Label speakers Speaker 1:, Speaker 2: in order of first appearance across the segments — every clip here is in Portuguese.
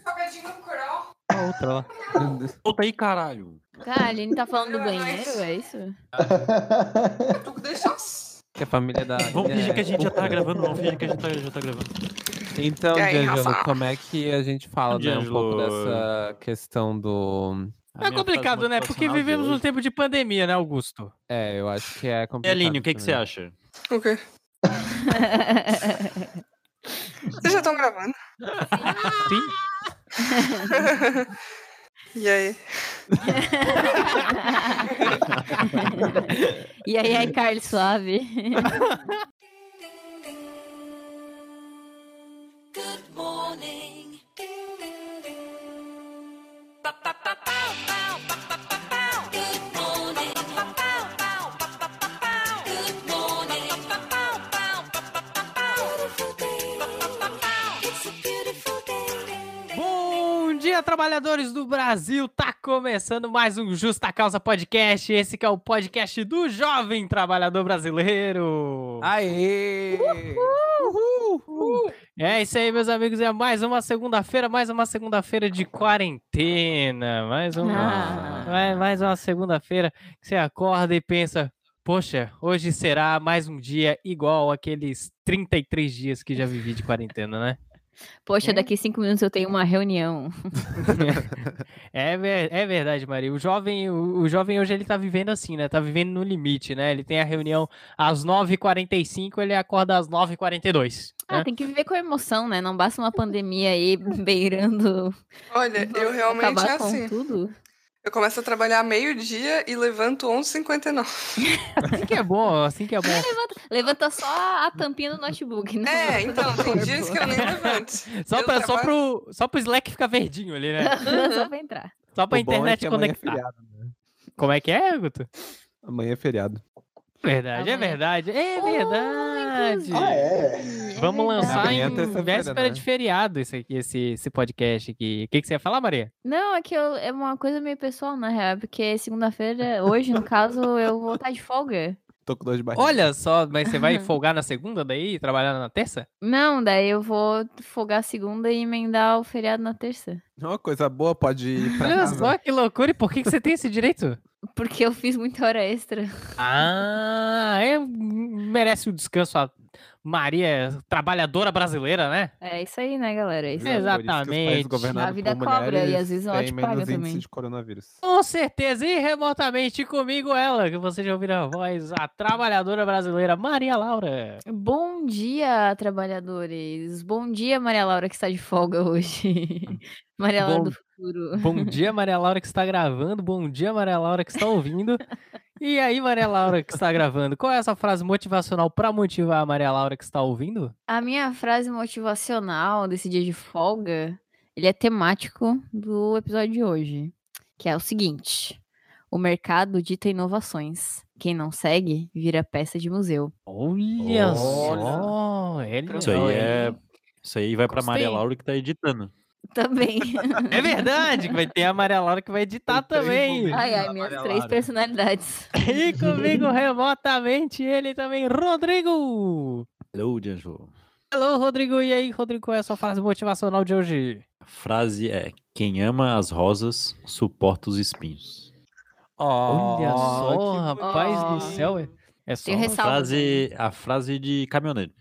Speaker 1: no Crawl.
Speaker 2: A outra lá. Solta aí, caralho.
Speaker 3: Cara, a Aline tá falando do banheiro, é isso?
Speaker 1: Tu deixou.
Speaker 4: Que a família da.
Speaker 2: Vamos
Speaker 4: é,
Speaker 2: fingir que a gente já tá gravando, vamos fingir que a gente tá- já tá gravando.
Speaker 4: Então,
Speaker 1: E aí,
Speaker 4: D'Angelo,
Speaker 1: Rafa?
Speaker 4: como é que a gente fala né, um pouco
Speaker 2: D'Angelo.
Speaker 4: dessa questão do.
Speaker 2: A
Speaker 5: É
Speaker 2: minha
Speaker 5: complicado,
Speaker 2: frase
Speaker 5: né? Porque
Speaker 2: motivacional de
Speaker 5: vivemos
Speaker 2: hoje-
Speaker 5: um tempo de pandemia, né, Augusto?
Speaker 4: É, eu acho que é
Speaker 2: E
Speaker 4: complicado.
Speaker 2: Aline, o que, que você
Speaker 4: também.
Speaker 2: acha?
Speaker 1: O quê? Vocês já estão gravando?
Speaker 2: Sim?
Speaker 1: E aí?
Speaker 3: e aí, aí, Carlos Suave.
Speaker 1: Então,
Speaker 6: Good morning. Ding, ding, ding. Ba, ba, ba, bow, bow, ba, ba, ba, bow. Good morning. Ba, ba, bow, bow, ba, ba, ba, bow. Good morning. Ba, ba, bow, bow, ba, ba, ba, bow. Beautiful day. Ba, ba, ba, bow. It's a beautiful day. Ding, ding.
Speaker 5: Bom dia, trabalhadores do Brasil! Tá começando mais um Justa Causa Podcast. Esse que é o podcast do jovem trabalhador
Speaker 4: Ah.
Speaker 5: brasileiro.
Speaker 4: Aê!
Speaker 5: É isso aí, meus amigos. É mais uma segunda-feira, mais uma segunda-feira de quarentena. Mais uma,
Speaker 3: Ah.
Speaker 5: mais- mais uma segunda-feira que você acorda e pensa. Poxa, hoje será mais um dia igual aqueles 33 dias que já vivi de quarentena, né?
Speaker 3: Poxa, daqui cinco minutos eu tenho uma reunião.
Speaker 5: É, ver- é verdade, Maria. O jovem, o, o jovem hoje ele tá vivendo assim, né? Tá vivendo no limite, né? Ele tem a reunião às 9h45, ele acorda às 9h42.
Speaker 3: Ah,
Speaker 5: né?
Speaker 3: tem que viver com emoção, né? Não basta uma pandemia aí beirando.
Speaker 1: Olha, eu realmente é
Speaker 3: acabar com
Speaker 1: assim.
Speaker 3: tudo.
Speaker 1: Eu começo a trabalhar meio-dia e levanto 11h59.
Speaker 5: Assim que é bom, assim que é bom.
Speaker 3: Levanta só a tampinha do notebook, né?
Speaker 1: É, então, tem dias que eu nem levanto.
Speaker 5: Só,
Speaker 1: Eu
Speaker 5: pra, só,
Speaker 1: trabalho-
Speaker 5: pro, só pro Slack ficar verdinho ali, né?
Speaker 3: Só pra entrar.
Speaker 5: Só pra
Speaker 4: O bom é
Speaker 5: internet
Speaker 4: que amanhã é
Speaker 5: conectar.
Speaker 4: feriado.
Speaker 5: Como é que é, Guto?
Speaker 4: Amanhã é feriado.
Speaker 5: Verdade, é
Speaker 3: Amanhã.
Speaker 5: verdade. É
Speaker 3: Oh,
Speaker 5: verdade.
Speaker 3: inclusive.
Speaker 7: Ah, é?
Speaker 5: Vamos lançar
Speaker 4: Amanhã então. é
Speaker 5: em
Speaker 4: terça-feira,
Speaker 5: véspera
Speaker 4: né?
Speaker 5: de feriado isso aqui, esse, esse podcast aqui. O que, que você ia falar, Maria?
Speaker 3: Não, é que eu- é uma coisa meio pessoal, na real, porque segunda-feira, hoje, no caso, eu vou estar de folga.
Speaker 4: Tô com dor de barriga.
Speaker 5: Olha só, mas você vai folgar na segunda daí e trabalhar na terça?
Speaker 3: Não, daí eu vou folgar segunda e emendar o feriado na terça.
Speaker 4: Uma coisa boa pode ir pra
Speaker 5: Olha
Speaker 4: casa.
Speaker 5: só que loucura, e por que, que você tem esse direito?
Speaker 3: Porque eu fiz muita hora extra.
Speaker 5: Ah, é, merece o descanso a Maria, trabalhadora brasileira, né?
Speaker 3: É isso aí, né, galera? É isso aí.
Speaker 5: Exato. Exatamente.
Speaker 3: A vida cobra, e às vezes ela te paga também.
Speaker 4: de coronavírus.
Speaker 5: Com certeza, e remotamente comigo ela, que vocês já ouviram a voz, a trabalhadora brasileira Maria Laura.
Speaker 3: Bom dia, trabalhadores. Bom dia, Maria Laura, que está de folga hoje. Maria Laura
Speaker 5: Bom-
Speaker 3: do futuro.
Speaker 5: Bom dia, Maria Laura que está gravando, bom dia, Maria Laura que está ouvindo. E aí, Maria Laura que está gravando, qual é essa frase motivacional para motivar a Maria Laura que está ouvindo?
Speaker 3: A minha frase motivacional desse dia de folga, ele é temático do episódio de hoje, que é o seguinte: o mercado dita inovações. Quem não segue vira peça de museu.
Speaker 5: Olha
Speaker 7: Olha.
Speaker 5: só, ele
Speaker 2: Isso aí é. Isso aí vai pra Maria
Speaker 5: Gostei.
Speaker 2: Laura que tá editando.
Speaker 3: Também.
Speaker 5: É verdade, que vai ter a Maria Laura que vai editar também.
Speaker 3: ai, ai, minhas três personalidades.
Speaker 5: E comigo remotamente ele também, Rodrigo.
Speaker 2: Hello, D'Angelo.
Speaker 5: Alô, Rodrigo. E aí, Rodrigo, qual é a sua frase motivacional de hoje?
Speaker 2: A frase é: Quem ama as rosas, suporta os espinhos.
Speaker 5: Olha só,
Speaker 4: que
Speaker 5: rapaz do
Speaker 3: bonitinho.
Speaker 5: céu. é- É só
Speaker 3: Tem
Speaker 5: uma-
Speaker 3: ressalva.
Speaker 2: Frase, a frase de caminhoneiro.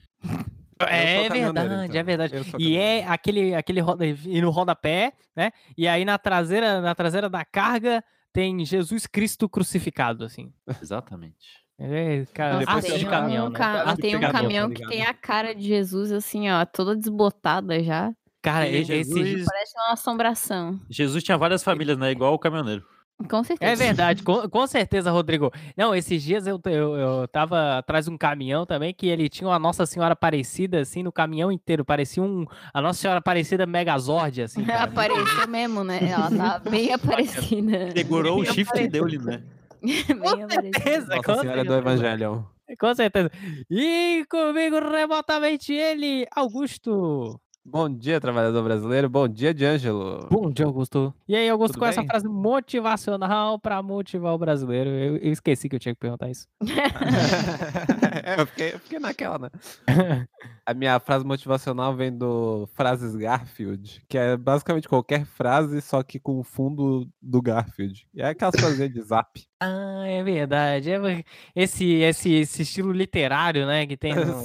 Speaker 5: É verdade, é verdade. E é aquele, aquele roda, e no rodapé, né? E aí na traseira, na traseira da carga tem Jesus Cristo crucificado, assim.
Speaker 2: Exatamente.
Speaker 5: É, cara,
Speaker 3: Nossa,
Speaker 4: Depois
Speaker 5: arte
Speaker 4: você
Speaker 3: tem
Speaker 5: de
Speaker 4: um-
Speaker 5: caminhão,
Speaker 3: um,
Speaker 5: né?
Speaker 3: ca-
Speaker 4: Arte de
Speaker 3: tem um
Speaker 4: caminhão, tá
Speaker 3: caminhão que
Speaker 4: ligado?
Speaker 3: tem a cara de Jesus, assim, ó, toda desbotada já.
Speaker 5: Cara,
Speaker 2: E
Speaker 5: esse- tá-
Speaker 2: Jesus,
Speaker 3: Parece uma assombração.
Speaker 2: Jesus tinha várias famílias, né? Igual o caminhoneiro.
Speaker 3: Com certeza.
Speaker 5: É verdade, com, com certeza, Rodrigo. Não, esses dias eu, eu, eu tava atrás de um caminhão também, que ele tinha uma Nossa Senhora Aparecida, assim, no caminhão inteiro. Parecia um, a Nossa Senhora Aparecida Megazord, assim. cara.
Speaker 3: Apareceu mesmo, né? Ela tá bem aparecida.
Speaker 2: Segurou o chifre e deu-lhe, né?
Speaker 3: bem aparecida.
Speaker 5: Beleza,
Speaker 4: Nossa Senhora do Evangelho.
Speaker 5: Com certeza. E comigo remotamente ele, Augusto.
Speaker 4: Bom dia, trabalhador brasileiro. Bom dia, D'Angelo.
Speaker 5: Bom dia, Augusto. E aí, Augusto,
Speaker 4: Tudo
Speaker 5: com essa
Speaker 4: bem?
Speaker 5: frase motivacional pra motivar o brasileiro. Eu, eu esqueci que eu tinha que perguntar isso.
Speaker 4: é, eu fiquei, eu fiquei naquela, né? A minha frase motivacional vem do Frases Garfield, que é basicamente qualquer frase, só que com o fundo do Garfield. E é aquelas frases de zap.
Speaker 5: Ah, é verdade. É ver- esse, esse, esse estilo literário, né, que tem no-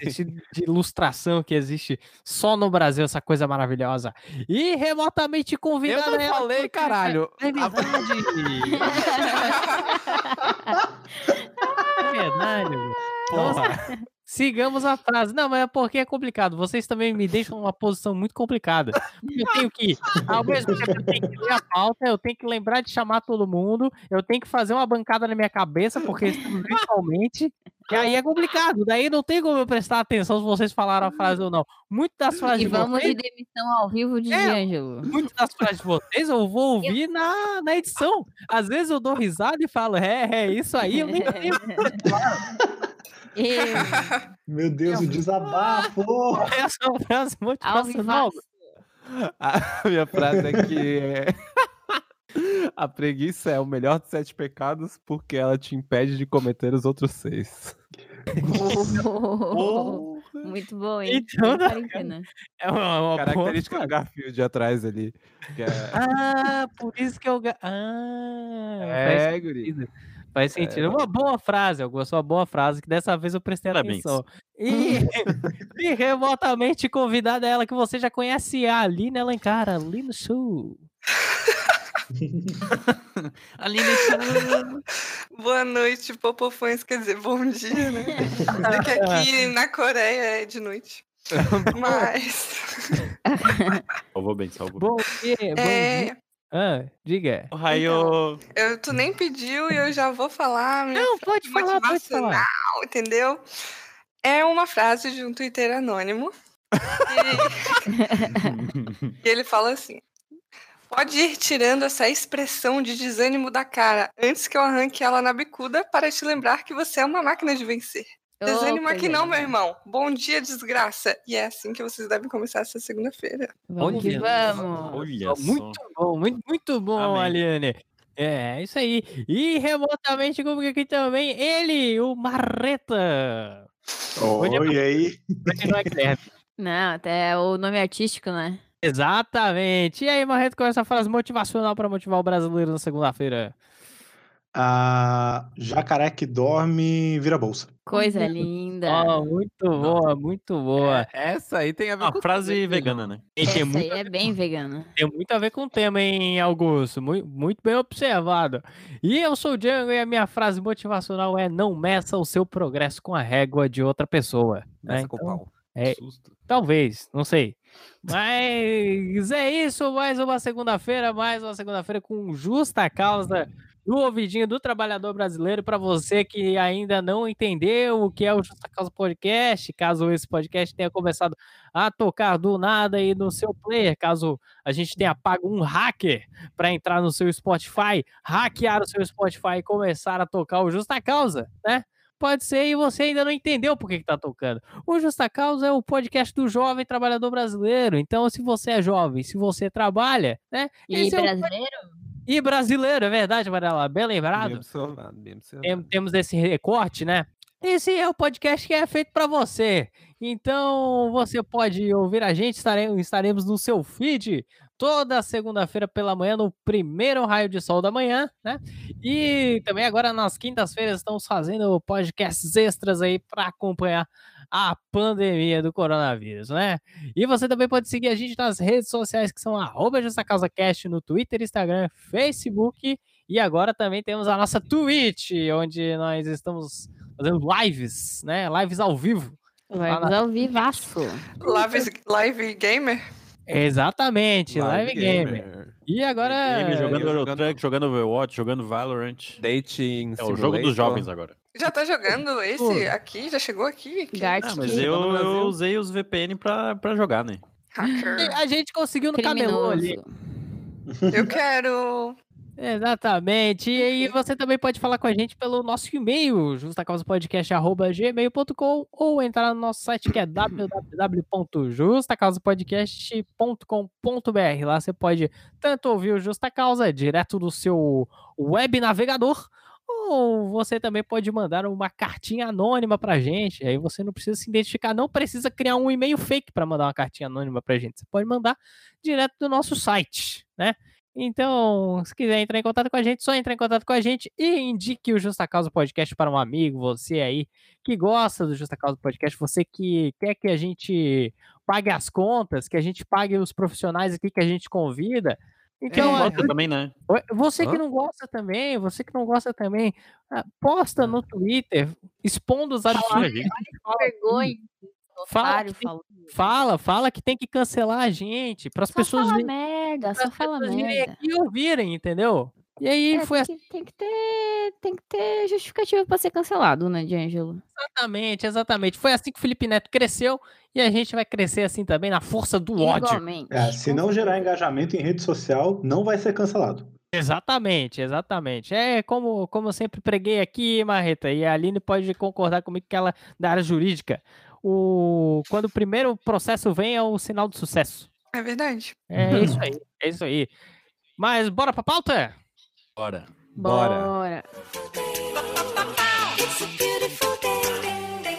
Speaker 5: esse estilo de ilustração que existe só no Brasil, essa coisa maravilhosa. E remotamente é
Speaker 4: Eu
Speaker 5: convidado.
Speaker 4: não falei, caralho.
Speaker 5: É verdade. é verdade.
Speaker 4: Porra.
Speaker 5: Sigamos a frase. Não, mas é porque é complicado. Vocês também me deixam numa posição muito complicada. Porque Eu tenho que, ao mesmo tempo, eu tenho que ler a pauta, eu tenho que lembrar de chamar todo mundo, eu tenho que fazer uma bancada na minha cabeça, porque estamos virtualmente. E aí é complicado. Daí não tem como eu prestar atenção se vocês falaram a frase ou não. Muitas das frases
Speaker 3: E
Speaker 5: tá de
Speaker 3: vamos
Speaker 5: vocês,
Speaker 3: de demissão ao vivo de
Speaker 5: É,
Speaker 3: Ângelo.
Speaker 5: muitas das frases de vocês eu vou ouvir na, na edição. Às vezes eu dou risada e falo, é, é isso aí, eu nem tenho
Speaker 3: E
Speaker 7: Meu Deus, o desabafo!
Speaker 5: essa frase
Speaker 3: ao
Speaker 5: motivacional.
Speaker 3: vivo.
Speaker 4: A minha frase é que é, a preguiça é o melhor dos sete pecados porque ela te impede de cometer os outros seis.
Speaker 3: Muito bom, hein?
Speaker 5: Então,
Speaker 3: Bem
Speaker 5: né,
Speaker 3: quarentena.
Speaker 5: É uma, uma boa
Speaker 4: Característica do
Speaker 5: frase.
Speaker 4: Garfield atrás ali. que é-
Speaker 5: Ah, por isso que eu. ga- Ah, faz
Speaker 4: é, guri.
Speaker 5: sentido. Faz sentido. Uma boa frase, eu gosto uma boa frase, que dessa vez eu prestei
Speaker 2: Parabéns.
Speaker 5: atenção. E, e remotamente convidada é ela, que você já conhece, é a Aline Alencar, Aline Sul.
Speaker 2: Aline,
Speaker 1: Boa noite, popofãs. Quer dizer, bom dia, né? É que aqui na Coreia é de noite. Mas.
Speaker 2: salvou bem, salvou bem.
Speaker 5: Bom dia, bom
Speaker 1: é,
Speaker 5: dia. Ah, diga.
Speaker 1: Ohio. eu, tu nem pediu e eu já vou falar. a minha
Speaker 5: Não, pode falar, pode falar.
Speaker 1: motivacional, entendeu? É uma frase de um Twitter anônimo.
Speaker 2: Então.
Speaker 1: E, e ele fala assim: Pode ir tirando essa expressão de desânimo da cara antes que eu arranque ela na bicuda para te lembrar que você é uma máquina de vencer. Desânimo
Speaker 3: Ô,
Speaker 1: aqui não, meu
Speaker 3: coisa
Speaker 1: irmão. Bom dia, desgraça. E é assim que vocês devem começar essa segunda-feira.
Speaker 3: boa. Vamos que
Speaker 5: Olha.
Speaker 2: é?
Speaker 3: vamos.
Speaker 2: Olha só.
Speaker 5: Muito bom, muito, muito bom,
Speaker 2: Amém.
Speaker 5: Aline. É, é isso aí. E remotamente comigo aqui também, ele, o Marreta. Hoje é
Speaker 8: Oi, e aí?
Speaker 5: Marreta, não é Guilherme.
Speaker 3: Não, até o nome artístico, né?
Speaker 5: Exatamente. E aí, Marreta, com essa frase motivacional para motivar o brasileiro na segunda-feira?
Speaker 8: Ah, jacaré que dorme vira bolsa.
Speaker 3: Coisa linda.
Speaker 5: Ó, muito boa, muito
Speaker 4: É.
Speaker 5: boa.
Speaker 4: Essa aí tem a ver
Speaker 2: Uma
Speaker 4: com
Speaker 2: Ah, frase vegana, né?
Speaker 5: E tem,
Speaker 3: Essa aí
Speaker 5: muito,
Speaker 3: é bem vegana.
Speaker 5: tem muito a ver com o tema, hein, Augusto? Mui- Muito, bem observado. E eu sou o Django e a minha frase motivacional é não meça o seu progresso com a régua de outra pessoa. né?
Speaker 4: Essa com
Speaker 5: Então,
Speaker 4: pau.
Speaker 5: É, Talvez, não sei. Mas é isso, mais uma segunda-feira, mais uma segunda-feira com justa causa do ouvidinho do trabalhador brasileiro. Para você que ainda não entendeu o que é o Justa Causa Podcast, caso esse podcast tenha começado a tocar do nada aí no seu player, caso a gente tenha pago um hacker para entrar no seu Spotify, hackear o seu Spotify e começar a tocar o Justa Causa, né? Pode ser e você ainda não entendeu por que, que tá tocando. O Justa Causa é o podcast do jovem trabalhador brasileiro. Então, se você é jovem, se você trabalha, né?
Speaker 3: E
Speaker 5: Esse é o-
Speaker 3: brasileiro?
Speaker 5: E brasileiro, é verdade, Varela. Bem
Speaker 4: Bem
Speaker 5: lembrado.
Speaker 4: observado, bem observado.
Speaker 5: Tem- temos esse recorte, né? Esse é o podcast que é feito para você. Então, você pode ouvir a gente, estaremos, estaremos no seu feed toda segunda-feira pela manhã, no primeiro raio de sol da manhã, né? E também agora nas quintas-feiras estamos fazendo podcasts extras aí para acompanhar a pandemia do coronavírus, né? E você também pode seguir a gente nas redes sociais que são arroba JustaCausaCast no Twitter, Instagram, Facebook e agora também temos a nossa Twitch, onde nós estamos fazendo lives, né? Lives ao vivo.
Speaker 3: Vai
Speaker 5: Fala.
Speaker 3: usar o vivaço.
Speaker 1: Live, live gamer?
Speaker 5: Exatamente, live, game. E agora.
Speaker 2: Game, jogando
Speaker 4: eu jogando-
Speaker 2: Eurotruck, jogando Overwatch, jogando Valorant.
Speaker 4: Dating
Speaker 2: É o jogo dos jovens
Speaker 4: simulator.
Speaker 2: agora.
Speaker 1: Já tá jogando esse aqui? Já chegou aqui? Que
Speaker 3: Gart
Speaker 2: Ah, mas
Speaker 3: que- é
Speaker 2: eu,
Speaker 4: Chegou no
Speaker 2: eu
Speaker 4: Brasil.
Speaker 2: usei os VPN pra, pra jogar, né?
Speaker 1: hacker.
Speaker 5: A gente conseguiu no cabelo ali.
Speaker 3: criminoso.
Speaker 1: Eu quero.
Speaker 5: Exatamente. E aí você também pode falar com a gente pelo nosso e-mail, justacausapodcast.gmail.com ou entrar no nosso site que é www.justacausapodcast.com.br. Lá você pode tanto ouvir o Justa Causa direto do seu web navegador, ou você também pode mandar uma cartinha anônima pra gente. Aí você não precisa se identificar, não precisa criar um e-mail fake para mandar uma cartinha anônima pra gente. Você pode mandar direto do nosso site, né? Então, se quiser entrar em contato com a gente, só entrar em contato com a gente e indique o Justa Causa Podcast para um amigo, você aí que gosta do Justa Causa Podcast, você que quer que a gente pague as contas, que a gente pague os profissionais aqui que a gente convida.
Speaker 2: Quem
Speaker 5: Então,
Speaker 2: não
Speaker 5: é,
Speaker 2: gosta também, né?
Speaker 5: Oi, Você que
Speaker 4: Hã?
Speaker 5: não gosta também, você que não gosta também, ah,
Speaker 3: Hum.
Speaker 5: posta no Twitter, expondo
Speaker 3: Ah,
Speaker 5: os absurdos.
Speaker 3: Vergonha.
Speaker 5: Fala
Speaker 3: Otário,
Speaker 5: que tem-
Speaker 3: fala.
Speaker 5: Fala, fala que tem que cancelar a gente, para as
Speaker 3: Só
Speaker 5: pessoas
Speaker 3: fala
Speaker 5: virem-
Speaker 3: merda,
Speaker 5: pras
Speaker 3: só fala
Speaker 5: pessoas virem
Speaker 3: merda.
Speaker 5: aqui e ouvirem, entendeu? E aí
Speaker 3: É,
Speaker 5: foi assim.
Speaker 3: porque tem, que ter, tem que ter justificativa pra ser cancelado, né, D'Angelo?
Speaker 5: Exatamente, exatamente. Foi assim que o Felipe Neto cresceu e a gente vai crescer assim também na força do ódio.
Speaker 3: Igualmente.
Speaker 8: É, se não gerar engajamento em rede social, não vai ser cancelado.
Speaker 5: Exatamente, exatamente. É como, como eu sempre preguei aqui, Marreta, e a Aline pode concordar comigo que ela é da área jurídica. O, quando o primeiro processo vem é o sinal do sucesso.
Speaker 1: É verdade.
Speaker 5: É isso aí, é isso aí. Mas bora pra pauta?
Speaker 2: Bora.
Speaker 4: Bora.
Speaker 3: Bora.
Speaker 6: It's a beautiful day.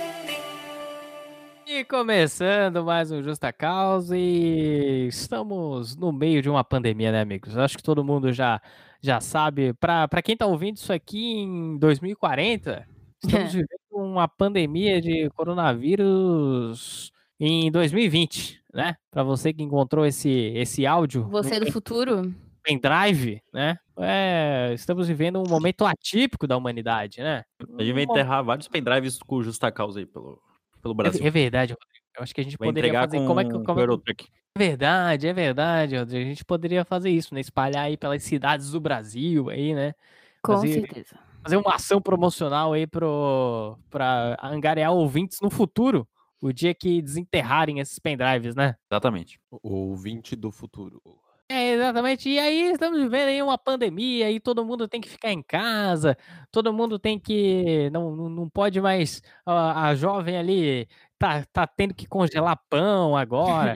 Speaker 5: E começando mais um Justa Causa e estamos no meio de uma pandemia, né, amigos? Acho que todo mundo já, já sabe. Pra pra quem tá ouvindo isso aqui em 2040, estamos vivendo uma pandemia de coronavírus em 2020, né? Pra você que encontrou esse, esse áudio
Speaker 3: Você é do futuro?
Speaker 5: pendrive, né? É, estamos vivendo um momento atípico da humanidade, né?
Speaker 2: A gente vai
Speaker 5: Uma-
Speaker 2: enterrar vários pendrives com justa causa aí pelo, pelo
Speaker 5: É,
Speaker 2: Brasil.
Speaker 5: é verdade, Rodrigo. Eu acho que a gente
Speaker 2: Vai
Speaker 5: poderia
Speaker 2: entregar
Speaker 5: fazer.
Speaker 2: com
Speaker 5: como é que, como
Speaker 2: o
Speaker 5: é que-
Speaker 2: Eurotruck.
Speaker 5: É verdade, é verdade, Rodrigo. A gente poderia fazer isso, né? Espalhar aí pelas cidades do Brasil aí, né?
Speaker 3: Com
Speaker 5: Mas e-
Speaker 3: certeza.
Speaker 5: Fazer uma ação promocional aí pro, pra angariar ouvintes no futuro, o dia que desenterrarem esses pendrives, né?
Speaker 2: Exatamente.
Speaker 4: O ouvinte do futuro.
Speaker 5: É, exatamente. E aí estamos vivendo aí uma pandemia e todo mundo tem que ficar em casa, todo mundo tem que. Não, não, não pode mais. A, a jovem ali tá, tá tendo que congelar pão agora.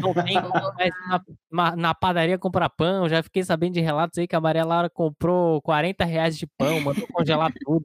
Speaker 5: não, não tem como mais ir na, ma- na padaria comprar pão. Já fiquei sabendo de relatos aí que a Maria Laura comprou 40 reais de pão, mandou congelar tudo.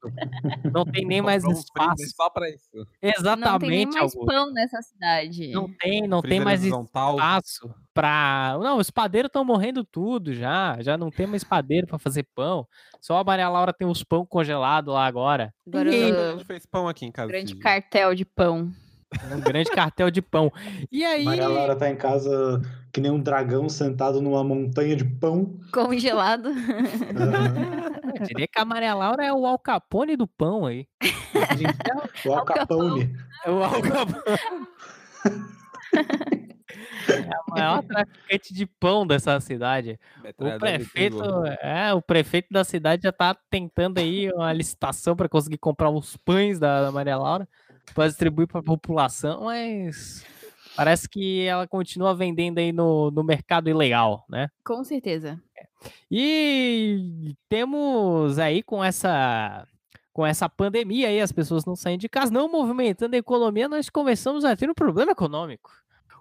Speaker 5: Não tem nem mais
Speaker 4: Comprou um freezer
Speaker 5: espaço.
Speaker 4: Só pra isso.
Speaker 5: Exatamente,
Speaker 3: não tem nem mais
Speaker 5: Augusto.
Speaker 3: pão nessa cidade.
Speaker 5: Não tem, não tem
Speaker 4: Freezer
Speaker 5: mais
Speaker 4: horizontal.
Speaker 5: espaço pra. Não, os padeiros estão morrendo tudo já. Já não tem mais padeiro pra fazer pão. Só a Maria Laura tem os pão congelados lá agora.
Speaker 3: Agora,
Speaker 4: A gente fez pão aqui em casa.
Speaker 3: um grande
Speaker 4: esses dias.
Speaker 3: cartel de pão.
Speaker 5: Um grande cartel de pão. E aí.
Speaker 8: Maria Laura tá em casa que nem um dragão sentado numa montanha de pão.
Speaker 3: Congelado.
Speaker 8: Ah,
Speaker 5: Eu diria que a Maria Laura é o Al Capone do pão aí. A gente
Speaker 8: o Al Capone.
Speaker 5: é o Al Capone. É a maior traficante de pão dessa cidade. O
Speaker 4: Metralhadora de
Speaker 5: prefeito,
Speaker 4: pingo.
Speaker 5: é, o prefeito da cidade já tá tentando aí uma licitação para conseguir comprar os pães da, da Maria Laura para distribuir para a população, mas parece que ela continua vendendo aí no, no mercado ilegal, né?
Speaker 3: Com certeza.
Speaker 5: E temos aí com essa com essa pandemia aí, as pessoas não saindo de casa, não movimentando a economia, nós começamos a ter um problema econômico.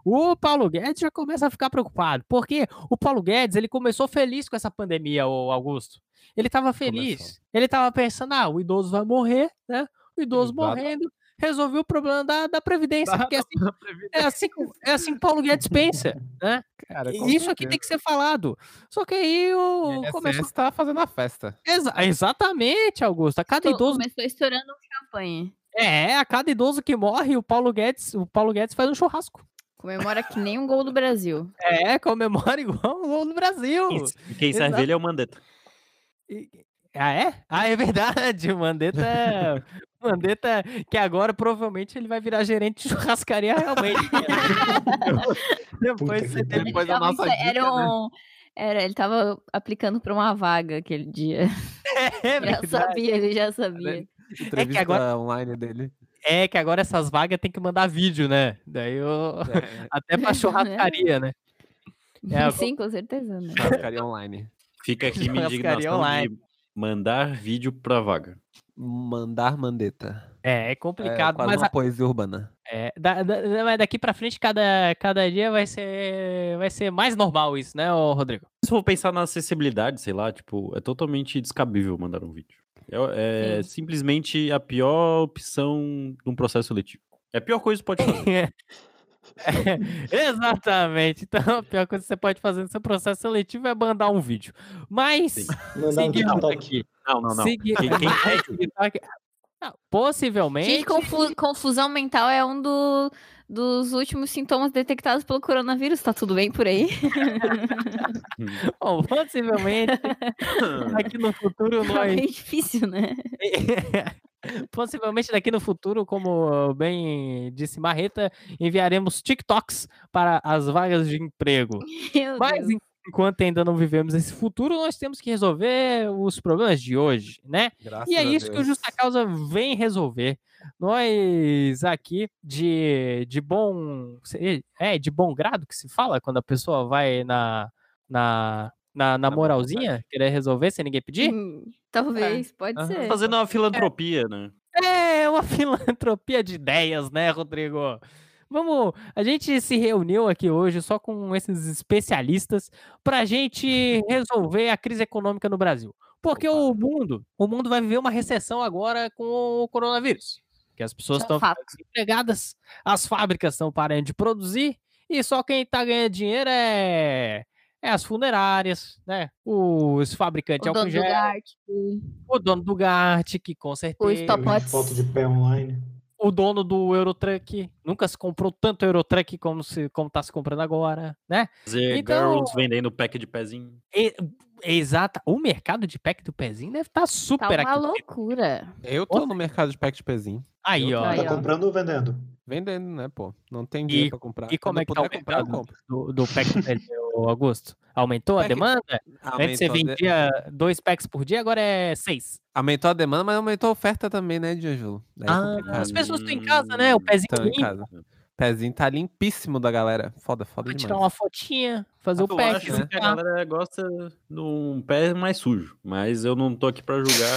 Speaker 5: O Paulo Guedes já começa a ficar preocupado, porque o Paulo Guedes, ele começou feliz com essa pandemia, o Augusto. Ele estava feliz.
Speaker 4: Começou.
Speaker 5: Ele estava pensando, ah, o idoso vai morrer, né? O idoso
Speaker 4: Exato.
Speaker 5: morrendo resolveu o problema da, da previdência,
Speaker 4: Da-
Speaker 5: porque assim, é assim, que- é assim que o Paulo Guedes pensa.
Speaker 4: Cara,
Speaker 5: E
Speaker 4: com
Speaker 5: Isso aqui tem que é ser falado. Só que aí o
Speaker 4: certeza.
Speaker 5: começou
Speaker 4: INSS tá fazendo a festa.
Speaker 5: Exa- exatamente, Augusto. A cada
Speaker 3: Estou-
Speaker 5: idoso
Speaker 3: Começou estourando um champanhe.
Speaker 5: é, a cada idoso que morre, o Paulo Guedes, o Paulo Guedes faz um churrasco.
Speaker 3: Comemora que nem um gol do Brasil.
Speaker 5: É, comemora igual o gol do Brasil.
Speaker 2: Quem, quem serve
Speaker 5: Exato.
Speaker 2: ele é o Mandetta.
Speaker 5: Ah, é? Ah, é verdade. O Mandetta, o Mandetta, que agora provavelmente ele vai virar gerente de churrascaria realmente. né? Depois
Speaker 8: Puta
Speaker 5: você
Speaker 8: que
Speaker 5: teve
Speaker 4: Depois da
Speaker 3: Não,
Speaker 4: nossa
Speaker 3: isso
Speaker 4: dica,
Speaker 3: era
Speaker 4: né?
Speaker 3: um... Era, ele tava aplicando pra uma vaga aquele dia.
Speaker 5: é
Speaker 3: Já
Speaker 5: verdade.
Speaker 3: sabia, ele
Speaker 4: é
Speaker 3: já sabia.
Speaker 4: Entrevista
Speaker 5: agora-
Speaker 4: online dele.
Speaker 5: É que agora essas vagas tem que mandar vídeo, né? Daí eu... até pra churrascaria, né? É,
Speaker 3: Sim, com certeza. Né?
Speaker 4: Churrascaria online.
Speaker 2: Fica aqui minha
Speaker 5: Churrascaria
Speaker 2: indignação
Speaker 5: online.
Speaker 2: de mandar vídeo pra vaga.
Speaker 4: Mandar Mandetta.
Speaker 5: É, é
Speaker 4: É
Speaker 5: complicado,
Speaker 4: quase
Speaker 5: mas
Speaker 4: uma
Speaker 5: a-
Speaker 4: poesia urbana.
Speaker 5: é, da- da- mas daqui pra frente, cada, cada dia vai ser, vai ser mais normal isso, né, ô Rodrigo?
Speaker 2: Se for pensar na acessibilidade, sei lá, tipo, é totalmente descabível mandar um vídeo. É, é simplesmente a pior opção num processo seletivo. É a pior coisa que pode fazer.
Speaker 5: É, Exatamente. Então, a pior coisa que você pode fazer no seu processo seletivo é mandar um vídeo. Mas,
Speaker 2: Sim.
Speaker 8: Mandar um
Speaker 5: seguimos
Speaker 8: TikTok.
Speaker 5: aqui.
Speaker 2: Não, não, não.
Speaker 5: Seguimos.
Speaker 2: Quem- quem quer
Speaker 5: Ah, Possivelmente.
Speaker 3: Gente, confu- confusão mental é um do- dos últimos sintomas detectados pelo coronavírus. Tá tudo bem por aí?
Speaker 2: Hum.
Speaker 5: Bom, possivelmente, aqui no futuro
Speaker 3: Tá
Speaker 5: nós.
Speaker 3: meio difícil, né?
Speaker 5: possivelmente daqui no futuro, como bem disse Marreta, enviaremos TikToks para as vagas de emprego.
Speaker 3: Meu
Speaker 5: Mas
Speaker 3: Deus.
Speaker 5: en- enquanto ainda não vivemos esse futuro, nós temos que resolver os problemas de hoje, né?
Speaker 4: Graças
Speaker 5: E é
Speaker 4: a
Speaker 5: isso que o
Speaker 4: Deus.
Speaker 5: Justa Causa vem resolver. Nós aqui, de, de bom. se- É, de bom grado que se fala quando a pessoa vai na. na na, na
Speaker 4: Na boa
Speaker 5: moralzinha, querer resolver sem ninguém pedir?
Speaker 3: Hum, Talvez,
Speaker 4: Ah.
Speaker 3: pode
Speaker 5: Aham.
Speaker 3: ser.
Speaker 2: Tá Fazendo uma filantropia, né?
Speaker 5: É uma filantropia de ideias, né, Rodrigo? Vamos, a gente se reuniu aqui hoje só com esses especialistas para a gente resolver a crise econômica no Brasil. Porque o mundo, o mundo vai viver uma recessão agora com o coronavírus, que as pessoas
Speaker 3: Isso é um
Speaker 5: estão
Speaker 3: fato.
Speaker 5: desempregadas, as fábricas estão parando de produzir e só quem está ganhando dinheiro é, é as funerárias, né? Os fabricantes
Speaker 4: é
Speaker 3: O
Speaker 4: um
Speaker 5: de álcool
Speaker 3: dono do
Speaker 5: gel,
Speaker 3: Gart,
Speaker 5: o dono do Gart, que com
Speaker 3: o
Speaker 5: certeza
Speaker 3: Stop
Speaker 8: Eu vi foto de pé online.
Speaker 5: o dono do Eurotruck nunca se comprou tanto Eurotruck como se como tá se comprando agora, né?
Speaker 2: Fazer
Speaker 5: Então-
Speaker 2: girls vendendo pack de pezinho.
Speaker 5: E- é exata. O mercado de pack do pezinho deve estar
Speaker 3: Tá
Speaker 5: super
Speaker 3: uma
Speaker 4: é?
Speaker 5: aqui.
Speaker 3: loucura.
Speaker 4: Eu tô no mercado de pack de pezinho.
Speaker 5: Aí,
Speaker 4: Eu tô
Speaker 5: ó.
Speaker 3: Aí,
Speaker 8: Tá
Speaker 3: ó.
Speaker 8: comprando ou vendendo?
Speaker 4: Vendendo, né, pô? Não tem dinheiro pra comprar.
Speaker 5: E como
Speaker 4: Quando
Speaker 5: é que tá o
Speaker 4: eu puder comprar, eu
Speaker 5: mercado
Speaker 4: compro.
Speaker 5: do, do pack do pezinho, ô, Augusto? Aumentou a
Speaker 4: Pack-
Speaker 5: demanda? Antes você
Speaker 4: Aumentou a de-
Speaker 5: vendia dois packs por dia, agora é seis.
Speaker 4: Aumentou a demanda, mas aumentou a oferta também, né, D'Angelo? Daí é
Speaker 5: Ah,
Speaker 4: complicado.
Speaker 5: as pessoas estão em casa, né? O pezinho
Speaker 4: Tão em
Speaker 5: limpo,
Speaker 4: casa. Pezinho tá limpíssimo da galera. Foda, foda
Speaker 5: pra
Speaker 4: demais.
Speaker 5: tirar uma fotinha, fazer o
Speaker 2: Eu
Speaker 5: pack.
Speaker 2: acho né, que a
Speaker 5: juntar.
Speaker 2: galera gosta de um pé mais sujo, mas eu não tô aqui pra julgar.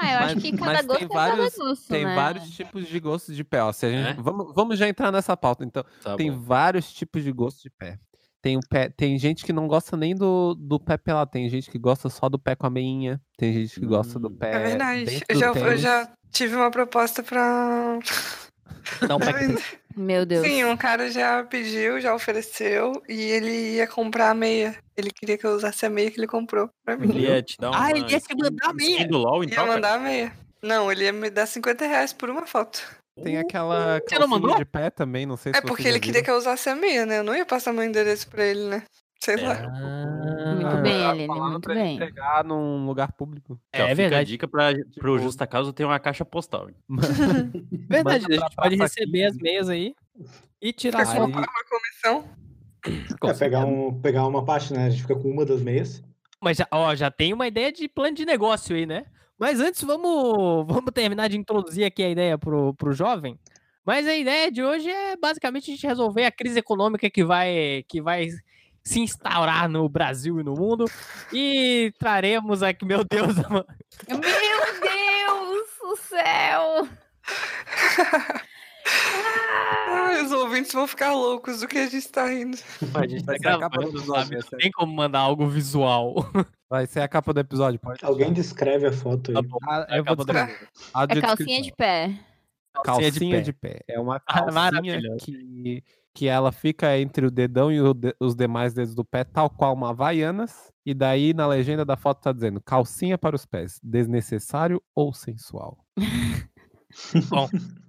Speaker 3: Ah, eu acho
Speaker 4: Mas-
Speaker 3: que cada
Speaker 4: mas
Speaker 3: gosto
Speaker 4: tem
Speaker 3: é cada
Speaker 4: vários-
Speaker 3: gosto,
Speaker 4: Tem
Speaker 3: né?
Speaker 4: vários tipos de gosto de pé. Ó. Se a gente-
Speaker 2: É?
Speaker 4: vamos, vamos já entrar nessa pauta, então.
Speaker 2: Tá
Speaker 4: tem
Speaker 2: bom.
Speaker 4: vários tipos de gosto de pé. Tem, o pé, tem gente que não gosta nem do, do pé pelado. Tem gente que gosta só do pé com a meinha. Tem gente que gosta do
Speaker 2: Hum.
Speaker 4: pé.
Speaker 1: É verdade.
Speaker 4: dentro
Speaker 1: Eu
Speaker 4: do
Speaker 1: já, eu
Speaker 4: tênis.
Speaker 1: já tive uma proposta pra.
Speaker 5: Não, o um pack
Speaker 3: Meu Deus.
Speaker 1: Sim, um cara já pediu, já ofereceu, e ele ia comprar a meia. Ele queria que eu usasse a meia que ele comprou pra mim.
Speaker 2: Ele ia te dar uma
Speaker 5: Ah, ele ia te mandar a minha.
Speaker 2: skin do LOL,
Speaker 1: Ia
Speaker 2: Hum, então, cara.
Speaker 1: mandar a meia. Não, ele ia me dar 50 reais por uma foto.
Speaker 4: Tem aquela
Speaker 5: Você não mandou?
Speaker 4: calcinha de pé também, não sei se
Speaker 1: É porque ele queria
Speaker 4: queria
Speaker 1: que eu usasse a meia, né? Eu não ia passar meu endereço pra ele, né? Sei
Speaker 5: É.
Speaker 1: lá.
Speaker 3: Muito
Speaker 4: É.
Speaker 5: Muito
Speaker 4: Então,
Speaker 3: bem, Aline, muito bem.
Speaker 4: entregar num lugar público.
Speaker 2: Então,
Speaker 5: É
Speaker 2: fica a
Speaker 5: verdade.
Speaker 2: dica pra, pro Justa Causa ter uma caixa postal. hein?
Speaker 5: Verdade,
Speaker 4: Manda
Speaker 5: a
Speaker 4: pra né?
Speaker 5: gente pode
Speaker 4: praça
Speaker 5: receber as
Speaker 4: 15.
Speaker 5: meias aí e tirar
Speaker 1: Fica
Speaker 4: Aí-
Speaker 1: com uma comissão.
Speaker 5: Com
Speaker 8: é pegar, um, pegar uma parte, né? A gente fica com uma das meias.
Speaker 5: Mas já, ó, já tem uma ideia de plano de negócio aí, né? Mas antes, vamos, vamos terminar de introduzir aqui a ideia pro, pro jovem. Mas a ideia de hoje é basicamente a gente resolver a crise econômica que vai, que vai se instaurar no Brasil e no mundo. E traremos aqui, meu Deus, mano.
Speaker 3: Meu Deus do céu!
Speaker 1: Ah, os ouvintes vão ficar loucos do que a gente tá rindo.
Speaker 5: a gente tá
Speaker 4: Vai ser a capa
Speaker 5: gravando,
Speaker 4: do episódio,
Speaker 5: sabe?
Speaker 4: vai
Speaker 5: Não
Speaker 4: ser.
Speaker 5: tem como mandar algo visual.
Speaker 4: Vai ser a capa do episódio, pode.
Speaker 8: Alguém descreve a foto
Speaker 5: Tá
Speaker 8: aí.
Speaker 5: bom,
Speaker 4: Ah,
Speaker 5: é a
Speaker 4: eu vou
Speaker 5: capa do
Speaker 4: descrever.
Speaker 3: É
Speaker 4: Áudio
Speaker 3: calcinha de
Speaker 4: descrição.
Speaker 3: pé.
Speaker 4: calcinha, de, pé.
Speaker 5: de
Speaker 4: É uma
Speaker 5: Ah,
Speaker 4: calcinha
Speaker 5: maravilhoso.
Speaker 4: que, que ela fica entre o dedão e o de- os demais dedos do pé, tal qual uma Havaianas. E daí na legenda da foto tá dizendo: calcinha para os pés, desnecessário ou sensual?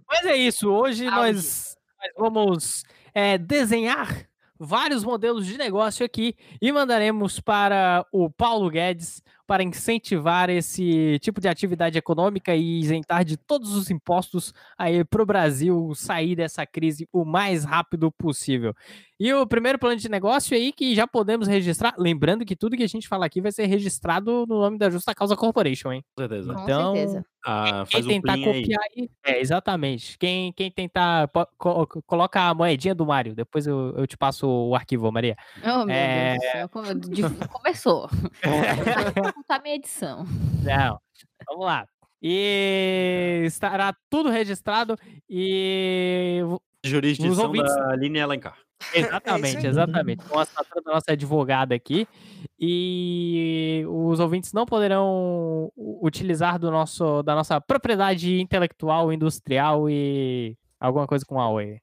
Speaker 5: Mas é isso. Hoje
Speaker 3: Áudio.
Speaker 5: nós, nós vamos é, desenhar vários modelos de negócio aqui e mandaremos para o Paulo Guedes para incentivar esse tipo de atividade econômica e isentar de todos os impostos aí para o Brasil sair dessa crise o mais rápido possível. E o primeiro plano de negócio aí que já podemos registrar, lembrando que tudo que a gente fala aqui vai ser registrado no nome da Justa Causa Corporation, hein?
Speaker 2: Com certeza.
Speaker 3: Com
Speaker 5: Então,
Speaker 3: certeza.
Speaker 2: Ah,
Speaker 5: Quem
Speaker 2: faz o
Speaker 5: tentar
Speaker 2: plim aí.
Speaker 5: copiar aí. É, exatamente. Quem, quem tentar. po- co- co- coloca a moedinha do Mário. Depois eu, eu te passo o arquivo, ô, Maria.
Speaker 3: Oh, meu
Speaker 5: É.
Speaker 3: Deus do céu. como- de- Começou. Vou contar minha edição.
Speaker 5: Não. Vamos lá. E estará tudo registrado e Os
Speaker 2: Jurisdição
Speaker 5: ouvintes-
Speaker 2: da Aline Alencar.
Speaker 5: É Exatamente,
Speaker 1: aí.
Speaker 5: exatamente. Com a assinatura da nossa advogada aqui. E os ouvintes não poderão u- utilizar do nosso, da nossa propriedade intelectual, industrial e alguma coisa com a OE.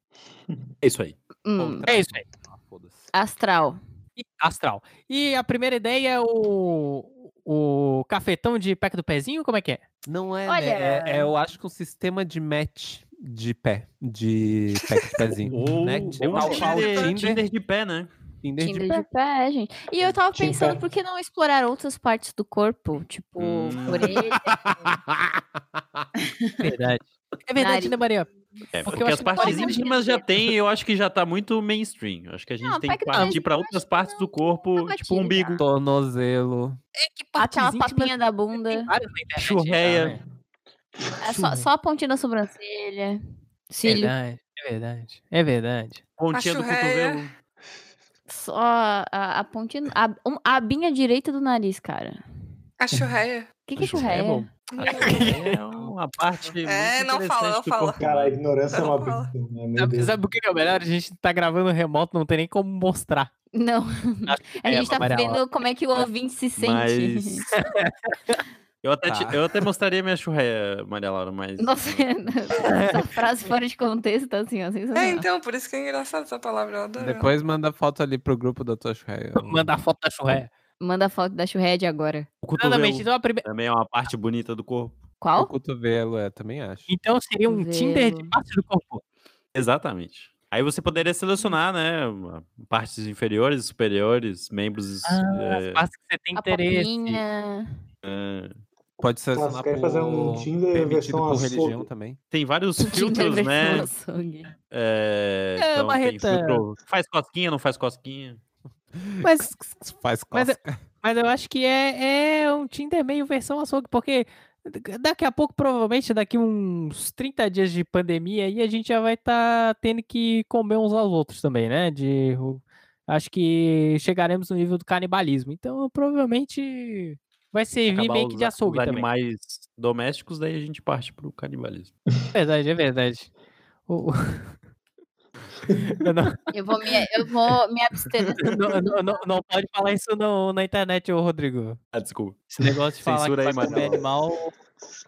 Speaker 2: É isso aí.
Speaker 3: Hum,
Speaker 5: É isso aí.
Speaker 4: Ah, foda-se.
Speaker 3: astral.
Speaker 5: E astral. E a primeira ideia é o, o cafetão de pack do pezinho, como é que é?
Speaker 4: Não é,
Speaker 3: Olha-
Speaker 4: né? É, é, eu acho que um sistema de match de pé, de pé de pezinho.
Speaker 2: Ou,
Speaker 4: né?
Speaker 2: ou
Speaker 4: Tipo, tal qual o
Speaker 2: Tinder,
Speaker 4: Tinder,
Speaker 2: Tinder de pé, né?
Speaker 4: Tinder de
Speaker 3: Tinder de pé, gente. E eu tava
Speaker 7: Tinder.
Speaker 3: pensando, por que não explorar outras partes do corpo? Tipo,
Speaker 2: Hum.
Speaker 3: orelha.
Speaker 5: Verdade. É verdade,
Speaker 3: Nariz.
Speaker 5: né, Maria?
Speaker 2: É,
Speaker 5: Porque
Speaker 2: porque,
Speaker 5: eu acho
Speaker 2: as
Speaker 5: que
Speaker 2: partes
Speaker 3: todo mundo
Speaker 2: íntimas
Speaker 3: devia.
Speaker 2: já tem, eu acho que já tá muito mainstream. Eu Acho que a gente
Speaker 3: Não,
Speaker 2: tem
Speaker 3: pega
Speaker 2: que
Speaker 3: também,
Speaker 2: partir
Speaker 3: eu
Speaker 2: pra
Speaker 3: acho
Speaker 2: outras
Speaker 3: que
Speaker 2: partes do corpo,
Speaker 3: nunca
Speaker 2: tipo
Speaker 3: tire,
Speaker 2: umbigo.
Speaker 4: Tornozelo.
Speaker 3: Aquela
Speaker 5: Partes íntimas
Speaker 3: papinha da
Speaker 5: tem
Speaker 3: bunda.
Speaker 5: várias na internet já,
Speaker 2: Churreia.
Speaker 5: né?
Speaker 3: é só, só a pontinha da sobrancelha. Cílio.
Speaker 5: Verdade, é verdade. É verdade.
Speaker 2: Pontinha do
Speaker 1: Pachurreia.
Speaker 2: cotovelo.
Speaker 3: Só a, a pontinha. A, um- a abinha direita do nariz, cara.
Speaker 1: A churreia.
Speaker 3: O que, que é
Speaker 2: Churreia é
Speaker 3: churreia?
Speaker 2: É uma parte.
Speaker 1: É, não fala,
Speaker 2: muito
Speaker 1: não
Speaker 2: interessante do
Speaker 1: fala.
Speaker 2: corpo
Speaker 7: Cara, a
Speaker 2: humano.
Speaker 7: ignorância é
Speaker 1: Não
Speaker 7: uma
Speaker 1: fala.
Speaker 7: benção, né? Meu
Speaker 5: Sabe,
Speaker 7: Deus.
Speaker 5: sabe o que que é o melhor? A gente tá gravando remoto, não tem nem como mostrar.
Speaker 3: Não. A
Speaker 5: É,
Speaker 3: gente tá
Speaker 5: Maria, ó.
Speaker 3: vendo como é que o ouvinte se sente.
Speaker 2: Mas. Eu até, te-
Speaker 4: Tá.
Speaker 2: eu até mostraria minha churreia, Maria Laura, mas.
Speaker 3: Nossa, essa frase fora de contexto tá assim, ó, sensacional.
Speaker 1: É, então, por isso que é engraçado essa palavra. Eu adoro. ela.
Speaker 4: Depois manda foto ali pro grupo da tua churreia.
Speaker 5: Mandar foto da churreia.
Speaker 3: Manda a foto da churreia de agora.
Speaker 2: O cotovelo
Speaker 5: Exatamente. Então, a prime-
Speaker 2: também é uma parte bonita do corpo.
Speaker 4: O
Speaker 3: Qual?
Speaker 4: cotovelo, é, também acho.
Speaker 5: então seria um Tinder de
Speaker 3: Cotovelo.
Speaker 5: parte do corpo.
Speaker 2: Exatamente. Aí você
Speaker 5: Hum.
Speaker 2: poderia selecionar, né? uma- Partes inferiores, superiores, membros.
Speaker 5: Ah, As
Speaker 2: eh,
Speaker 5: partes que você tem
Speaker 3: A
Speaker 5: interesse.
Speaker 3: papinha.
Speaker 2: eh,
Speaker 4: Pode ser
Speaker 7: Nossa, quer fazer um Tinder
Speaker 4: permitido
Speaker 7: versão
Speaker 4: por
Speaker 7: açougue.
Speaker 4: religião também.
Speaker 2: tem vários filtros,
Speaker 3: Tinder
Speaker 2: né?
Speaker 3: versão açougue.
Speaker 2: É,
Speaker 5: É,
Speaker 2: então tem
Speaker 5: Marreta.
Speaker 2: filtro. Faz cosquinha, não faz cosquinha.
Speaker 5: Mas,
Speaker 4: Faz
Speaker 5: Mas é-
Speaker 4: cosca.
Speaker 5: mas eu acho que é, é um Tinder meio versão açougue, porque d- daqui a pouco, provavelmente, daqui uns 30 dias de pandemia, aí a gente já vai estar tendo que comer uns aos outros também, né? De, o- acho que chegaremos no nível do canibalismo. Então, provavelmente, vai servir
Speaker 2: Acabar
Speaker 5: meio que
Speaker 2: os-
Speaker 5: de açougue
Speaker 2: os
Speaker 5: também.
Speaker 2: animais domésticos, daí a gente parte pro canibalismo.
Speaker 5: É verdade, é verdade. O- o- Eu não,
Speaker 3: Eu vou me, eu vou me abster dessa
Speaker 5: não- não- não- não pode falar isso não, na internet, ô Rodrigo.
Speaker 2: Ah, desculpa.
Speaker 5: Esse negócio de falar que
Speaker 2: Censura
Speaker 5: vai
Speaker 2: aí,
Speaker 5: comer
Speaker 2: Manuela.
Speaker 5: animal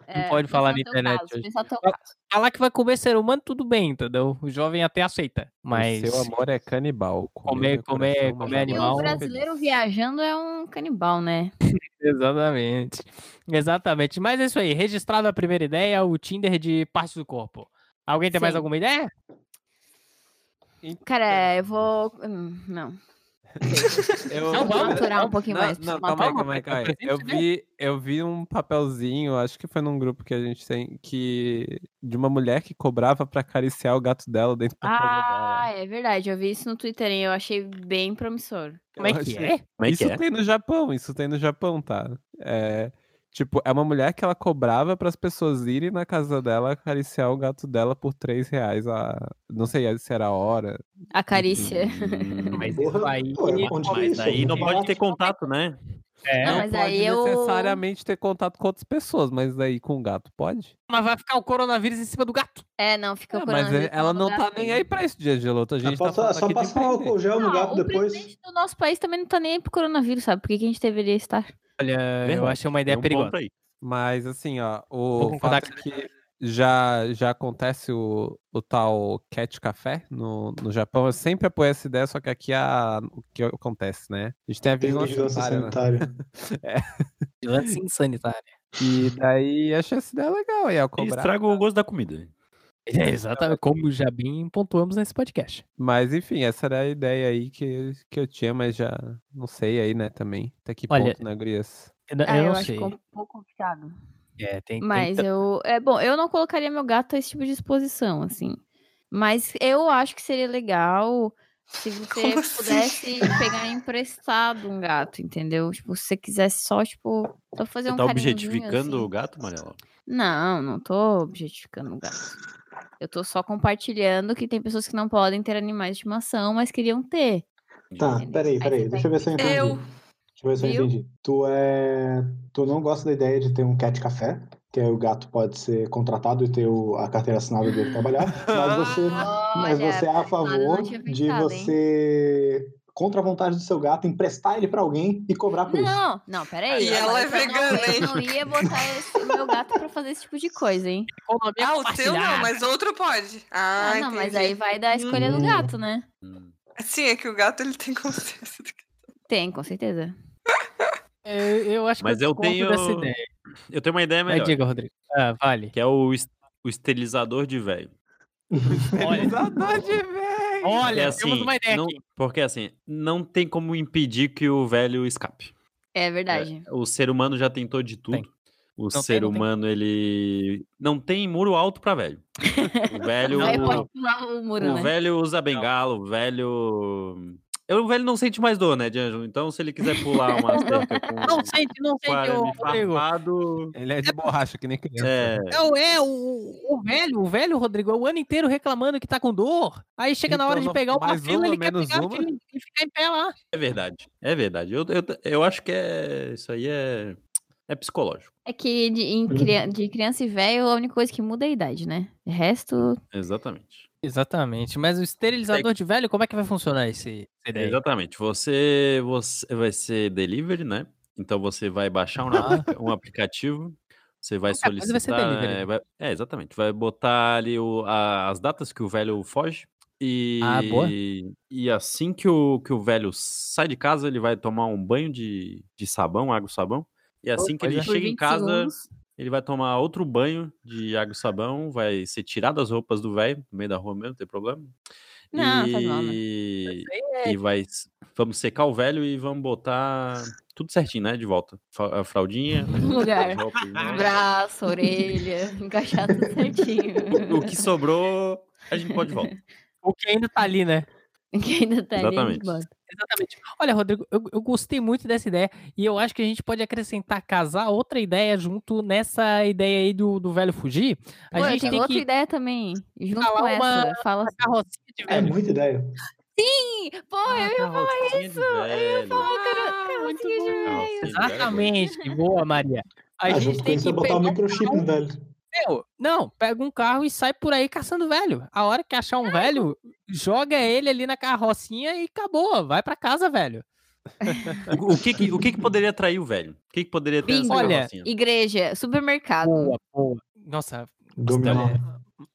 Speaker 3: É,
Speaker 5: pode falar
Speaker 3: pensar
Speaker 5: na
Speaker 3: teu
Speaker 5: internet
Speaker 3: caso,
Speaker 5: hoje.
Speaker 3: pensar teu
Speaker 5: Ah,
Speaker 3: caso.
Speaker 5: falar que vai comer ser humano, tudo bem, entendeu? O jovem até aceita. Mas.
Speaker 4: O seu amor é canibal.
Speaker 5: Comer-
Speaker 4: meu
Speaker 5: comer-
Speaker 4: coração, mas
Speaker 5: comer
Speaker 4: eu
Speaker 3: E o
Speaker 5: animal-
Speaker 4: não sou
Speaker 3: brasileiro
Speaker 4: feliz.
Speaker 3: viajando é um canibal, né?
Speaker 5: Exatamente. Exatamente. Mas é isso aí. Registrada a primeira ideia, o Tinder de partes do corpo. Alguém tem mais
Speaker 3: Sim.
Speaker 5: alguma ideia?
Speaker 3: Cara,
Speaker 5: É.
Speaker 3: eu vou. hum, Não.
Speaker 4: Eu-
Speaker 5: Não, vamos
Speaker 3: maturar um pouquinho
Speaker 4: não,
Speaker 3: mais,
Speaker 4: Não,
Speaker 3: maturar
Speaker 4: calma aí,
Speaker 5: um
Speaker 4: calma aí, calma aí.
Speaker 5: pouquinho.
Speaker 4: Eu
Speaker 3: né?
Speaker 4: vi, eu vi um papelzinho, acho que foi num grupo que a gente tem, que de uma mulher que cobrava pra acariciar o gato dela dentro da casa
Speaker 3: Ah,
Speaker 4: dela.
Speaker 3: é verdade. Eu vi isso no Twitter e eu achei bem promissor.
Speaker 5: Como é que é?
Speaker 2: Como é
Speaker 4: isso
Speaker 2: que é?
Speaker 4: tem no Japão, isso tem no Japão, tá? É, tipo, é uma mulher que ela cobrava pras pessoas irem na casa dela acariciar o gato dela por 3 reais a... Não sei se era a hora.
Speaker 3: A
Speaker 2: Hum,
Speaker 3: carícia.
Speaker 2: mas,
Speaker 5: Mas isso
Speaker 7: Porra,
Speaker 5: aí.
Speaker 7: pô, é onde que é
Speaker 2: mas
Speaker 7: isso?
Speaker 2: aí não
Speaker 7: Tem
Speaker 2: pode
Speaker 7: arte
Speaker 2: ter contato, né?
Speaker 5: É.
Speaker 3: Não,
Speaker 4: Não
Speaker 3: mas
Speaker 4: pode
Speaker 3: aí eu-
Speaker 4: necessariamente ter contato com outras pessoas, mas daí com o gato pode?
Speaker 5: Mas vai ficar o coronavírus em cima do gato.
Speaker 3: É, não, fica
Speaker 4: Ah,
Speaker 3: por
Speaker 4: mas é- ela não
Speaker 3: assim.
Speaker 4: tá nem aí pra isso, dia de luta. A gente
Speaker 7: Passa-
Speaker 4: tá falando
Speaker 7: É, só
Speaker 4: aqui de
Speaker 7: passa um
Speaker 4: empreender.
Speaker 7: álcool gel no
Speaker 3: Não,
Speaker 7: gato
Speaker 3: Ah, o
Speaker 7: depois.
Speaker 3: presidente do nosso país também não tá nem aí pro coronavírus, sabe? Por que, que a gente deveria estar?
Speaker 5: É, Eu
Speaker 2: Verdade.
Speaker 5: achei uma
Speaker 2: Tem
Speaker 5: ideia
Speaker 2: um
Speaker 5: perigosa.
Speaker 2: ponto aí.
Speaker 4: Mas assim, ó,
Speaker 5: Vou
Speaker 4: o
Speaker 5: concordar
Speaker 4: fato é que já, já acontece o, o tal cat café no, no Japão. Eu sempre apoio essa ideia, só que aqui é a, o que acontece, né? A gente tem a
Speaker 7: Tem
Speaker 4: vigilância
Speaker 7: vigilância
Speaker 4: sanitária, né?
Speaker 7: sanitária.
Speaker 5: Vigilância insanitária.
Speaker 4: E daí achei essa ideia legal. E ao
Speaker 2: Ele
Speaker 4: cobrar
Speaker 2: estraga o gosto da comida.
Speaker 5: É, exatamente. Como já bem pontuamos nesse podcast.
Speaker 4: Mas enfim, essa era a ideia aí que, que eu tinha, mas já não sei aí, né, também. Até que
Speaker 5: Olha-
Speaker 4: ponto, né, Gurias?
Speaker 5: Eu,
Speaker 3: Ah,
Speaker 5: eu não
Speaker 3: acho
Speaker 5: sei.
Speaker 3: que é um pouco complicado.
Speaker 5: É, tem, tem
Speaker 3: Mas
Speaker 5: ta-
Speaker 3: eu. É bom, eu não colocaria meu gato a esse tipo de exposição, assim. Mas eu acho que seria legal se você
Speaker 1: Como assim?
Speaker 3: pudesse pegar emprestado um gato, entendeu? Tipo, se você quisesse só, tipo, só fazer
Speaker 2: Você
Speaker 3: um
Speaker 2: tá
Speaker 3: carinhozinho,
Speaker 2: objetificando
Speaker 3: assim.
Speaker 2: o gato, Mariela?
Speaker 3: Não, não tô objetificando o gato. Eu tô só compartilhando que tem pessoas que não podem ter animais de estimação, mas queriam ter.
Speaker 8: Tá,
Speaker 3: Entendeu?
Speaker 8: peraí,
Speaker 3: Aí você
Speaker 8: peraí.
Speaker 3: tá
Speaker 8: Deixa eu ver se eu entendi.
Speaker 1: Eu.
Speaker 8: Deixa eu ver se eu
Speaker 3: Viu?
Speaker 8: entendi. Tu é. Tu não gosta da ideia de ter um cat café, que aí o gato pode ser contratado e ter o- a carteira assinada dele trabalhar, mas você, mas
Speaker 3: Olha,
Speaker 8: você é a
Speaker 3: eu não
Speaker 8: favor
Speaker 3: tinha
Speaker 8: de
Speaker 3: pensado, hein?
Speaker 8: você, contra a vontade do seu gato, emprestar ele pra alguém e cobrar por isso.
Speaker 3: Não, não, peraí.
Speaker 1: E ela
Speaker 3: agora
Speaker 1: é
Speaker 3: eu não-
Speaker 1: vegana, hein?
Speaker 3: Eu não ia botar esse- o meu gato pra fazer esse tipo de coisa, hein?
Speaker 5: economia
Speaker 1: Ah, o teu não,
Speaker 5: compartilhada.
Speaker 1: mas outro pode.
Speaker 3: Ah,
Speaker 1: Ah,
Speaker 3: não, mas
Speaker 1: entendi.
Speaker 3: aí vai da escolha do
Speaker 8: Hum.
Speaker 3: gato, né?
Speaker 2: Hum.
Speaker 1: Sim, é que o gato ele tem consciência. do que-
Speaker 3: Tem, com certeza.
Speaker 5: Eu, eu acho
Speaker 2: Mas
Speaker 5: que eu,
Speaker 2: eu
Speaker 5: discordo
Speaker 2: tenho-
Speaker 5: dessa ideia.
Speaker 2: Eu tenho uma ideia
Speaker 5: Mas
Speaker 2: melhor,
Speaker 5: diga, Rodrigo. Ah, vale.
Speaker 2: que é o, es- o esterilizador de velho.
Speaker 5: Olha,
Speaker 4: Pesador de velho!
Speaker 5: olha
Speaker 2: É
Speaker 4: assim,
Speaker 5: temos uma ideia
Speaker 2: não-
Speaker 5: aqui.
Speaker 2: Porque assim, não tem como impedir que o velho escape.
Speaker 3: É verdade.
Speaker 2: O ser humano já tentou de tudo. O
Speaker 5: tem,
Speaker 2: ser
Speaker 5: não tem.
Speaker 2: humano, ele. Não tem muro alto pra velho. O velho.
Speaker 3: Aí pode pular o muro,
Speaker 2: o
Speaker 3: é né?
Speaker 2: velho usa bengala, o velho. Eu, o velho não sente mais dor, né, D'Angelo? Então, se ele quiser pular uma cerca com
Speaker 5: Não sente, não
Speaker 2: um
Speaker 5: sente, ô,
Speaker 2: arame
Speaker 5: Rodrigo.
Speaker 2: farpado.
Speaker 4: Ele é de borracha, que nem criança.
Speaker 2: É,
Speaker 5: Não, é, o, o velho, o velho, Rodrigo, é o ano inteiro reclamando que tá com dor. Aí chega na hora
Speaker 4: Então,
Speaker 5: de
Speaker 4: não-
Speaker 5: pegar o
Speaker 4: mais
Speaker 5: martelo,
Speaker 4: uma,
Speaker 5: ele quer
Speaker 4: menos
Speaker 5: pegar
Speaker 4: uma.
Speaker 5: aquele- e ficar em pé lá.
Speaker 2: é verdade. É verdade. Eu, eu, eu acho que é. Isso aí é. É psicológico.
Speaker 3: É que de, em cria- de criança e velho, a única coisa que muda é a idade, né? De resto,
Speaker 2: Exatamente.
Speaker 5: Exatamente,
Speaker 4: É
Speaker 5: mas o esterilizador de velho, como é que vai funcionar esse
Speaker 2: É, exatamente. Você, você vai ser delivery, né? Então você vai baixar um,
Speaker 5: Ah.
Speaker 2: aplica- um aplicativo, você vai
Speaker 5: Qualquer coisa Ah, tá. vai ser
Speaker 2: solicitar.
Speaker 5: delivery.
Speaker 2: é, vai- é, exatamente. Vai botar ali o- a- as datas que o velho foge. E,
Speaker 5: Ah, boa.
Speaker 2: e assim que o, que o velho sai de casa, ele vai tomar um banho de, de sabão, água e sabão. E assim que
Speaker 5: pois
Speaker 2: ele
Speaker 5: é.
Speaker 3: por
Speaker 2: chega em
Speaker 3: 20
Speaker 2: casa,
Speaker 3: segundos.
Speaker 2: ele vai tomar outro banho de água e sabão, vai ser tirado as roupas do velho, no meio da rua mesmo, não tem problema.
Speaker 3: Não,
Speaker 2: e...
Speaker 3: faz mal, não.
Speaker 2: E vai. Vamos secar o velho e vamos botar tudo certinho, né? De volta. Fa- A fraldinha.
Speaker 3: No lugar.
Speaker 2: as roupas, né?
Speaker 3: Braço, orelha, encaixar tudo certinho.
Speaker 2: O que sobrou, a gente pode voltar.
Speaker 5: O que ainda tá ali, né?
Speaker 3: Que ainda tá ali, a gente
Speaker 2: Exatamente.
Speaker 3: bota.
Speaker 5: Exatamente. Olha, Rodrigo, eu, eu gostei muito dessa ideia e eu acho que a gente pode acrescentar, casar outra ideia junto nessa ideia aí do, do velho fugir. A
Speaker 3: Pô, eu
Speaker 5: gente
Speaker 3: tenho
Speaker 5: tem
Speaker 3: outra
Speaker 5: que
Speaker 3: ideia também. Junto
Speaker 5: falar
Speaker 3: com
Speaker 5: uma-
Speaker 3: essa, fala
Speaker 5: uma carrocinha de
Speaker 8: É
Speaker 5: velho.
Speaker 8: muita ideia.
Speaker 3: assim. Pô, eu ia falar
Speaker 2: isso! Eu ia
Speaker 3: falar que era-
Speaker 5: né?
Speaker 3: que era assim que a gente fez.
Speaker 5: Exatamente. Boa, Maria. A
Speaker 8: Ah,
Speaker 5: gente
Speaker 8: junto com
Speaker 5: tem
Speaker 8: isso
Speaker 5: que
Speaker 8: é botar
Speaker 5: pegar
Speaker 8: um
Speaker 5: um
Speaker 8: microchip no velho.
Speaker 5: Meu, não, pega um carro e sai por aí caçando velho. A hora que achar um velho, joga ele ali na carrocinha e acabou. Vai pra casa, velho.
Speaker 2: é O, o que que, o que que poderia atrair o velho? O que que poderia ter nessa
Speaker 5: Olha,
Speaker 2: carrocinha?
Speaker 3: Igreja, supermercado.
Speaker 5: boa. Nossa,
Speaker 4: é
Speaker 8: Dominar.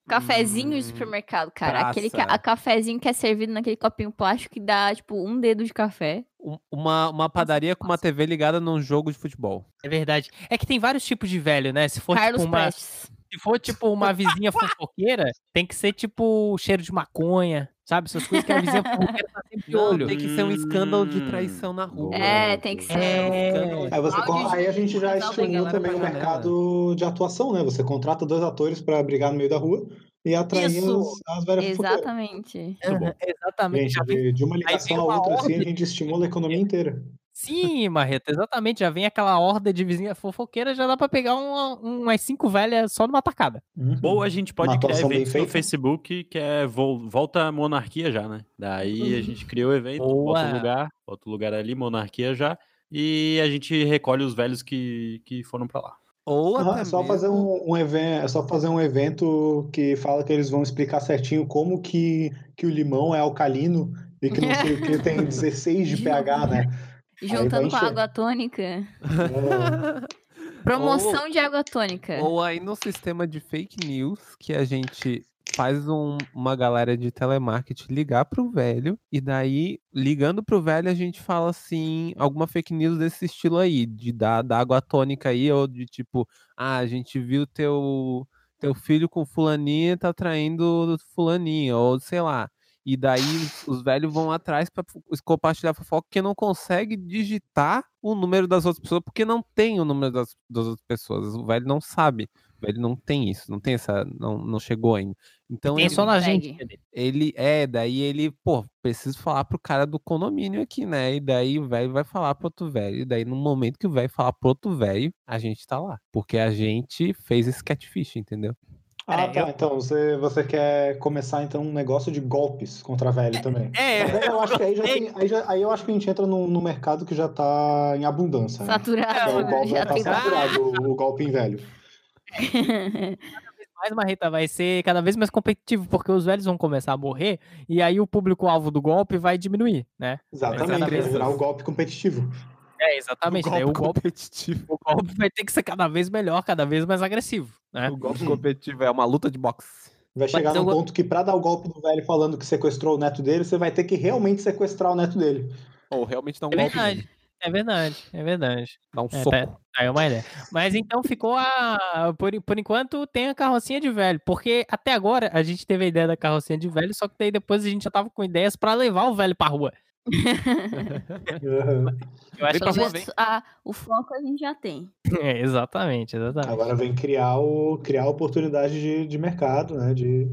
Speaker 3: Cafezinho de supermercado, cara. Aquele ca-
Speaker 4: praça.
Speaker 3: a cafezinho que é servido naquele copinho plástico que dá, tipo, um dedo de café.
Speaker 4: Um- Uma, uma padaria com uma TV ligada num jogo de futebol.
Speaker 5: é verdade. É que tem vários tipos de velho, né? Se for,
Speaker 3: Carlos
Speaker 5: tipo uma,
Speaker 3: Prestes.
Speaker 5: se for tipo uma vizinha fofoqueira, tem que ser tipo o cheiro de maconha, sabe? Essas coisas que a vizinha fofoqueira tá sempre de olho.
Speaker 4: tem que ser um escândalo de
Speaker 2: Hum,
Speaker 4: traição na rua.
Speaker 3: É, tem que ser.
Speaker 5: É,
Speaker 8: Aí, você, co- aí a gente já
Speaker 3: Mas alguém
Speaker 8: estimula
Speaker 3: lá
Speaker 8: também o
Speaker 4: pra janela.
Speaker 8: mercado de atuação, né? Você contrata dois atores pra brigar no meio da rua e atrair
Speaker 3: Isso.
Speaker 8: as, as velhas fofoqueiras.
Speaker 3: Exatamente.
Speaker 2: Muito bom.
Speaker 5: É, exatamente.
Speaker 8: Gente,
Speaker 5: Já vem-
Speaker 8: de, de uma ligação
Speaker 5: vem
Speaker 8: a
Speaker 5: uma
Speaker 8: outra, assim, a
Speaker 5: ordem.
Speaker 8: gente estimula a economia inteira.
Speaker 5: Sim, Marreta, exatamente. Já vem aquela horda de vizinha fofoqueira, já dá pra pegar uma- umas cinco velhas só numa tacada.
Speaker 2: Ou a gente pode
Speaker 8: Uma
Speaker 2: criar
Speaker 8: atuação bem
Speaker 2: eventos no
Speaker 8: feita.
Speaker 2: Facebook, que é vol- volta à monarquia já, né? Daí a
Speaker 8: Uhum.
Speaker 2: gente cria o evento, bota
Speaker 5: Boa.
Speaker 2: um lugar, bota um lugar ali, monarquia já, e a gente recolhe os velhos que, que foram pra lá.
Speaker 4: Ou
Speaker 8: Aham,
Speaker 4: até
Speaker 8: é só fazer
Speaker 4: mesmo-
Speaker 8: um, evento, é só fazer um evento que fala que eles vão explicar certinho como que, que o limão é alcalino e que não sei o que tem 16 de pH, né?
Speaker 3: Juntando com a
Speaker 8: encher.
Speaker 3: água tônica.
Speaker 8: É,
Speaker 3: Promoção de água tônica.
Speaker 4: Ou aí no sistema de fake news que a gente faz um- uma galera de telemarketing ligar pro velho e daí ligando pro velho a gente fala assim alguma fake news desse estilo aí de da, da água tônica aí ou de tipo ah a gente viu teu teu filho com fulaninha tá traindo fulaninha ou sei lá E daí os- os velhos vão atrás para compartilhar fofoca que não consegue digitar o número das outras pessoas porque não tem o número das, das outras pessoas. O velho não sabe. O velho não tem isso, não tem essa, não, não chegou ainda. Então
Speaker 5: Tem
Speaker 4: ele,
Speaker 5: é só na
Speaker 3: consegue.
Speaker 5: gente. dele.
Speaker 4: ele é, daí ele, pô, preciso falar pro cara do condomínio aqui, né? E daí o velho vai falar pro outro velho. E daí no momento que o velho falar pro outro velho, a gente tá lá, porque a gente fez esse catfish, entendeu?
Speaker 8: Ah,
Speaker 5: Peraí,
Speaker 8: tá. Então você, você quer começar então um negócio de golpes contra velho também.
Speaker 5: É,
Speaker 8: Mas aí eu acho que aí, já tem- aí já- aí eu acho que a gente entra num, num mercado que já tá em abundância, né? Que é
Speaker 3: Saturado,
Speaker 8: o golpe,
Speaker 3: já
Speaker 8: tá
Speaker 3: tem
Speaker 8: saturado o- o golpe em velho.
Speaker 5: mais marreta vai ser cada vez mais competitivo, porque os velhos vão começar a morrer e aí o público-alvo do golpe vai diminuir, né?
Speaker 8: Exatamente, vai
Speaker 5: Exatamente.
Speaker 8: virar o golpe competitivo.
Speaker 5: É, exatamente. Daí o golpe,
Speaker 4: competitivo.
Speaker 5: o golpe vai ter que ser cada vez melhor, cada vez mais agressivo, né?
Speaker 4: O golpe competitivo é uma luta de boxe.
Speaker 8: Vai chegar
Speaker 5: Mas eu
Speaker 8: num
Speaker 5: go-
Speaker 8: ponto que pra dar o golpe do velho falando que sequestrou o neto dele, você vai ter que realmente sequestrar o neto dele.
Speaker 4: Ou realmente dá um
Speaker 5: É
Speaker 4: golpe, nele,
Speaker 5: verdade, é verdade, é verdade.
Speaker 4: dá um
Speaker 5: É,
Speaker 4: soco.
Speaker 5: tá- Aí é uma ideia. Mas então ficou a. Por, por enquanto tem a carrocinha de velho. Porque até agora a gente teve a ideia da carrocinha de velho, só que daí depois a gente já tava com ideias pra levar o velho pra rua.
Speaker 8: Aham.
Speaker 5: Eu acho
Speaker 4: Vem pra
Speaker 3: Pelo
Speaker 5: que. assim,
Speaker 4: rua,
Speaker 3: menos a- o foco a gente já tem.
Speaker 5: É, exatamente, exatamente.
Speaker 8: Agora vem criar, o, criar oportunidade de, de mercado, né? De...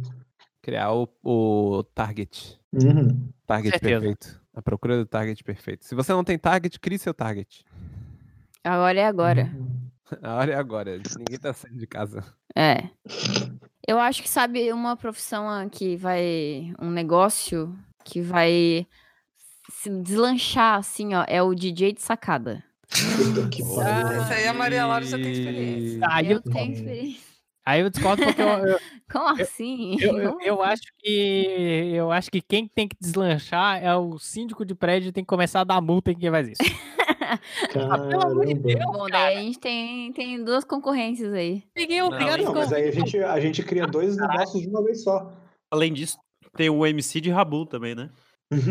Speaker 4: Criar o, o target.
Speaker 8: Uhum.
Speaker 4: Target
Speaker 5: Certeza.
Speaker 4: perfeito. A procura do target perfeito. Se você não tem target, crie seu target.
Speaker 3: Agora é
Speaker 5: Uhum.
Speaker 3: agora.
Speaker 4: A hora é agora. Ninguém tá saindo de casa.
Speaker 3: É. Eu acho que, sabe, uma profissão ah, que vai. Um negócio que vai se deslanchar, assim, ó, é o DJ de sacada.
Speaker 8: Puta que
Speaker 3: Ah,
Speaker 8: pariu.
Speaker 1: Essa Ah, aí a Maria Laura já tem experiência.
Speaker 5: Aí eu,
Speaker 3: eu tenho experiência.
Speaker 5: aí eu discordo porque eu, eu,
Speaker 3: Como assim?
Speaker 5: eu- eu- eu acho que eu acho que quem tem que deslanchar é o síndico de prédio tem que começar a dar multa em quem faz isso.
Speaker 8: né, Caramba.
Speaker 3: é Bom, daí a gente tem, tem duas concorrências aí.
Speaker 5: Ninguém é
Speaker 4: Não,
Speaker 5: obrigado
Speaker 8: Não,
Speaker 5: a
Speaker 8: mas
Speaker 5: ficar
Speaker 8: aí a gente, a gente cria dois negócios de uma vez só.
Speaker 2: Além disso, tem o MC de Rabu também, né?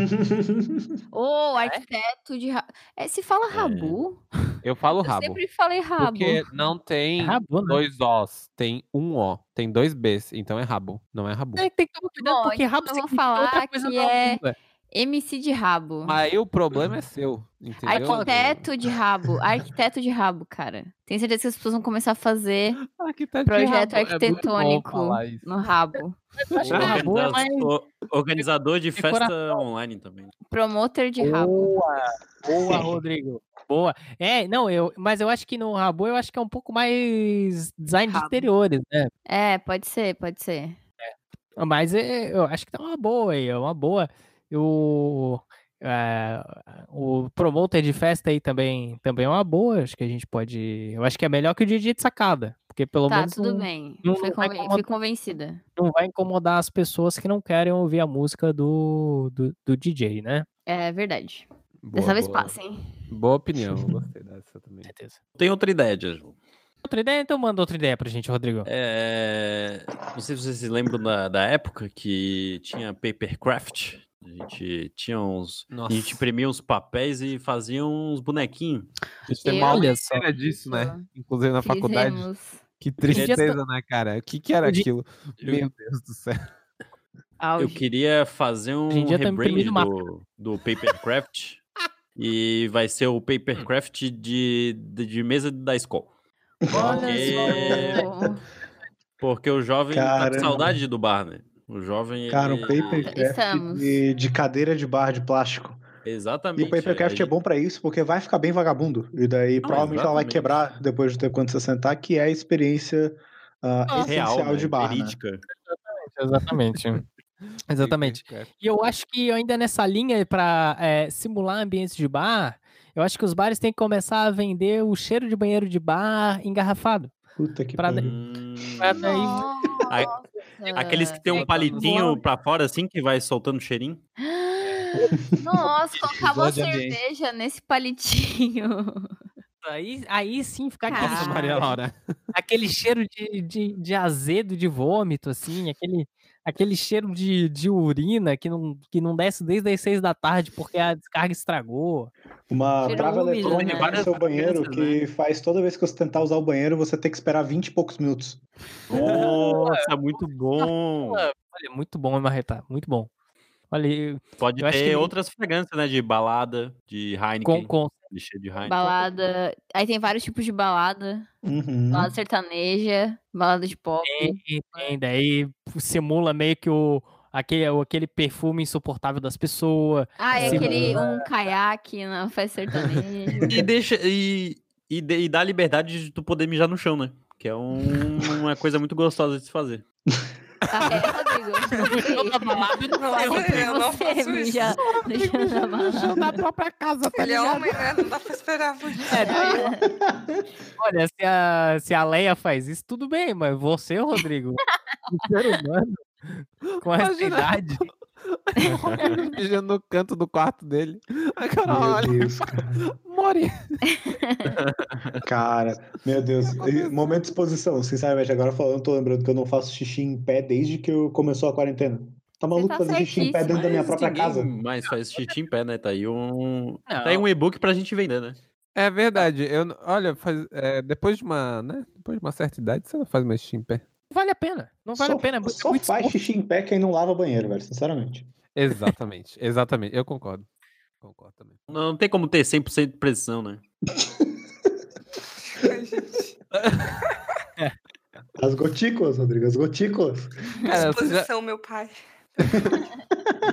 Speaker 5: Ah, é?
Speaker 3: Ô, arquiteto de. Ra... É, se fala rabu?
Speaker 4: Eu falo
Speaker 3: Eu
Speaker 4: rabo.
Speaker 3: sempre falei rabo. né? É
Speaker 4: Porque não tem
Speaker 5: Rabo, né?
Speaker 4: dois Os, tem um O, tem dois Bs, então é rabo, não é rabu.
Speaker 5: Tem que tomar cuidado
Speaker 3: Bom,
Speaker 5: porque
Speaker 3: então
Speaker 5: rabo
Speaker 3: eu vou
Speaker 5: significa outra
Speaker 3: falar
Speaker 5: coisa
Speaker 3: que
Speaker 5: na
Speaker 3: é-
Speaker 5: língua.
Speaker 3: MC de rabo.
Speaker 4: Aí o problema é seu, entendeu?
Speaker 3: Arquiteto de rabo. Arquiteto de rabo, cara. Tenho certeza que as pessoas vão começar a fazer
Speaker 4: Arquiteto de
Speaker 3: projeto
Speaker 4: rabo. É muito bom
Speaker 3: arquitetônico
Speaker 4: falar isso.
Speaker 3: no rabo.
Speaker 5: Acho que rabo é
Speaker 2: Organiza-
Speaker 5: mais-
Speaker 2: o- Organizador de
Speaker 5: decoração.
Speaker 2: festa online também.
Speaker 3: Promoter de rabo.
Speaker 5: Boa, boa, Rodrigo. Boa. É, não, eu, mas eu acho que no Rabu eu acho que é um pouco mais design de
Speaker 1: Rabo.
Speaker 5: interiores, né?
Speaker 3: É, pode ser, pode ser.
Speaker 5: Mas é, eu acho que tá uma boa aí, é uma boa. O, é, o promoter de festa aí também, também é uma boa. Acho que a gente pode. Eu acho que é melhor que o DJ de sacada, porque pelo
Speaker 3: tá,
Speaker 5: menos
Speaker 3: tudo
Speaker 4: um
Speaker 5: não,
Speaker 3: bem.
Speaker 5: não
Speaker 3: Fui,
Speaker 5: vai
Speaker 3: conven-
Speaker 5: incomodar.
Speaker 3: fui convencida.
Speaker 5: não vai incomodar as pessoas que não querem ouvir a música do, do, do DJ, né?
Speaker 3: É verdade.
Speaker 4: Boa,
Speaker 3: Dessa vez
Speaker 4: boa.
Speaker 3: passa, hein?
Speaker 4: Boa opinião, gostei dessa também.
Speaker 5: Certeza.
Speaker 2: Tem outra ideia, Jasmine.
Speaker 5: Outra ideia, então manda outra ideia pra gente, Rodrigo.
Speaker 2: É, Não sei se vocês se lembram da, da época que tinha papercraft. A gente tinha uns. A
Speaker 4: Nossa,
Speaker 2: gente imprimia uns papéis e fazia uns bonequinhos.
Speaker 4: isso tem
Speaker 3: Eu-
Speaker 4: mal
Speaker 5: Olha só.
Speaker 4: era disso, né? Inclusive na faculdade.
Speaker 3: Fizemos
Speaker 4: Que
Speaker 5: dia tá-
Speaker 4: tristeza, né, cara? O que que era
Speaker 5: Hoje-
Speaker 4: aquilo?
Speaker 2: Eu-
Speaker 4: Meu Deus do céu.
Speaker 2: Eu
Speaker 3: auge.
Speaker 2: queria fazer um
Speaker 5: em dia tá
Speaker 2: rebrand
Speaker 5: imprimindo
Speaker 2: do, do Papercraft. e vai ser o Papercraft de, de, de mesa da escola.
Speaker 3: Olha
Speaker 2: Porque,
Speaker 3: só.
Speaker 2: porque o jovem tá
Speaker 8: Caramba.
Speaker 2: com saudade do bar, né? O jovem.
Speaker 8: Cara, o
Speaker 2: ele-
Speaker 8: papercraft
Speaker 3: Estamos.
Speaker 8: de, de cadeira de barra de plástico. E
Speaker 2: Exatamente.
Speaker 8: o papercraft é
Speaker 2: ele-
Speaker 8: bom pra isso, porque vai ficar bem vagabundo. E daí provavelmente ela vai
Speaker 2: Ah, exatamente.
Speaker 8: quebrar depois do tempo quando você sentar, que é a experiência ah,
Speaker 2: Real,
Speaker 8: essencial
Speaker 2: né?
Speaker 8: de barra. né?
Speaker 2: Verídica.
Speaker 5: Exatamente. Exatamente. E eu acho que ainda nessa linha para simular ambientes de bar, eu acho que os bares têm que começar a vender o cheiro de banheiro de bar engarrafado.
Speaker 8: Puta que
Speaker 5: Pra-
Speaker 8: pariu.
Speaker 2: Hum,
Speaker 5: Pra daí-
Speaker 2: Aí-
Speaker 3: Nossa.
Speaker 2: Aqueles que tem um palitinho pra fora, assim, que vai soltando cheirinho.
Speaker 3: Nossa, colocar uma
Speaker 4: Episódio ambiente.
Speaker 3: cerveja nesse palitinho.
Speaker 5: Aí, aí sim ficar aquele,
Speaker 1: Ah.
Speaker 4: Nossa,
Speaker 3: Caralho.
Speaker 4: Maria Laura.
Speaker 5: aquele cheiro de, de, de azedo de vômito, assim, aquele, aquele cheiro de, de urina que não, que não desce desde as seis da tarde porque a descarga estragou.
Speaker 8: Uma
Speaker 3: Cheirou
Speaker 8: trava
Speaker 3: um milhão,
Speaker 8: eletrônica
Speaker 2: né?
Speaker 8: no seu banheiro que faz toda vez que você tentar usar o banheiro, você tem que esperar 20 e poucos minutos.
Speaker 2: Nossa, muito bom.
Speaker 5: Olha, muito bom, hein, Marreta? Muito bom. Olha, eu-
Speaker 2: Pode
Speaker 5: Eu acho
Speaker 2: ter
Speaker 5: que-
Speaker 2: outras fragrâncias, né? De balada, de Heineken.
Speaker 5: com, com,
Speaker 2: Lixê de Heineken.
Speaker 3: Balada. Aí tem vários tipos de balada.
Speaker 8: Uhum.
Speaker 4: Hum?
Speaker 3: Balada sertaneja, balada de pop.
Speaker 4: É.
Speaker 5: tem, tem, daí simula meio que o aquele, o- aquele perfume insuportável das pessoas.
Speaker 3: Ah, é
Speaker 5: Sim.
Speaker 3: aquele um caiaque na festa sertaneja.
Speaker 2: E deixa. E, e, de- e dá a liberdade de tu poder mijar no chão, né? Que é um- uma coisa muito gostosa de se fazer.
Speaker 3: Ah, é, Rodrigo.
Speaker 5: Eu tava lá, eu não
Speaker 1: Não,
Speaker 5: sei.
Speaker 1: eu não faço isso.
Speaker 3: mija, mija na balada.
Speaker 4: na própria casa, tá
Speaker 1: Ele é homem, né? Não dá pra esperar muito.
Speaker 5: É, Olha, se a, se a Leia faz isso, tudo bem, mas você, Rodrigo, um ser humano com essa
Speaker 4: Imagina.
Speaker 5: idade,
Speaker 1: é
Speaker 4: Mijando no canto do quarto dele. Aí, cara,
Speaker 8: Meu
Speaker 4: olha,
Speaker 8: Deus, cara.
Speaker 4: Mori.
Speaker 8: Cara, meu Deus. E- Momento de exposição. Sinceramente, agora falando, eu tô lembrando que eu não faço xixi em pé desde que eu começou a quarentena. Tá maluco
Speaker 3: tá
Speaker 8: fazer xixi em pé dentro da minha própria casa?
Speaker 2: Mas faz xixi em pé, né? Tá aí um.
Speaker 5: Não.
Speaker 2: Tá aí um e-book pra gente vender, né?
Speaker 4: É verdade. Eu, n- olha, faz- é, depois de uma, né? Depois de uma certa idade, você não faz mais xixi em pé.
Speaker 5: não vale a pena. Não vale
Speaker 8: só,
Speaker 5: a pena. é mu- é
Speaker 8: só
Speaker 5: muito
Speaker 8: faz
Speaker 5: esforço.
Speaker 8: xixi em pé quem não lava banheiro, velho, sinceramente.
Speaker 4: Exatamente, exatamente. Eu concordo. Concordo também.
Speaker 2: Não tem como ter 100% de precisão, né?
Speaker 5: É,
Speaker 8: As gotículas, Rodrigo, as gotículas.
Speaker 4: Cara, você já,
Speaker 1: Exposição, tipo, meu pai.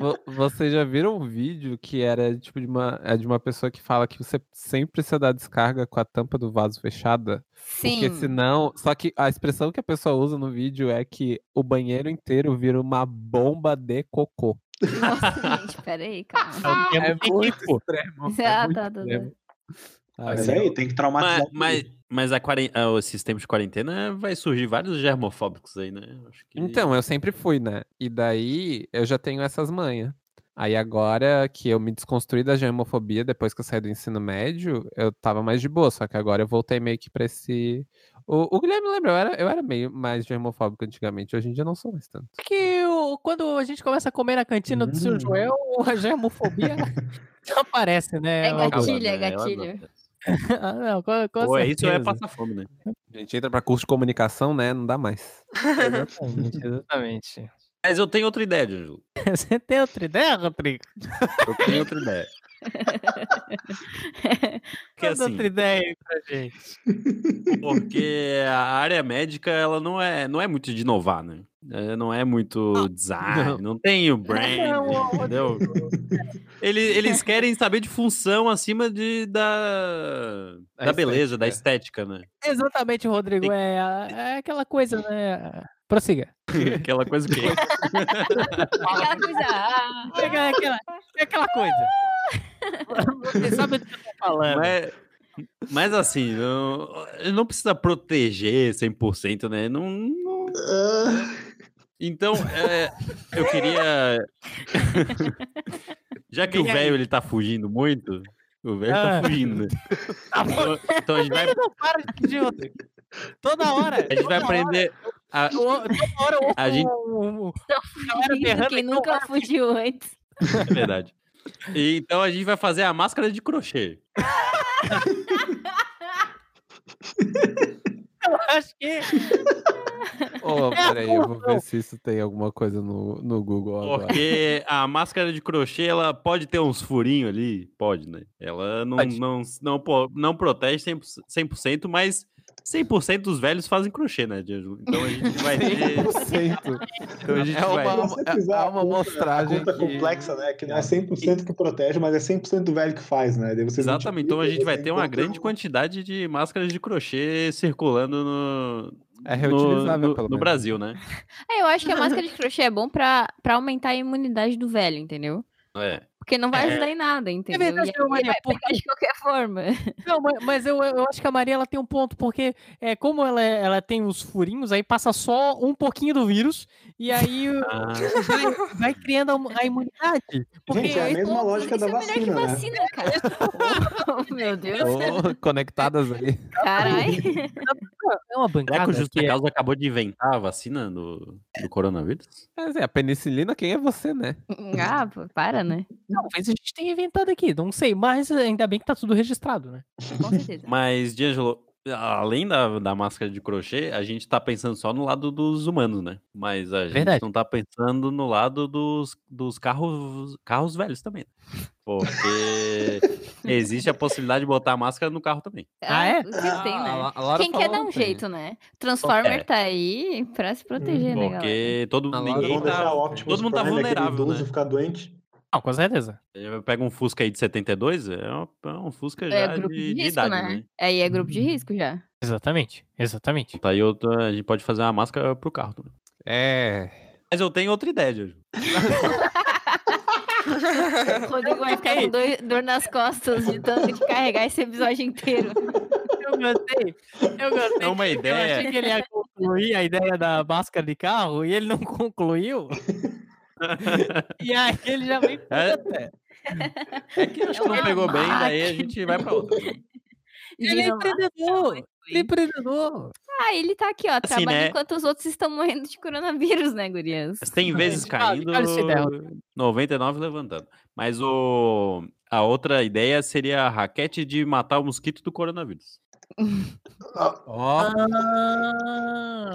Speaker 4: vo- vocês já viram um vídeo que era tipo de uma, é de uma pessoa que fala que você sempre precisa dar descarga com a tampa do vaso fechada?
Speaker 3: Sim.
Speaker 4: Porque senão. Só que a expressão que a pessoa usa no vídeo é que o banheiro inteiro vira uma bomba de cocô.
Speaker 3: Nossa, gente, peraí,
Speaker 5: É
Speaker 3: calma.
Speaker 5: um termo técnico.
Speaker 4: extremo. é
Speaker 5: é
Speaker 3: Ah,
Speaker 4: muito
Speaker 3: tá, tá, tá.
Speaker 4: extremo. Ah,
Speaker 8: Mas
Speaker 4: é.
Speaker 8: aí, tem que traumatizar.
Speaker 2: Mas,
Speaker 8: tudo.
Speaker 2: mas, mas a quaren... ah, esses tempos de quarentena vai surgir vários germofóbicos aí, né? Acho que-
Speaker 4: Então, eu sempre fui, né? E daí eu já tenho essas manhas. Aí agora que eu me desconstruí da germofobia depois que eu saí do ensino médio, eu tava mais de boa, só que agora eu voltei meio que pra esse. O, o Guilherme lembra, eu era, eu era meio mais germofóbico antigamente, hoje em dia eu não sou mais tanto.
Speaker 5: que o- quando a gente começa a comer na cantina do seu
Speaker 8: Hum.
Speaker 5: Joel, a germofobia não aparece, né?
Speaker 3: É
Speaker 5: Algum-
Speaker 3: gatilho. é
Speaker 2: Ela
Speaker 3: gatilho.
Speaker 2: adota.
Speaker 5: Ah, não, com- com
Speaker 2: Ou é isso ou é
Speaker 5: certeza.
Speaker 2: passar fome, né?
Speaker 4: A gente entra pra curso de comunicação, né? Não dá mais.
Speaker 5: É Exatamente, exatamente.
Speaker 2: Mas eu tenho outra ideia, Angelo.
Speaker 5: Você tem outra ideia, Rodrigo?
Speaker 2: Eu tenho outra ideia. Porque,
Speaker 5: Manda
Speaker 2: assim,
Speaker 5: outra ideia aí pra gente.
Speaker 2: porque a área médica, ela não é, não é muito de inovar, né? É, Não é muito design, não, tem o brand,
Speaker 5: Não, ô,
Speaker 2: entendeu? Ele- eles querem saber de função acima de, da,
Speaker 4: Da
Speaker 2: da beleza, da estética, né?
Speaker 5: Exatamente, Rodrigo.
Speaker 2: Tem-
Speaker 5: É, a- é aquela coisa, né? Prossiga.
Speaker 2: Aquela coisa que...
Speaker 3: Aquela coisa. ah,
Speaker 5: É aquela, é aquela- é aquela coisa. Você sabe do que eu tô falando.
Speaker 2: Mas, mas assim, não, não precisa proteger 100%, né? Não, não-
Speaker 8: Ah,
Speaker 2: então, é, eu queria... Já que o
Speaker 5: Diga aí.
Speaker 2: velho ele tá fugindo muito, o velho
Speaker 5: Ah.
Speaker 2: tá fugindo. né? Então, então a gente vai,
Speaker 5: Ele não Tá para de pedir, Rodrigo. Toda hora.
Speaker 2: a gente vai
Speaker 5: toda
Speaker 2: aprender... a-
Speaker 5: hora, eu- toda hora eu ouço
Speaker 2: A gente-
Speaker 5: um- um- berrando
Speaker 3: Quem
Speaker 5: e não
Speaker 3: nunca fugiu antes.
Speaker 2: é verdade. E, então a gente vai fazer a máscara de crochê.
Speaker 5: eu acho que
Speaker 8: É
Speaker 4: Ô, peraí, eu vou
Speaker 5: não.
Speaker 4: ver se isso tem alguma coisa no, no Google agora.
Speaker 2: Porque a máscara de crochê, ela pode ter uns furinhos ali, pode, né? Ela não,
Speaker 4: Pode.
Speaker 2: não, não, po- não protege 100%, 100%, mas 100% dos velhos fazem crochê, né, Diego? Então a gente vai ter...
Speaker 4: 100%.
Speaker 2: então a gente
Speaker 4: É
Speaker 2: vai-
Speaker 4: uma,
Speaker 8: Você
Speaker 4: é,
Speaker 8: fizer
Speaker 4: é
Speaker 8: a
Speaker 4: uma
Speaker 8: conta- A
Speaker 4: mostragem.
Speaker 8: conta
Speaker 4: que-
Speaker 8: complexa, né? Que não é 100% que protege, mas é 100% do velho que faz, né? Daí você
Speaker 2: Exatamente, então a
Speaker 8: multiplica,
Speaker 2: gente vai
Speaker 8: você
Speaker 2: ter uma
Speaker 8: encontra
Speaker 2: grande
Speaker 8: um-
Speaker 2: quantidade de máscaras de crochê circulando no,
Speaker 4: É
Speaker 2: no,
Speaker 4: reutilizável,
Speaker 2: no-
Speaker 4: pelo
Speaker 2: no
Speaker 4: menos.
Speaker 2: Brasil, né?
Speaker 3: É, eu acho que a máscara de crochê é bom pra, pra aumentar a imunidade do velho, entendeu?
Speaker 2: É.
Speaker 3: Porque não vai ajudar em nada, entendeu?
Speaker 5: verdade,
Speaker 3: E aí
Speaker 5: Maria,
Speaker 3: vai pegar de qualquer forma.
Speaker 5: Não, ma- mas, eu, eu acho que a Maria ela tem um ponto, porque é, como ela, é- ela tem os furinhos, aí passa só um pouquinho do vírus, e aí o-
Speaker 2: Ah,
Speaker 5: vai, vai criando a imu- a imunidade. Porque
Speaker 8: Gente, é a
Speaker 5: aí-
Speaker 8: mesma lógica
Speaker 3: Isso
Speaker 8: da
Speaker 3: é melhor que
Speaker 8: vacina, né?
Speaker 3: vacina, cara. Oh, meu Deus,
Speaker 4: Ô, conectadas aí.
Speaker 3: caralho.
Speaker 5: é
Speaker 2: será
Speaker 5: uma
Speaker 2: que
Speaker 5: bancada
Speaker 2: o Justa
Speaker 5: que é-
Speaker 2: Causa acabou de inventar a vacina do, do coronavírus?
Speaker 4: Mas é, a penicilina, quem é você, né?
Speaker 3: Ah, pô, para, né?
Speaker 5: talvez a gente tenha inventado aqui, não sei, mas ainda bem que tá tudo registrado, né?
Speaker 3: Com certeza.
Speaker 2: Mas, D'Angelo, além da, da máscara de crochê, a gente tá pensando só no lado dos humanos, né? Mas a gente
Speaker 5: Verdade.
Speaker 2: não tá pensando no lado dos, dos carros, carros velhos também. né? Porque existe a possibilidade de botar a máscara no carro também.
Speaker 5: Ah, é?
Speaker 3: Sempre tem, né?
Speaker 4: A- a Laura
Speaker 3: Quem quer
Speaker 4: falou
Speaker 3: dar um
Speaker 4: ontem.
Speaker 3: jeito, né? Transformer
Speaker 2: É.
Speaker 3: tá aí pra se proteger,
Speaker 2: Hum,
Speaker 3: né, galera?
Speaker 2: Porque todo,
Speaker 4: A Laura
Speaker 2: ninguém
Speaker 8: Vamos deixar
Speaker 2: tá...
Speaker 8: o Optimus
Speaker 2: todo mundo tá
Speaker 8: Prime, aquele
Speaker 2: vulnerável,
Speaker 8: idoso
Speaker 2: né?
Speaker 8: ficar doente.
Speaker 5: Não, com certeza.
Speaker 2: Pega um Fusca aí de 72, é um, é um Fusca já
Speaker 3: É grupo
Speaker 2: de,
Speaker 3: de,
Speaker 2: de
Speaker 3: risco,
Speaker 2: idade,
Speaker 3: né?
Speaker 2: né?
Speaker 3: Aí é grupo de risco já.
Speaker 5: Exatamente, exatamente.
Speaker 2: Tá aí outra, a gente pode fazer uma máscara pro carro também.
Speaker 4: É.
Speaker 2: Mas eu tenho outra ideia, Jojo.
Speaker 3: O Rodrigo vai ficar
Speaker 5: Ok.
Speaker 3: com doi- dor nas costas de tanto de carregar esse episódio inteiro.
Speaker 5: Eu gostei, eu gostei.
Speaker 2: É uma
Speaker 5: Eu
Speaker 2: ideia.
Speaker 5: achei que ele ia concluir a ideia da máscara de carro e ele não concluiu. e aí ele já veio.
Speaker 2: É, é que acho que não
Speaker 3: uma
Speaker 2: pegou bem, daí a
Speaker 3: máquina.
Speaker 2: gente vai pra outra.
Speaker 5: Ele é
Speaker 3: Diga lá.
Speaker 5: empreendedor! Ele é empreendedor!
Speaker 3: Ah, ele tá aqui, ó,
Speaker 2: Assim,
Speaker 3: trabalhando
Speaker 2: né? Assim,
Speaker 3: enquanto os outros estão morrendo de coronavírus, né, gurias?
Speaker 2: Tem vezes
Speaker 5: Gente, cara,
Speaker 2: caindo,
Speaker 5: cara, essa ideia, Rodrigo.
Speaker 2: 99 levantando. Mas o, a outra ideia seria a raquete de matar o mosquito do coronavírus.
Speaker 4: Ó,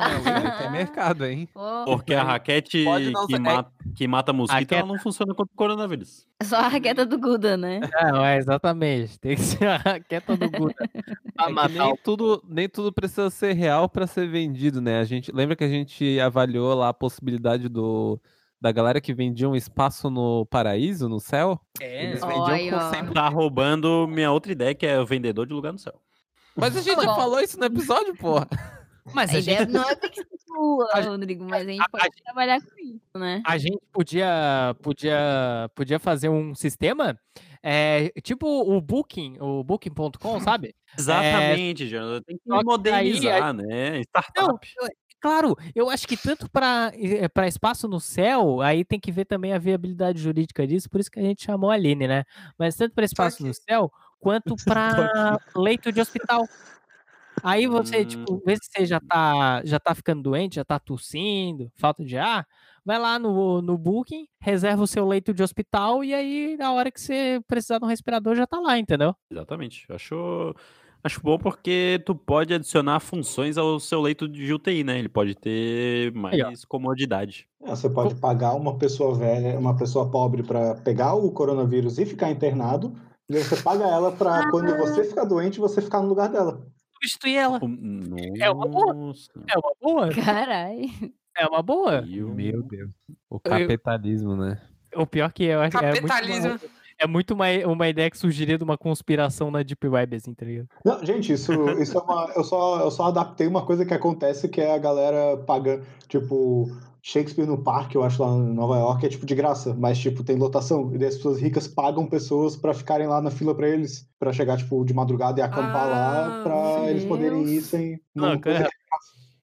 Speaker 3: Ah.
Speaker 4: tem mercado, hein?
Speaker 3: Ô,
Speaker 2: Porque a raquete
Speaker 4: Pode não
Speaker 2: que,
Speaker 4: ser- é-
Speaker 2: mata, que mata mosquito, ela
Speaker 5: Raquete-
Speaker 2: não funciona contra o coronavírus.
Speaker 3: Só a raqueta do Guda, né?
Speaker 5: Não, é exatamente. Tem que ser a raqueta do Guta. Ah,
Speaker 4: É que nem, tudo, nem tudo precisa ser real pra ser vendido, né? A gente, lembra que a gente avaliou lá a possibilidade do, da galera que vendia um espaço no paraíso, no céu? Eles vendiam
Speaker 3: Olha,
Speaker 4: com
Speaker 3: ó.
Speaker 4: 100
Speaker 2: Tá roubando minha outra ideia, que é o vendedor de lugar no céu.
Speaker 4: Mas a gente já
Speaker 3: Bom.
Speaker 4: falou isso no episódio, porra.
Speaker 5: Mas
Speaker 3: A
Speaker 5: a
Speaker 3: ideia
Speaker 5: gente,
Speaker 3: não é que ser sua,
Speaker 5: A-
Speaker 3: Rodrigo, mas a
Speaker 5: a-
Speaker 3: gente pode trabalhar com isso, né?
Speaker 5: a gente podia, podia, podia fazer um sistema é, tipo o Booking, o Booking.com, sabe?
Speaker 2: Exatamente, Jonathan. Tem que
Speaker 5: É, só que
Speaker 2: modernizar, né? Startup.
Speaker 5: Claro, eu acho que tanto para espaço no céu, aí tem que ver também a viabilidade jurídica disso, por isso que a gente chamou a Aline, né? Mas tanto para espaço no céu, quanto para leito de hospital. Aí você, tipo, vê se você já tá, já tá ficando doente, já tá tossindo, falta de ar, vai lá no, no Booking, reserva o seu leito de hospital e aí na hora que você precisar de um respirador já tá lá, entendeu?
Speaker 2: Exatamente. Acho, acho bom porque tu pode adicionar funções ao seu leito de UTI, né? Ele pode ter mais
Speaker 5: Aí, ó.
Speaker 2: comodidade.
Speaker 8: Ah, Você pode pagar uma pessoa velha, uma pessoa pobre pra pegar o coronavírus e ficar internado. E aí você paga ela pra quando você ficar doente, você ficar no lugar dela.
Speaker 5: Substituir ela.
Speaker 2: Nossa.
Speaker 5: É uma boa. É uma boa,
Speaker 3: Caralho.
Speaker 5: é uma boa.
Speaker 2: Eu-
Speaker 4: Deus. O capitalismo, né?
Speaker 5: O pior que eu acho que é muito
Speaker 1: Capitalismo.
Speaker 5: mais- É muito uma, uma ideia que surgiria de uma conspiração na Deep Web, assim, tá ligado?
Speaker 8: Não, gente, isso, isso é uma. Eu só, eu só adaptei uma coisa que acontece, que é a galera pagando. Tipo, Shakespeare no Parque, eu acho lá em Nova York, é tipo de graça, mas tipo, tem lotação. E daí as pessoas ricas pagam pessoas pra ficarem lá na fila pra eles, pra chegar, tipo, de madrugada e acampar lá,
Speaker 1: Ah,
Speaker 8: pra
Speaker 3: meu
Speaker 8: eles poderem ir
Speaker 3: Deus.
Speaker 8: sem.
Speaker 2: Não, cara,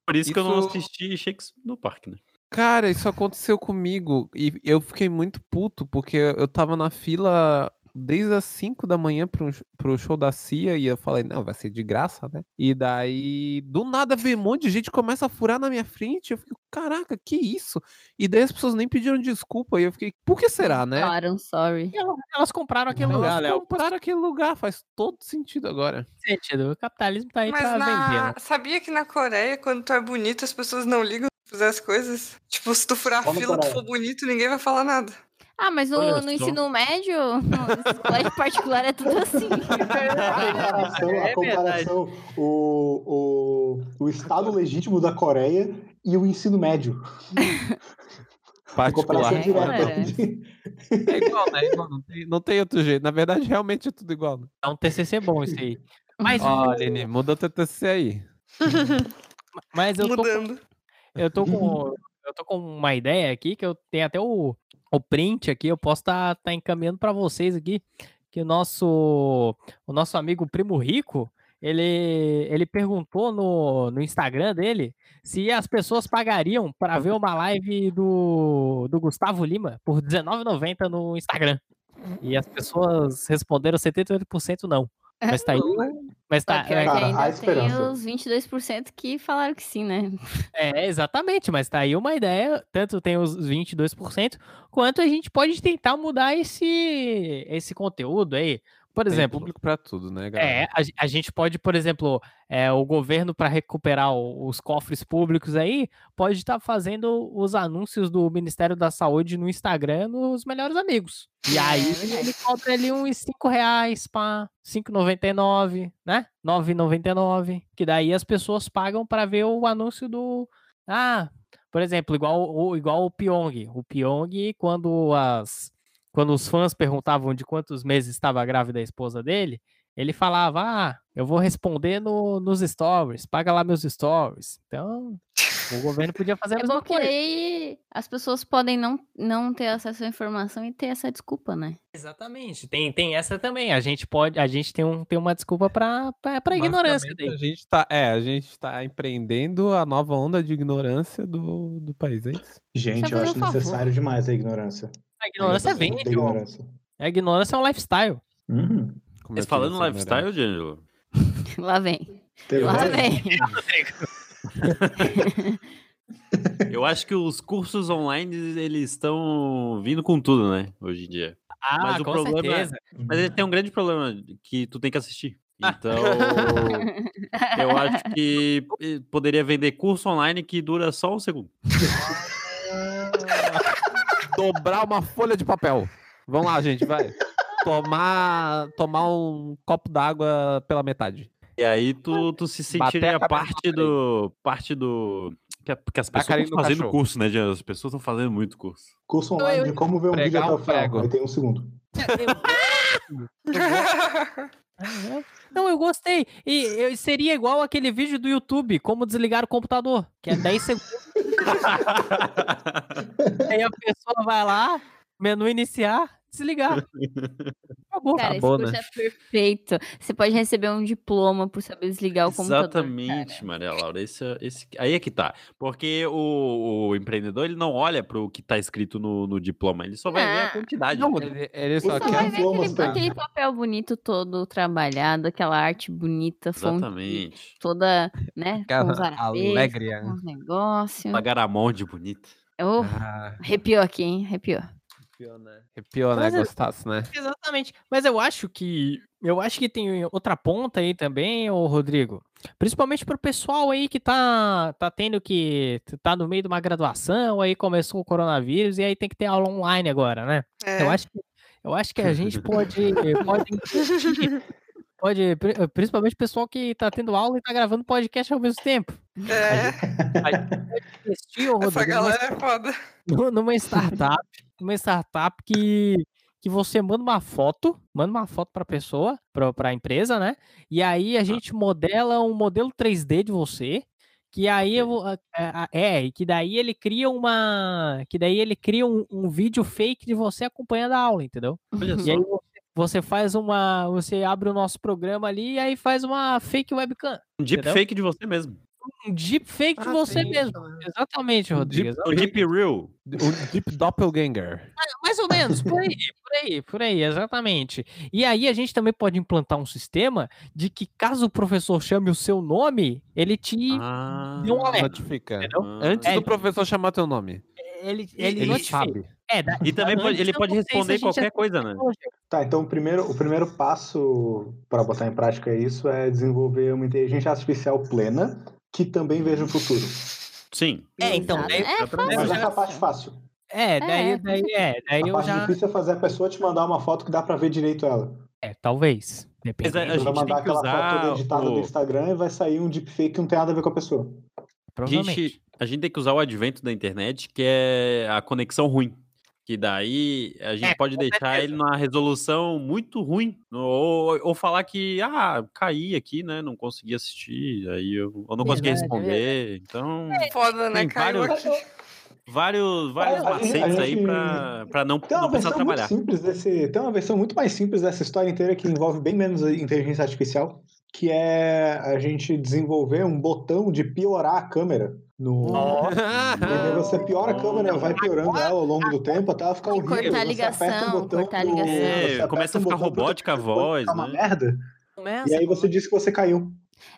Speaker 2: Por isso, que eu não
Speaker 4: Isso-
Speaker 2: assisti Shakespeare no Parque, né?
Speaker 4: Cara, isso aconteceu comigo e eu fiquei muito puto porque eu tava na fila desde as 5 da manhã pro, um sh- pro show da CIA e eu falei, não, vai ser de graça, né? E daí, do nada, veio um monte de gente começa a furar na minha frente. Eu fico, caraca, que isso? E daí as pessoas nem pediram desculpa e eu fiquei, por que será, né?
Speaker 3: Claro, I'm sorry.
Speaker 5: E ela- Elas compraram aquele lugar, né?
Speaker 4: Elas
Speaker 5: Léo.
Speaker 4: compraram aquele lugar, faz todo sentido agora.
Speaker 5: Sentido. O capitalismo tá aí
Speaker 1: Mas
Speaker 5: pra vender. né?
Speaker 1: na... sabia que na Coreia, quando tu é bonito, as pessoas não ligam pra fazer as coisas? Tipo, se tu furar
Speaker 8: Só
Speaker 1: a
Speaker 8: na
Speaker 1: fila, tu
Speaker 8: Coreia.
Speaker 1: for bonito, ninguém vai falar nada.
Speaker 3: Ah, mas
Speaker 2: Olha
Speaker 3: no,
Speaker 2: só.
Speaker 3: no ensino médio, no colégio particular é tudo assim.
Speaker 8: A
Speaker 3: É
Speaker 8: comparação, a comparação o, o, o estado legítimo da Coreia e o ensino médio. A comparação
Speaker 3: É,
Speaker 8: direta.
Speaker 3: cara.
Speaker 4: É igual, né? É igual, não, tem, não tem outro jeito. Na verdade, realmente é tudo igual. né?
Speaker 5: É um TCC bom isso aí. Mas,
Speaker 4: Ó, Aline, muda o TTC aí.
Speaker 5: mas eu, tô, com-
Speaker 1: Mudando.
Speaker 5: eu, tô com, eu tô com uma ideia aqui que eu tenho até o, o print aqui, eu posso tá, tá encaminhando pra vocês aqui. Que o nosso, o nosso amigo Primo Rico, ele, ele perguntou no, no Instagram dele se as pessoas pagariam pra ver uma live do, do Gustavo Lima por R$19,90 no Instagram. E as pessoas responderam 78% não. Mas tá aí. Mas tá,
Speaker 3: Só pior
Speaker 8: é, Cara,
Speaker 3: que
Speaker 8: há
Speaker 3: ainda tem
Speaker 8: esperança.
Speaker 3: os 22% que falaram que sim, né?
Speaker 5: é, exatamente, mas tá aí uma ideia. Tanto tem os 22%, quanto a gente pode tentar mudar esse, esse conteúdo aí. Por
Speaker 4: Tem
Speaker 5: exemplo,
Speaker 4: público pra tudo, né,
Speaker 5: É,
Speaker 4: galera?
Speaker 5: a, ge- a gente pode, por exemplo, é, o governo para recuperar o- os cofres públicos aí, pode estar fazendo os anúncios do Ministério da Saúde no Instagram nos melhores amigos. E aí ele cobra ali uns 5 reais, pá, 5,99, né? 9,99, que daí as pessoas pagam para ver o anúncio do... Ah, por exemplo, igual o, igual o Pyong. O Pyong, quando as... Quando os fãs perguntavam de quantos meses estava grávida a esposa dele, ele falava, ah, eu vou responder no, nos stories, paga lá meus stories. Então, o governo podia fazer a
Speaker 3: É
Speaker 5: mesma
Speaker 3: porque
Speaker 5: coisa.
Speaker 3: aí as pessoas podem não, não ter acesso à informação e ter essa desculpa, né?
Speaker 5: Exatamente, tem, tem essa também. A gente pode, a gente tem, um, tem uma desculpa pra, pra, pra ignorância
Speaker 4: Basicamente,
Speaker 5: daí.
Speaker 4: A gente tá, é, a gente tá empreendendo a nova onda de ignorância do, do país, é isso?
Speaker 8: Gente,
Speaker 3: Só
Speaker 8: eu
Speaker 3: fazer
Speaker 8: acho
Speaker 3: um favor.
Speaker 8: necessário demais a ignorância.
Speaker 5: A
Speaker 4: é
Speaker 5: ignorância é vem,
Speaker 8: A
Speaker 5: Diogo.
Speaker 8: ignorância.
Speaker 5: A ignorância é um lifestyle.
Speaker 8: Hum,
Speaker 4: Como
Speaker 2: Mas
Speaker 4: é que
Speaker 2: falando
Speaker 4: isso é
Speaker 2: lifestyle, D'Angelo,
Speaker 3: Lá vem.
Speaker 8: teve
Speaker 3: Lá
Speaker 8: vários.
Speaker 3: vem.
Speaker 2: eu acho que os cursos online, eles estão vindo com tudo, né? Hoje em dia.
Speaker 5: Ah,
Speaker 2: Mas o
Speaker 5: com
Speaker 2: problema é-
Speaker 5: certeza.
Speaker 2: Mas ele tem um grande problema que tu tem que assistir. Então, eu acho que eh, poderia vender curso online que dura só um segundo.
Speaker 4: dobrar uma folha de papel. Vamos lá, gente, vai. Tomar, tomar um copo d'água pela metade.
Speaker 2: E aí tu, tu se
Speaker 4: Bater a
Speaker 2: sentiria
Speaker 4: cabeça
Speaker 2: parte
Speaker 4: na parede.
Speaker 2: do. Parte do. Que, a- que as
Speaker 4: Dar
Speaker 2: pessoas
Speaker 4: carinho
Speaker 2: estão
Speaker 4: no
Speaker 2: fazendo
Speaker 4: cachorro.
Speaker 2: curso, né, Jean? As pessoas estão fazendo muito curso.
Speaker 8: Curso online de como ver um vídeo
Speaker 4: Pregar
Speaker 8: até
Speaker 4: um
Speaker 8: o
Speaker 4: prego.
Speaker 8: final. Aí tem um segundo.
Speaker 5: né? Não, eu gostei. E eu- seria igual aquele vídeo do YouTube, como desligar o computador, que é 10 segundos. Aí a pessoa vai lá, menu iniciar, desligar. Acabou.
Speaker 3: Cara, esse
Speaker 4: Acabou,
Speaker 3: curso
Speaker 4: né?
Speaker 3: é perfeito. Você pode receber um diploma por saber desligar o computador.
Speaker 2: Exatamente, Maria Laura. Esse, é- esse, aí é que tá. Porque o, o empreendedor ele não olha pro que tá escrito no, no diploma, ele só vai ver a
Speaker 3: Ah.
Speaker 2: quantidade.
Speaker 4: ele, ele só
Speaker 3: Só
Speaker 8: Só é um
Speaker 4: quer.
Speaker 3: vai ver
Speaker 8: quero diplomas
Speaker 3: aquele,
Speaker 8: pra ele.
Speaker 3: aquele papel bonito todo trabalhado, aquela arte bonita, fonte
Speaker 2: Exatamente.
Speaker 3: toda, né? Com os arabescos,
Speaker 4: Alegre.
Speaker 3: com os negócios.
Speaker 2: Uma garamonde bonita.
Speaker 3: Oh,
Speaker 5: Ah,
Speaker 3: arrepiou aqui, hein? Arrepiou.
Speaker 4: É pior, né?
Speaker 5: Mas é-
Speaker 4: Gostasse, né?
Speaker 5: Exatamente. Mas eu acho que eu acho que tem outra ponta aí também, ô Rodrigo. Principalmente pro pessoal aí que tá tá tendo que tá no meio de uma graduação, aí começou o coronavírus e aí tem que ter aula online agora, né?
Speaker 1: É.
Speaker 5: Eu acho que eu acho que a gente pode pode investir, pode pri- principalmente o pessoal que tá tendo aula e tá gravando podcast ao mesmo tempo. tá
Speaker 1: É,
Speaker 5: Investir, ô
Speaker 1: essa
Speaker 5: Rodrigo, numa
Speaker 1: galera é foda.
Speaker 5: nu- numa startup, numa startup que, que você manda uma foto, manda uma foto para pessoa, para a empresa, né? E aí
Speaker 1: Tá.
Speaker 5: a gente modela um modelo 3D de você, que aí eu vou- a- a- é, e que daí ele cria uma, que daí ele cria um, um vídeo fake de você acompanhando a aula, entendeu?
Speaker 2: Olha
Speaker 5: E
Speaker 2: só.
Speaker 5: aí você- você faz uma, você abre o nosso programa ali e aí faz uma fake webcam,
Speaker 2: Um deepfake de você mesmo.
Speaker 5: um deep fake de você mesmo. Exatamente,
Speaker 4: Um
Speaker 5: Rodrigo.
Speaker 4: deep-
Speaker 2: Um deep real.
Speaker 4: O Deep Doppelganger.
Speaker 5: Mais ou menos, por aí, por aí, por aí, exatamente. E aí a gente também pode implantar um sistema de que caso o professor chame o seu nome, ele te.
Speaker 2: Ah,
Speaker 5: deu um alerta.
Speaker 4: Notifica.
Speaker 5: Entendeu?
Speaker 4: Antes
Speaker 5: É,
Speaker 4: do professor chamar teu nome.
Speaker 5: Ele,
Speaker 4: Ele,
Speaker 5: ele, notifica.
Speaker 4: sabe.
Speaker 5: É, da-
Speaker 2: E também
Speaker 5: Antes
Speaker 2: pode- ele
Speaker 5: eu
Speaker 2: pode
Speaker 5: não sei se a
Speaker 2: responder
Speaker 5: gente tipo,
Speaker 2: qualquer coisa, né?
Speaker 8: Tá, então o primeiro, o primeiro passo para botar em prática isso é desenvolver uma inteligência artificial plena que também veja o futuro.
Speaker 2: Sim.
Speaker 5: É, então,
Speaker 3: Exato.
Speaker 5: daí-
Speaker 3: é
Speaker 5: Eu
Speaker 8: Mas
Speaker 5: já-
Speaker 8: essa é a
Speaker 3: fácil.
Speaker 8: parte fácil.
Speaker 5: é, daí,
Speaker 3: É.
Speaker 5: daí, é, daí
Speaker 8: A
Speaker 5: eu
Speaker 8: parte
Speaker 5: já.
Speaker 8: difícil é fazer a pessoa te mandar uma foto que dá pra ver direito ela.
Speaker 5: É, talvez.
Speaker 2: Mas a, a
Speaker 5: Depende.
Speaker 8: Ela
Speaker 2: gente
Speaker 8: vai
Speaker 2: tem
Speaker 8: mandar
Speaker 2: que
Speaker 8: aquela foto toda
Speaker 2: usar
Speaker 8: editada do
Speaker 2: o...
Speaker 8: Instagram e vai sair um deepfake que não tem nada a ver com a pessoa.
Speaker 2: A gente, a gente tem que usar o advento da internet, que é a conexão ruim. Que daí a gente
Speaker 5: É,
Speaker 2: pode
Speaker 5: com
Speaker 2: deixar
Speaker 5: certeza.
Speaker 2: ele numa resolução muito ruim. Ou, ou falar que, ah, caí aqui, né? Não consegui assistir, aí eu, eu não consegui
Speaker 8: é
Speaker 5: Verdade,
Speaker 2: responder. Então,
Speaker 1: Foda, né?
Speaker 2: Tem
Speaker 1: Caiu
Speaker 2: vários-
Speaker 1: aqui.
Speaker 2: vários, vários
Speaker 8: a gente- a
Speaker 2: macetes aí
Speaker 8: gente-
Speaker 2: pra, pra não,
Speaker 8: Tem uma
Speaker 2: não precisar
Speaker 8: versão muito
Speaker 2: trabalhar.
Speaker 8: simples desse. Tem uma versão muito mais simples dessa história inteira que envolve bem menos a inteligência artificial, que é a gente desenvolver um botão de piorar a câmera no. E aí você piora a câmera, vai piorando ela ao longo do tempo até ela ficar horrível.
Speaker 3: cortar a
Speaker 8: Você
Speaker 3: ligação,
Speaker 8: aperta um botão
Speaker 3: cortar a
Speaker 8: pro-
Speaker 3: ligação.
Speaker 8: você
Speaker 2: É,
Speaker 8: aperta
Speaker 2: começa a
Speaker 8: um
Speaker 2: ficar
Speaker 8: botão pro
Speaker 2: robótica a
Speaker 8: telefone,
Speaker 2: voz,
Speaker 8: tá uma
Speaker 2: né?
Speaker 8: merda.
Speaker 5: Começa,
Speaker 8: E aí você diz que você caiu.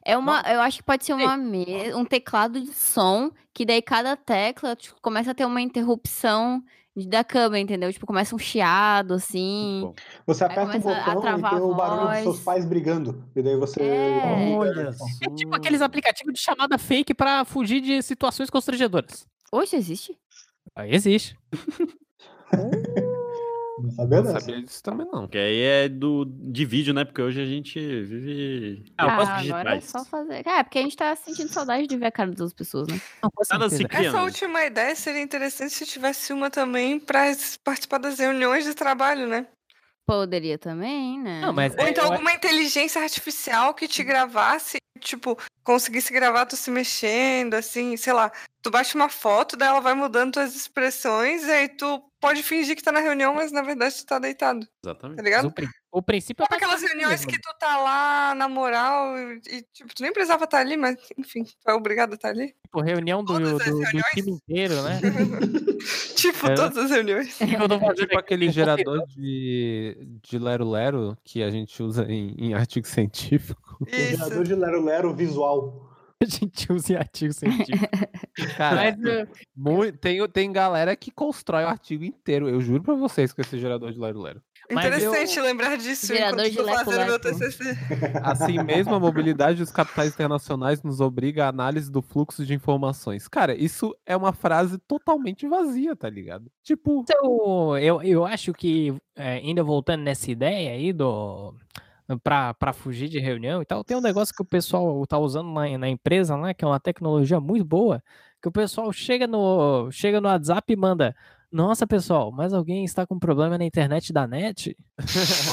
Speaker 3: É uma, eu acho que pode ser uma me- um teclado de som, que daí cada tecla tipo, começa a ter uma interrupção de- da câmera, entendeu? Tipo, começa um chiado, assim.
Speaker 2: Muito bom.
Speaker 8: Você
Speaker 3: Aí
Speaker 8: aperta um
Speaker 3: começa a
Speaker 8: botão e
Speaker 3: travar
Speaker 8: tem
Speaker 3: a
Speaker 8: o barulho
Speaker 3: voz.
Speaker 8: dos seus pais brigando. E daí você.
Speaker 3: É.
Speaker 2: Olha
Speaker 5: É tipo
Speaker 2: só.
Speaker 5: aqueles
Speaker 1: Hum.
Speaker 5: aplicativos de chamada fake pra fugir de situações constrangedoras.
Speaker 3: Hoje existe?
Speaker 5: Aí existe.
Speaker 8: Não sabia
Speaker 4: Não
Speaker 8: dessa.
Speaker 4: sabia disso também, não.
Speaker 2: Que aí é do, de vídeo, né? Porque hoje a gente vive.
Speaker 5: Ah, eu
Speaker 2: épocas
Speaker 5: posso
Speaker 3: agora é só fazer. Ah, É, porque a gente tá sentindo saudade de ver a cara das outras pessoas, né?
Speaker 5: Não, com
Speaker 2: Nada se
Speaker 5: certeza.
Speaker 2: cria,
Speaker 1: Essa
Speaker 2: né?
Speaker 1: última ideia seria interessante se tivesse uma também pra s- participar das reuniões de trabalho, né?
Speaker 3: Poderia também, né?
Speaker 5: Não, mas
Speaker 1: Ou
Speaker 5: é-
Speaker 1: então
Speaker 5: eu-
Speaker 1: alguma inteligência artificial que te gravasse, tipo, conseguisse gravar tu se mexendo, assim, sei lá. Tu baixa uma foto, daí ela vai mudando tuas expressões, e aí tu pode fingir que tá na reunião, mas na verdade tu tá deitado,
Speaker 2: Exatamente.
Speaker 1: tá
Speaker 5: mas
Speaker 1: ligado?
Speaker 5: o, prin- o princípio é
Speaker 1: Como aquelas
Speaker 5: praticamente o
Speaker 1: reuniões
Speaker 5: mesmo.
Speaker 1: que tu tá lá, na moral, e, e, tipo, tu nem precisava estar ali, mas enfim, tu é obrigado a estar ali.
Speaker 5: Tipo, reunião do,
Speaker 1: Todas as
Speaker 5: do- do
Speaker 1: reuniões.
Speaker 5: time inteiro, né?
Speaker 1: Tipo,
Speaker 5: É.
Speaker 1: todas as reuniões.
Speaker 5: O que eu tô
Speaker 4: É
Speaker 5: fazendo
Speaker 4: tipo
Speaker 5: aqui?
Speaker 4: aquele gerador de, de Lero Lero que a gente usa em, em artigo científico.
Speaker 8: O gerador
Speaker 1: Isso.
Speaker 8: de Lero Lero visual.
Speaker 5: A gente usa assim. em artigo científico.
Speaker 4: Cara,
Speaker 5: Mas, eh,
Speaker 4: mui- tem, tem galera que constrói o artigo inteiro. Eu juro pra vocês com esse gerador de Lero Lero.
Speaker 5: Mas eu-
Speaker 1: Interessante lembrar disso
Speaker 3: Gerador
Speaker 1: enquanto
Speaker 3: de
Speaker 1: tô fazendo meu
Speaker 3: leco-leco.
Speaker 1: TCC.
Speaker 4: Assim mesmo, a mobilidade dos capitais internacionais nos obriga à análise do fluxo de informações. Cara, isso é uma frase totalmente vazia, tá ligado? Tipo,
Speaker 5: Então, eu, eu acho que, eh, ainda voltando nessa ideia aí do. Pra, pra fugir de reunião e tal, tem um negócio que o pessoal tá usando na, na empresa lá, que é uma tecnologia muito boa, que o pessoal chega no, chega no WhatsApp e manda: Nossa, pessoal, mas alguém está com problema na internet da net?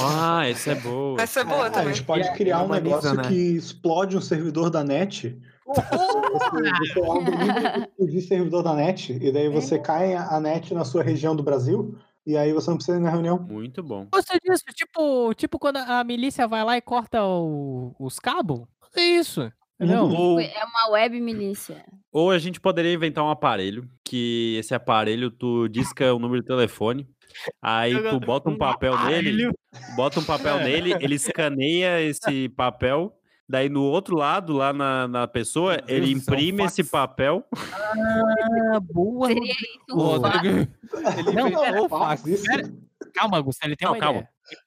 Speaker 2: Ah, essa é boa.
Speaker 1: Essa é boa
Speaker 8: Ah, a
Speaker 1: também.
Speaker 8: gente pode
Speaker 4: E-
Speaker 8: criar um
Speaker 4: humaniza,
Speaker 8: negócio
Speaker 4: né?
Speaker 8: que explode um servidor da net. Você, você algoritmo que explodir um servidor da net, e
Speaker 3: É.
Speaker 8: daí você cai a a net na sua região do Brasil, e aí você não precisa ir na reunião.
Speaker 2: Muito bom.
Speaker 5: Gostei disso, tipo, tipo quando a milícia vai lá e corta o- os cabos. É isso. Não,
Speaker 2: Ou,
Speaker 4: um
Speaker 3: É uma web milícia.
Speaker 2: ou a gente poderia inventar um aparelho, que esse aparelho tu disca o número de telefone, aí tu bota um papel nele, bota um papel
Speaker 4: É.
Speaker 2: nele, ele escaneia esse papel, daí no outro lado, lá na, na pessoa,
Speaker 4: Meu
Speaker 2: ele
Speaker 4: Deus, isso é um
Speaker 2: imprime
Speaker 4: fax.
Speaker 2: esse papel.
Speaker 5: Ah, boa.
Speaker 3: Seria isso.
Speaker 4: o Rodrigo. Ele
Speaker 5: Não,
Speaker 4: inventou
Speaker 5: pera,
Speaker 4: o fax.
Speaker 8: Isso.
Speaker 5: Calma, é. Augusto, ele tem
Speaker 2: Não,
Speaker 5: uma
Speaker 2: calma.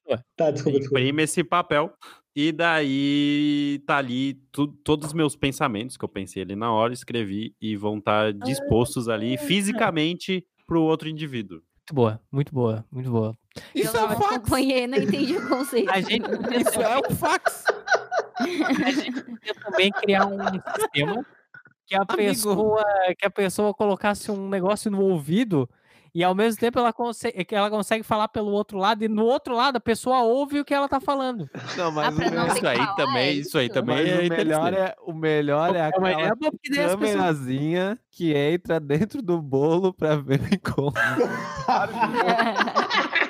Speaker 5: ideia.
Speaker 8: Tá, desculpa, desculpa.
Speaker 2: imprime esse papel e daí tá ali tu- todos os meus pensamentos que eu pensei ali na hora, escrevi e vão estar dispostos ali fisicamente pro outro indivíduo.
Speaker 5: Muito boa, muito boa, muito boa.
Speaker 4: Isso
Speaker 3: eu
Speaker 4: é
Speaker 3: não
Speaker 4: um fax.
Speaker 3: acompanhei, não entendi o conceito.
Speaker 5: A gente podia
Speaker 4: Isso é um fax.
Speaker 5: também criar um sistema que a,
Speaker 4: Amigo.
Speaker 5: pessoa, que a pessoa colocasse um negócio no ouvido e ao mesmo tempo ela, conse que ela consegue falar pelo outro lado e no outro lado a pessoa ouve o que ela tá falando.
Speaker 4: Não, mas
Speaker 3: pra
Speaker 4: o
Speaker 3: não
Speaker 4: meu-
Speaker 3: ter que falar, é isso?
Speaker 4: Mas o melhor é, o melhor é
Speaker 5: É uma
Speaker 4: aquela
Speaker 5: ideia boa, porque daí as pessoas-
Speaker 4: câmerazinha que entra dentro do bolo pra ver o encontro.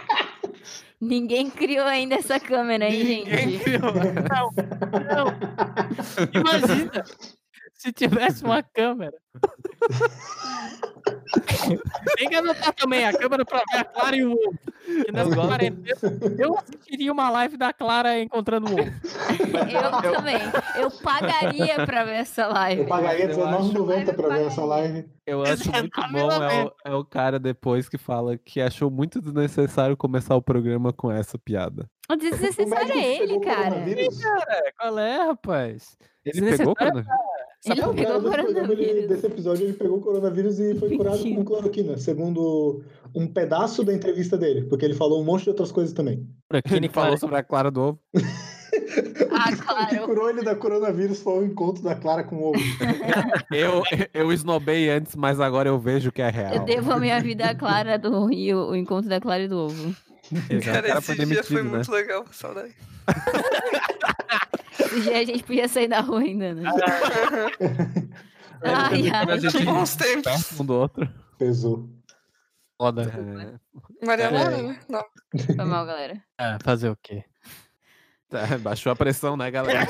Speaker 3: Ninguém criou ainda essa câmera, hein, gente?
Speaker 5: Não, não. Imagina se tivesse uma câmera. Tem que anotar também a câmera pra ver a Clara e o ovo. Que nessa
Speaker 4: Agora-
Speaker 5: quarentena eu assistiria uma live da Clara encontrando o ovo.
Speaker 3: Eu também. Eu pagaria pra ver essa live.
Speaker 8: Eu pagaria
Speaker 4: Eu acho-
Speaker 8: R$19,90 pra ver essa live.
Speaker 4: Eu acho muito bom é o, é o cara depois que fala que achou muito desnecessário começar o programa com essa piada.
Speaker 3: O
Speaker 8: O médico assim,
Speaker 3: desnecessário
Speaker 8: que
Speaker 3: é ele,
Speaker 8: pegou o
Speaker 3: cara.
Speaker 8: coronavírus,
Speaker 5: Qual é, rapaz?
Speaker 4: Ele
Speaker 5: Desnecessário
Speaker 4: pegou quando?
Speaker 3: Ele
Speaker 8: Não, o
Speaker 3: pegou
Speaker 8: cara
Speaker 3: o
Speaker 8: desse programa, ele,
Speaker 3: coronavírus.
Speaker 8: desse episódio ele pegou o coronavírus e foi curado
Speaker 3: Mentira.
Speaker 8: com cloroquina, segundo um pedaço da entrevista dele, porque ele falou um monte de outras coisas também.
Speaker 4: Ele falou sobre a Clara do Ovo.
Speaker 3: Ah,
Speaker 8: O que
Speaker 3: claro.
Speaker 8: curou ele da coronavírus foi o encontro da Clara com o ovo.
Speaker 4: Eu, eu esnobei antes, mas agora eu vejo que é
Speaker 3: Eu
Speaker 4: real.
Speaker 3: devo a minha vida à Clara do Rio, o encontro da Clara e do Ovo.
Speaker 4: Exato. O
Speaker 1: Cara,
Speaker 4: cara
Speaker 1: esse
Speaker 4: foi
Speaker 1: dia foi
Speaker 4: demitido, né?
Speaker 1: muito legal, saudade.
Speaker 3: Esse dia a gente podia sair da rua ainda, né? Ai, ai.
Speaker 1: Bons tempos.
Speaker 4: Um do outro.
Speaker 8: Pesou.
Speaker 5: Foda.
Speaker 4: É,
Speaker 1: Mariana,
Speaker 4: É.
Speaker 1: né? Não.
Speaker 3: Foi mal, galera.
Speaker 5: Ah, fazer o quê?
Speaker 4: tá, baixou a pressão, né, galera?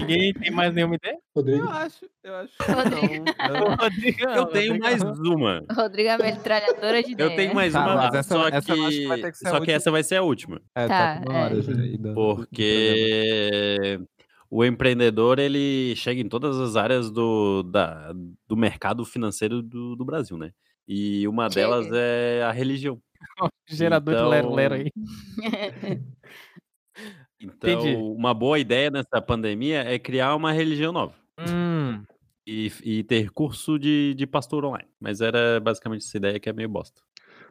Speaker 5: Ninguém tem mais nenhuma ideia?
Speaker 8: Rodrigo,
Speaker 4: acho, eu acho.
Speaker 3: Rodrigo.
Speaker 4: Não,
Speaker 2: Eu tenho mais uma.
Speaker 3: Rodrigo é a metralhadora de ideias.
Speaker 2: Eu tenho mais
Speaker 4: Tá,
Speaker 2: uma,
Speaker 4: mas essa-
Speaker 2: só,
Speaker 4: essa eu acho que vai ter
Speaker 2: que,
Speaker 4: que ser a
Speaker 2: só que
Speaker 4: última.
Speaker 2: essa vai ser a última.
Speaker 4: É,
Speaker 3: Tá,
Speaker 4: tá, com uma hora
Speaker 3: é.
Speaker 4: já aí do- do programa.
Speaker 2: Porque o empreendedor, ele chega em todas as áreas do, da- do mercado financeiro do, do Brasil, né? E uma delas é a religião.
Speaker 5: Gerador
Speaker 2: Então-
Speaker 5: de Lero Lero aí.
Speaker 2: Então,
Speaker 5: Entendi.
Speaker 2: uma boa ideia nessa pandemia é criar uma religião nova
Speaker 5: Hum,
Speaker 2: e, e ter curso de, de pastor online. Mas era basicamente essa ideia que é meio bosta.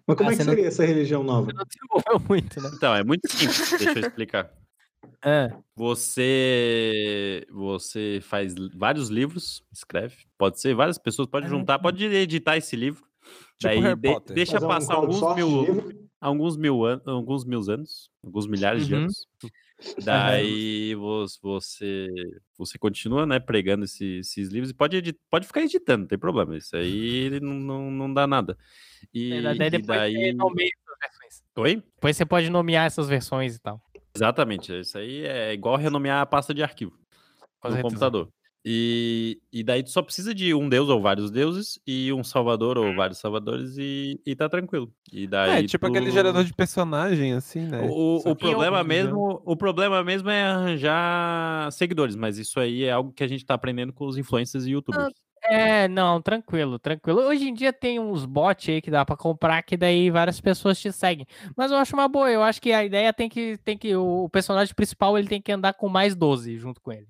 Speaker 8: Mas como
Speaker 5: Ah,
Speaker 8: é que
Speaker 5: você não-
Speaker 8: seria essa religião nova?
Speaker 5: não desenvolveu muito, né?
Speaker 2: Então, é muito simples, deixa eu explicar.
Speaker 5: Ah,
Speaker 2: Você você faz li- vários livros, escreve, pode ser várias pessoas, pode
Speaker 5: Ah.
Speaker 2: juntar, pode editar esse livro.
Speaker 4: Tipo
Speaker 2: Daí
Speaker 4: Harry
Speaker 2: de-
Speaker 4: Potter.
Speaker 2: deixa
Speaker 8: Fazer um
Speaker 2: passar alguns
Speaker 8: crowdsourcing
Speaker 2: mil,
Speaker 8: de livro?
Speaker 2: alguns mil anos, alguns mil anos, alguns milhares de
Speaker 5: Uhum.
Speaker 2: anos. Daí vos- você você continua, né, pregando esse- esses livros e pode edi- pode ficar editando, não tem problema. Isso aí ele não, não, não dá nada. E,
Speaker 5: É, daí
Speaker 2: e
Speaker 5: depois você
Speaker 2: daí,
Speaker 5: nomeia essas versões.
Speaker 2: oi?
Speaker 5: Depois você pode nomear essas versões e tal.
Speaker 2: Exatamente, isso aí é igual renomear a pasta de arquivo
Speaker 5: Com
Speaker 2: no
Speaker 5: certeza.
Speaker 2: computador. E, e daí tu só precisa de um deus ou vários deuses e um salvador
Speaker 5: Uhum.
Speaker 2: ou vários salvadores e, e tá tranquilo. E daí
Speaker 4: é, tipo
Speaker 2: tu-
Speaker 4: aquele gerador de personagem, assim, né?
Speaker 2: O, o
Speaker 4: Só que é
Speaker 2: problema
Speaker 4: um religião.
Speaker 2: mesmo, o problema mesmo é arranjar seguidores, mas isso aí é algo que a gente tá aprendendo com os influencers e youtubers.
Speaker 5: É, não, tranquilo, tranquilo. Hoje em dia tem uns bots aí que dá pra comprar que daí várias pessoas te seguem. Mas eu acho uma boa, eu acho que a ideia tem que tem que o personagem principal ele tem que andar com mais 12 junto com ele.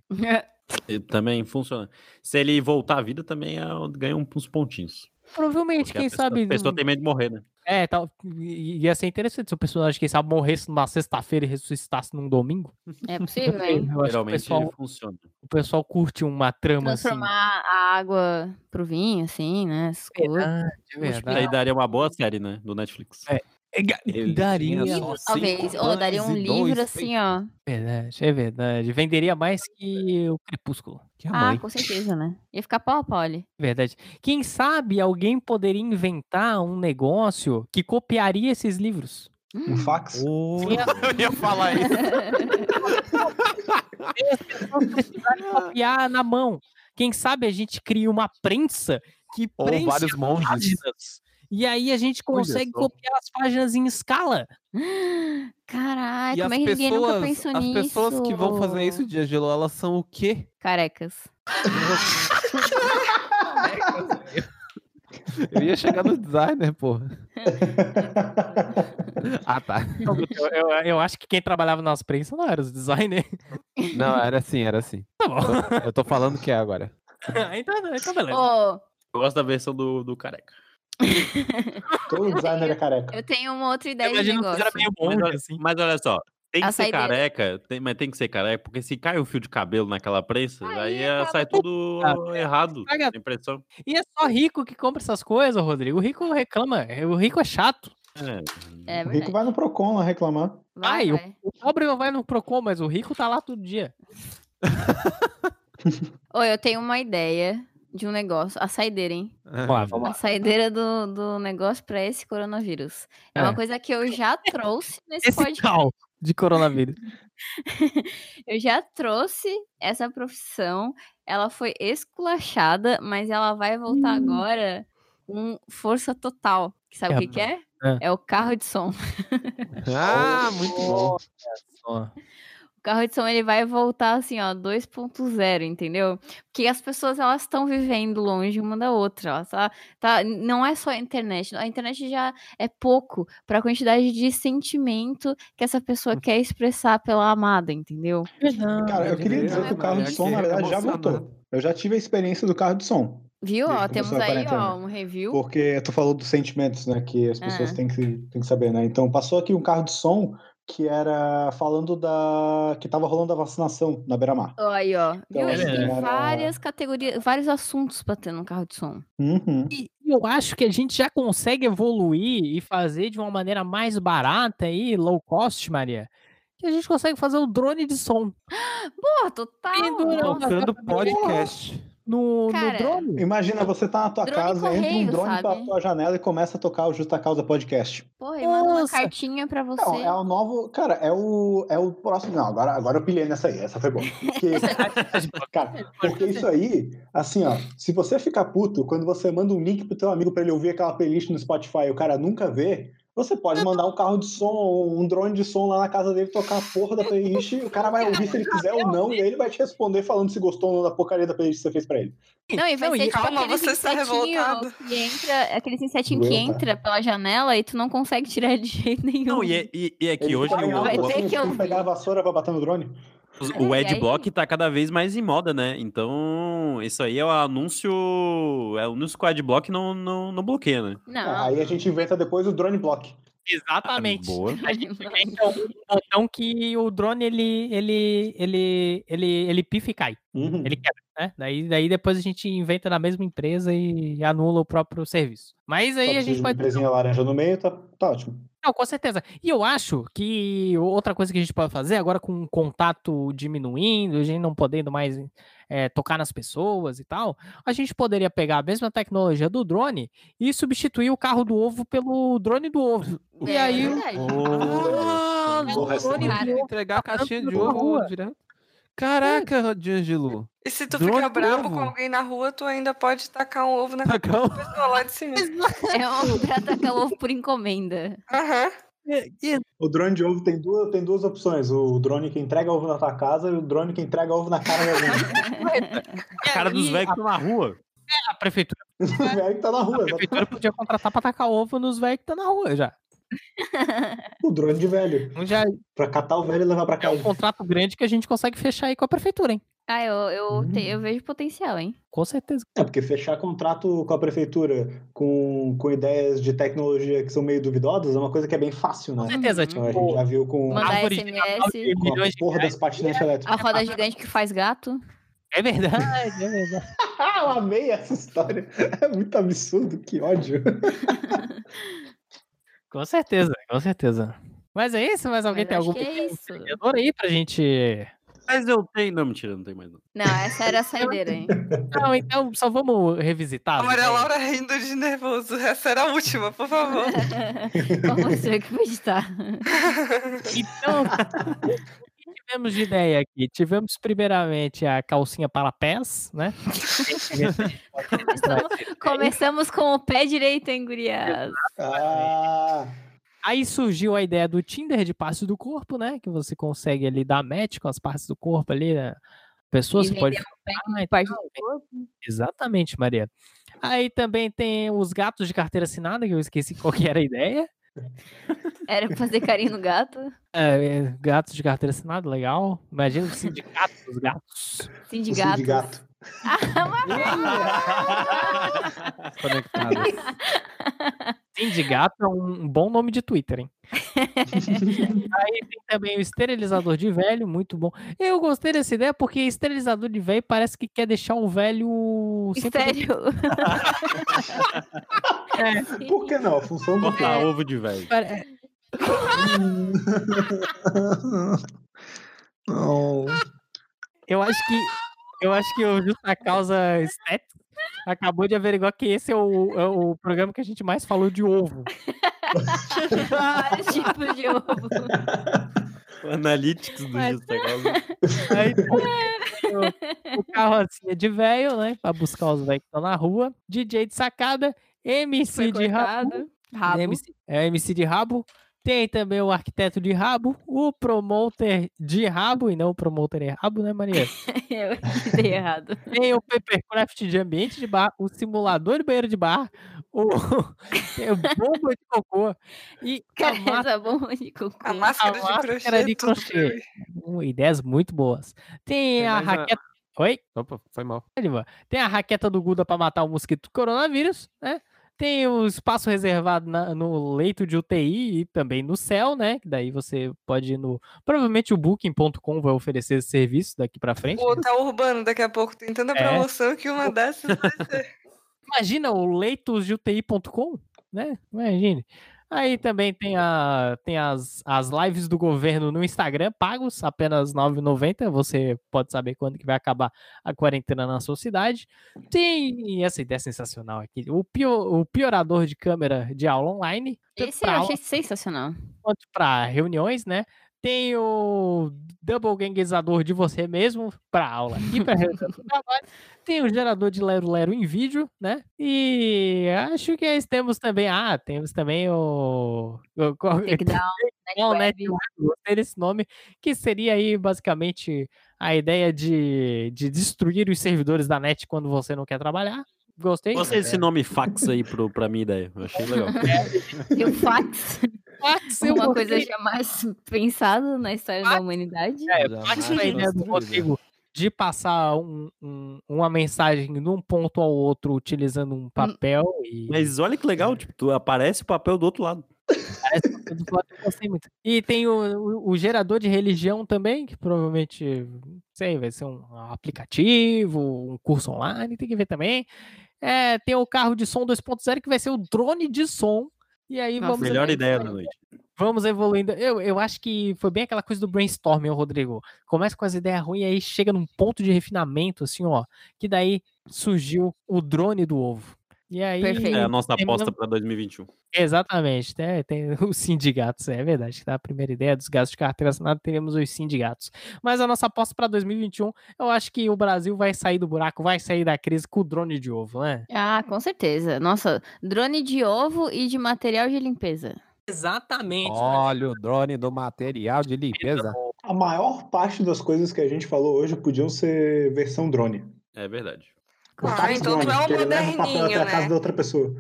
Speaker 2: E também funciona. Se ele voltar à vida, também é- ganha um- uns pontinhos.
Speaker 5: Provavelmente,
Speaker 2: Porque a
Speaker 5: quem
Speaker 2: pessoa-
Speaker 5: sabe.
Speaker 2: A pessoa tem medo de morrer, né?
Speaker 5: É, tal, i- ia ser interessante se o personagem, quem sabe, morresse numa sexta-feira e ressuscitasse num domingo.
Speaker 3: É possível, hein?
Speaker 5: Eu acho que o
Speaker 2: Geralmente
Speaker 5: pessoal,
Speaker 2: funciona.
Speaker 5: o pessoal curte uma trama assim.
Speaker 3: Transformar a água pro vinho, assim, né? Essas coisas.
Speaker 5: é
Speaker 2: Isso aí daria uma boa série, né? Do Netflix.
Speaker 5: É. É, ga-
Speaker 4: Ele
Speaker 5: daria.
Speaker 4: tinha
Speaker 5: É
Speaker 4: só
Speaker 3: Talvez.
Speaker 4: cinco
Speaker 3: Ou daria um
Speaker 4: anos e dois
Speaker 3: livro assim, ó.
Speaker 5: verdade, é verdade. Venderia mais que é o Crepúsculo.
Speaker 4: Que a
Speaker 3: Ah,
Speaker 4: mãe.
Speaker 3: com certeza, né? Ia ficar pau a pau ali.
Speaker 5: Verdade. Quem sabe alguém poderia inventar um negócio que copiaria esses livros?
Speaker 8: Um fax?
Speaker 2: é Eu ia falar isso.
Speaker 5: Copiar na mão. Quem sabe a gente cria uma prensa que
Speaker 4: Ou
Speaker 5: prensa
Speaker 4: vários monges.
Speaker 5: páginas. E aí a gente
Speaker 4: Olha
Speaker 5: consegue
Speaker 4: só.
Speaker 5: copiar as páginas em escala.
Speaker 4: e
Speaker 3: Caralho, como
Speaker 4: as
Speaker 3: é que ninguém nunca
Speaker 4: pessoas,
Speaker 3: pensou
Speaker 4: as
Speaker 3: nisso?
Speaker 4: pessoas que vão fazer isso, Diagelo, elas são o quê?
Speaker 3: Carecas.
Speaker 4: Eu ia chegar no designer, porra. ah, tá.
Speaker 5: Eu, eu- eu acho que quem trabalhava nas prensas não era os designers.
Speaker 4: Não, era assim, era assim.
Speaker 5: Tá bom.
Speaker 4: Eu tô falando que é agora.
Speaker 5: então, então beleza.
Speaker 3: Ô,
Speaker 2: Eu gosto da versão do, do careca.
Speaker 8: Todo designer é careca.
Speaker 3: eu tenho uma outra
Speaker 5: Eu
Speaker 3: ideia de
Speaker 5: imagino que
Speaker 3: negócio.
Speaker 5: era meio bom,
Speaker 2: Mas olha,
Speaker 5: assim.
Speaker 2: mas olha só, tem que
Speaker 3: A
Speaker 2: ser
Speaker 3: saideira.
Speaker 2: careca, tem- mas tem que ser careca, porque se cai um fio de cabelo naquela prensa,
Speaker 3: Aí
Speaker 2: aí
Speaker 3: acaba
Speaker 2: sai tudo
Speaker 5: Ah,
Speaker 2: errado.
Speaker 5: Paga-
Speaker 2: A impressão.
Speaker 5: E é só rico que compra essas coisas, Rodrigo. O rico reclama. O rico é chato.
Speaker 2: É.
Speaker 3: É
Speaker 8: O
Speaker 3: verdade.
Speaker 8: rico vai no Procon lá reclamar.
Speaker 3: Vai,
Speaker 5: Ai, o-
Speaker 3: vai.
Speaker 5: O pobre não vai no Procon, mas o rico tá lá todo dia.
Speaker 3: Ô, eu tenho uma ideia de um negócio. A saideira, hein?
Speaker 5: Vamos lá, vamos
Speaker 3: A
Speaker 5: lá.
Speaker 3: saideira do, do negócio pra esse coronavírus. É,
Speaker 5: É.
Speaker 3: uma coisa que eu já trouxe nesse
Speaker 5: Esse
Speaker 3: podcast.
Speaker 5: cal de coronavírus.
Speaker 3: Eu já trouxe essa profissão. Ela foi esculachada, mas ela vai voltar agora com força total. Que sabe
Speaker 5: É,
Speaker 3: o que, que é?
Speaker 5: é.
Speaker 3: É o carro de som.
Speaker 4: Ah, muito bom.
Speaker 3: O carro de som ele vai voltar assim, ó, 2.0, entendeu? Porque as pessoas elas estão vivendo longe uma da outra, ó, tá, tá, não é só a internet, a internet já é pouco para a quantidade de sentimento que essa pessoa quer expressar pela amada, entendeu?
Speaker 8: Cara, eu
Speaker 3: é
Speaker 8: queria dizer que o carro de som, na verdade, já voltou. Eu já tive a experiência do carro de som.
Speaker 3: Viu? Ó,
Speaker 8: Desde que
Speaker 3: temos
Speaker 8: começou a
Speaker 3: aí ó,
Speaker 8: quarentena.
Speaker 3: um review.
Speaker 8: Porque tu falou dos sentimentos, né? Que as pessoas
Speaker 3: Ah.
Speaker 8: têm, que, têm que saber, né? Então, passou aqui um carro de som que era falando da. que tava rolando a vacinação na Beira-Mar.
Speaker 3: Ó, Aí, ó. Viu?
Speaker 8: Então,
Speaker 3: A gente
Speaker 2: é,
Speaker 3: tem
Speaker 8: era-
Speaker 3: várias categorias, vários assuntos pra ter num carro de som.
Speaker 8: Uhum.
Speaker 5: E eu acho que a gente já consegue evoluir e fazer de uma maneira mais barata e low cost, Maria. Que a gente consegue fazer o drone de som
Speaker 3: Porra, total!
Speaker 5: Pendura
Speaker 3: nossa.
Speaker 4: Tocando podcast.
Speaker 5: no, no
Speaker 3: Cara,
Speaker 5: drone.
Speaker 8: Imagina você tá na tua
Speaker 3: Drone
Speaker 8: casa, entra
Speaker 3: correio,
Speaker 8: um drone pela
Speaker 3: sabe?
Speaker 8: tua janela e começa a tocar o Justa Causa Podcast.
Speaker 3: Porra, e manda uma
Speaker 5: Nossa.
Speaker 3: cartinha pra você.
Speaker 8: Não, é o novo. Cara, é o, é o próximo. Não, agora, agora eu pilhei nessa aí. Essa foi boa. Porque, cara, porque isso aí, assim, ó. Se você ficar puto, quando você manda um link pro teu amigo pra ele ouvir aquela playlist no Spotify e o cara nunca vê, Você pode mandar um carro de som, um drone de som lá na casa dele tocar a porra da playlist, e o cara vai ouvir se ele quiser ou não, e aí ele vai te responder falando se gostou ou não da porcaria da playlist que você fez pra ele.
Speaker 3: Não, e vai
Speaker 5: Não,
Speaker 3: ser
Speaker 5: e
Speaker 3: tipo
Speaker 1: calma,
Speaker 3: aqueles
Speaker 1: você está
Speaker 3: insetinho
Speaker 1: revoltado.
Speaker 3: que entra, aqueles insetinhos que
Speaker 8: Doeu, tá?
Speaker 3: entra pela janela e tu não consegue tirar ele de jeito nenhum.
Speaker 2: Não, e, é- e- e é que
Speaker 8: Ele
Speaker 2: hoje
Speaker 8: vai
Speaker 2: o-
Speaker 8: lá,
Speaker 3: Vai
Speaker 8: você
Speaker 3: ter
Speaker 8: não
Speaker 3: que
Speaker 8: tem
Speaker 3: ouvir.
Speaker 8: pegar a vassoura pra bater no drone?
Speaker 2: Os-
Speaker 3: É,
Speaker 2: O
Speaker 3: e
Speaker 2: Adblock
Speaker 3: aí?
Speaker 2: tá cada vez mais em moda, né? Então, isso aí é o anúncio. É o anúncio que o Adblock não, não, não bloqueia, né?
Speaker 3: Não.
Speaker 8: Aí a gente inventa depois o drone block.
Speaker 5: Exatamente.
Speaker 2: Boa.
Speaker 5: A gente inventa um botão que o drone ele, ele, ele, ele, ele pifa e cai.
Speaker 8: Uhum.
Speaker 5: Ele quebra, né? Daí, daí depois a gente inventa na mesma empresa e anula o próprio serviço. Mas
Speaker 8: Só
Speaker 5: aí a
Speaker 8: precisa de
Speaker 5: gente
Speaker 8: uma
Speaker 5: pode.
Speaker 8: empresinha laranja no meio, tá, tá ótimo.
Speaker 5: Não, com certeza. E eu acho que outra coisa que a gente pode fazer agora com o contato diminuindo, a gente não podendo mais eh, tocar nas pessoas e tal, a gente poderia pegar a mesma tecnologia do drone e substituir o carro do ovo pelo drone do ovo.
Speaker 3: É
Speaker 5: E aí-
Speaker 3: verdade.
Speaker 5: drone do
Speaker 8: Vou responder.
Speaker 5: ovo.
Speaker 4: Ah, Entregar a caixinha de
Speaker 5: na rua.
Speaker 4: ovo direto. Caraca, D'Angelo.
Speaker 1: E se tu
Speaker 4: Drone
Speaker 1: ficar
Speaker 4: do
Speaker 1: bravo com
Speaker 4: ovo.
Speaker 1: alguém na rua, tu ainda pode tacar um ovo na
Speaker 4: Tá calmo.
Speaker 1: pessoa lá de cima.
Speaker 3: É um pra atacar o ovo por encomenda.
Speaker 1: Aham.
Speaker 8: O drone de ovo tem duas, tem duas opções: o drone que entrega ovo na tua casa e o drone que entrega ovo na cara de alguém.
Speaker 2: A cara dos
Speaker 5: E
Speaker 2: velhos que estão na rua.
Speaker 5: A prefeitura,
Speaker 8: o velho que tá na
Speaker 5: a
Speaker 8: rua. exatamente.
Speaker 5: prefeitura podia contratar pra tacar ovo nos velhos que estão na rua já.
Speaker 8: O drone de velho.
Speaker 5: Então já
Speaker 8: Pra catar o velho e levar pra
Speaker 5: é um
Speaker 8: casa.
Speaker 5: contrato grande que a gente consegue fechar aí com a prefeitura, hein?
Speaker 3: Ah, eu, eu, te- eu vejo potencial, hein?
Speaker 5: Com certeza.
Speaker 8: É, porque fechar contrato com a prefeitura com, com ideias de tecnologia que são meio duvidosas é uma coisa que é bem fácil,
Speaker 5: Com
Speaker 8: né?
Speaker 5: certeza.
Speaker 8: Então a
Speaker 5: Tipo,
Speaker 8: gente já viu com,
Speaker 3: Mandar
Speaker 5: árvore de
Speaker 3: SMS.
Speaker 5: Natal de
Speaker 8: com a
Speaker 5: milhões de
Speaker 8: porra
Speaker 5: reais.
Speaker 8: das patinetes elétricas.
Speaker 3: A roda gigante que faz gato.
Speaker 5: É verdade, é verdade.
Speaker 8: Ah, eu amei essa história. É muito absurdo, que ódio.
Speaker 5: Com certeza, com certeza. Mas é isso? Mas alguém
Speaker 3: Mas
Speaker 5: tem
Speaker 3: acho
Speaker 5: algum
Speaker 3: que é isso.
Speaker 5: empreendedor aí pra gente.
Speaker 2: Mas eu tenho. Não, mentira, não tem mais. Não.
Speaker 3: Não, essa era a saideira, hein?
Speaker 5: Não, então só vamos
Speaker 4: Ah,
Speaker 5: revisitar. né,
Speaker 1: Agora
Speaker 4: é
Speaker 1: a Laura rindo de nervoso. Essa era a última, por favor.
Speaker 3: Vamos ver o que vai editar.
Speaker 5: Então, o que tivemos de ideia aqui? Tivemos primeiramente a calcinha para pés, né? É
Speaker 3: Começamos, começamos com o pé direito, hein, gurias?
Speaker 8: Ah,
Speaker 5: Aí surgiu a ideia do Tinder de partes do corpo, né? Que você consegue ali dar match com as partes do corpo ali, né? Pessoa,
Speaker 3: E um
Speaker 5: você pode. Ah,
Speaker 3: Parte
Speaker 5: então,
Speaker 3: do corpo.
Speaker 5: Exatamente, Maria. Aí também tem os gatos de carteira assinada, que eu esqueci qual que era a ideia.
Speaker 3: Era pra fazer carinho no gato.
Speaker 5: É, é, gatos de carteira assinada, legal. Imagina o sindicato dos gatos.
Speaker 3: Sim, de
Speaker 8: de
Speaker 3: gato.
Speaker 8: de gato.
Speaker 4: Conectadas.
Speaker 5: Sindicato é um bom nome de Twitter, hein? Aí tem também o esterilizador de velho, muito bom. Eu gostei dessa ideia porque esterilizador de velho parece que quer deixar o velho. sem poder-
Speaker 3: Sério?
Speaker 5: É.
Speaker 8: Por que não? A função do
Speaker 2: Cortar ovo de velho.
Speaker 5: Pare- é,
Speaker 8: Não.
Speaker 5: Eu acho que. Eu acho que o Justa Causa Estética acabou de averiguar que esse é o, é o programa que a gente mais falou de ovo.
Speaker 3: Vários tipos de ovo.
Speaker 2: O Analytics do
Speaker 5: Mas- é.
Speaker 2: Instagram.
Speaker 5: Aí, tem o, o carrocinha de velho, né? Pra buscar os velhos que estão na rua. DJ de sacada. MC
Speaker 3: Foi
Speaker 5: de rabo.
Speaker 3: cortado. Rabo.
Speaker 5: MC, é, MC de rabo. Tem também o arquiteto de rabo. O promoter de rabo. E não o promoter é rabo, né, Maria?
Speaker 3: Eu dei errado.
Speaker 5: Tem o papercraft de ambiente de bar. O simulador de banheiro de bar. O, tem o bomba de cocô. E a
Speaker 3: Cara, essa bomba de cocô.
Speaker 1: A máscara,
Speaker 5: A máscara
Speaker 1: de crochê.
Speaker 5: de
Speaker 1: tudo
Speaker 5: crochê.
Speaker 1: bem.
Speaker 5: massa- ideias muito boas. Tem,
Speaker 4: Tem
Speaker 5: a
Speaker 4: mais uma-
Speaker 5: raqueta. Oi?
Speaker 4: Opa, foi mal.
Speaker 5: Oliva, Tem a raqueta do Guda pra matar o mosquito do coronavírus, né? Tem o espaço reservado na- no leito de UTI e também no céu, né? Que daí você pode ir no. Provavelmente o Booking.com vai oferecer esse serviço daqui pra frente.
Speaker 1: O hotel tá urbano daqui a pouco tem tanta
Speaker 5: É.
Speaker 1: promoção que uma dessas vai ser.
Speaker 5: Imagina o leitosdeuti.com, né? Imagine. Aí também tem, a, tem as, as lives do governo no Instagram, pagos, apenas R$ 9,90. Você pode saber quando que vai acabar a quarentena na sua cidade. Tem essa ideia sensacional aqui. O, pio- o piorador de câmera de aula online. tanto
Speaker 3: Esse eu
Speaker 5: pra aula
Speaker 3: achei sensacional.
Speaker 5: quanto para reuniões, né? Tem o double ganguezador de você mesmo para aula e para trabalho. Tem o gerador de Lero Lero em vídeo, né? E acho que aí temos também. Ah, temos também o. o qual-
Speaker 3: Tem que dar
Speaker 5: não,
Speaker 3: um
Speaker 5: né?
Speaker 3: netweb.
Speaker 5: Eu Gostei desse nome, que seria aí basicamente a ideia de, de destruir os servidores da net quando você não quer trabalhar. Gostei.
Speaker 2: Gostei desse nome fax aí pro, pra minha ideia. Eu achei legal.
Speaker 3: E o fax,
Speaker 5: Fax, eu
Speaker 3: uma
Speaker 5: gostei.
Speaker 3: coisa jamais pensada na história da
Speaker 5: Fax.
Speaker 3: humanidade.
Speaker 5: É, um
Speaker 4: Já
Speaker 2: Ah,
Speaker 4: mais
Speaker 5: fax na
Speaker 2: então
Speaker 5: ideia
Speaker 4: construída.
Speaker 5: do
Speaker 2: é.
Speaker 5: Rodrigo de passar um- um- uma mensagem de um ponto ao outro utilizando um papel e
Speaker 2: Hum. Mas olha que legal, tipo, tu aparece o papel do outro lado.
Speaker 5: parece que eu tô falando, eu gostei muito. E tem o, o- o gerador de religião também, que provavelmente, não sei, vai ser um aplicativo, um curso online, tem que ver também. É, tem o carro de som 2.0, que vai ser o drone de som. E aí
Speaker 3: Nossa,
Speaker 5: vamos
Speaker 2: Melhor
Speaker 5: evoluindo-
Speaker 2: ideia da noite.
Speaker 5: Vamos evoluindo. Eu, eu acho que foi bem aquela coisa do brainstorming, ô, Rodrigo. Começa com as ideias ruins e aí chega num ponto de refinamento, assim, ó. Que daí surgiu o drone do ovo. E aí.
Speaker 3: Perfeito.
Speaker 2: É a nossa
Speaker 5: terminamos-
Speaker 2: aposta pra 2021.
Speaker 5: Exatamente, né? Tem os sindicatos, é verdade. Tá? A primeira ideia dos gastos de carteira assinada, teremos os sindicatos. Mas a nossa aposta para 2021, eu acho que o Brasil vai sair do buraco, vai sair da crise com o drone de ovo, né?
Speaker 3: Ah, com certeza. Nossa, drone de ovo e de material de limpeza.
Speaker 5: Exatamente.
Speaker 4: Olha o drone do material de limpeza.
Speaker 8: A maior parte das coisas que a gente falou hoje podiam ser versão drone.
Speaker 2: É verdade.
Speaker 1: Ah, então tu é um
Speaker 8: que ele leva o papel até
Speaker 1: moderninho,
Speaker 8: a casa
Speaker 1: né?
Speaker 8: da outra pessoa.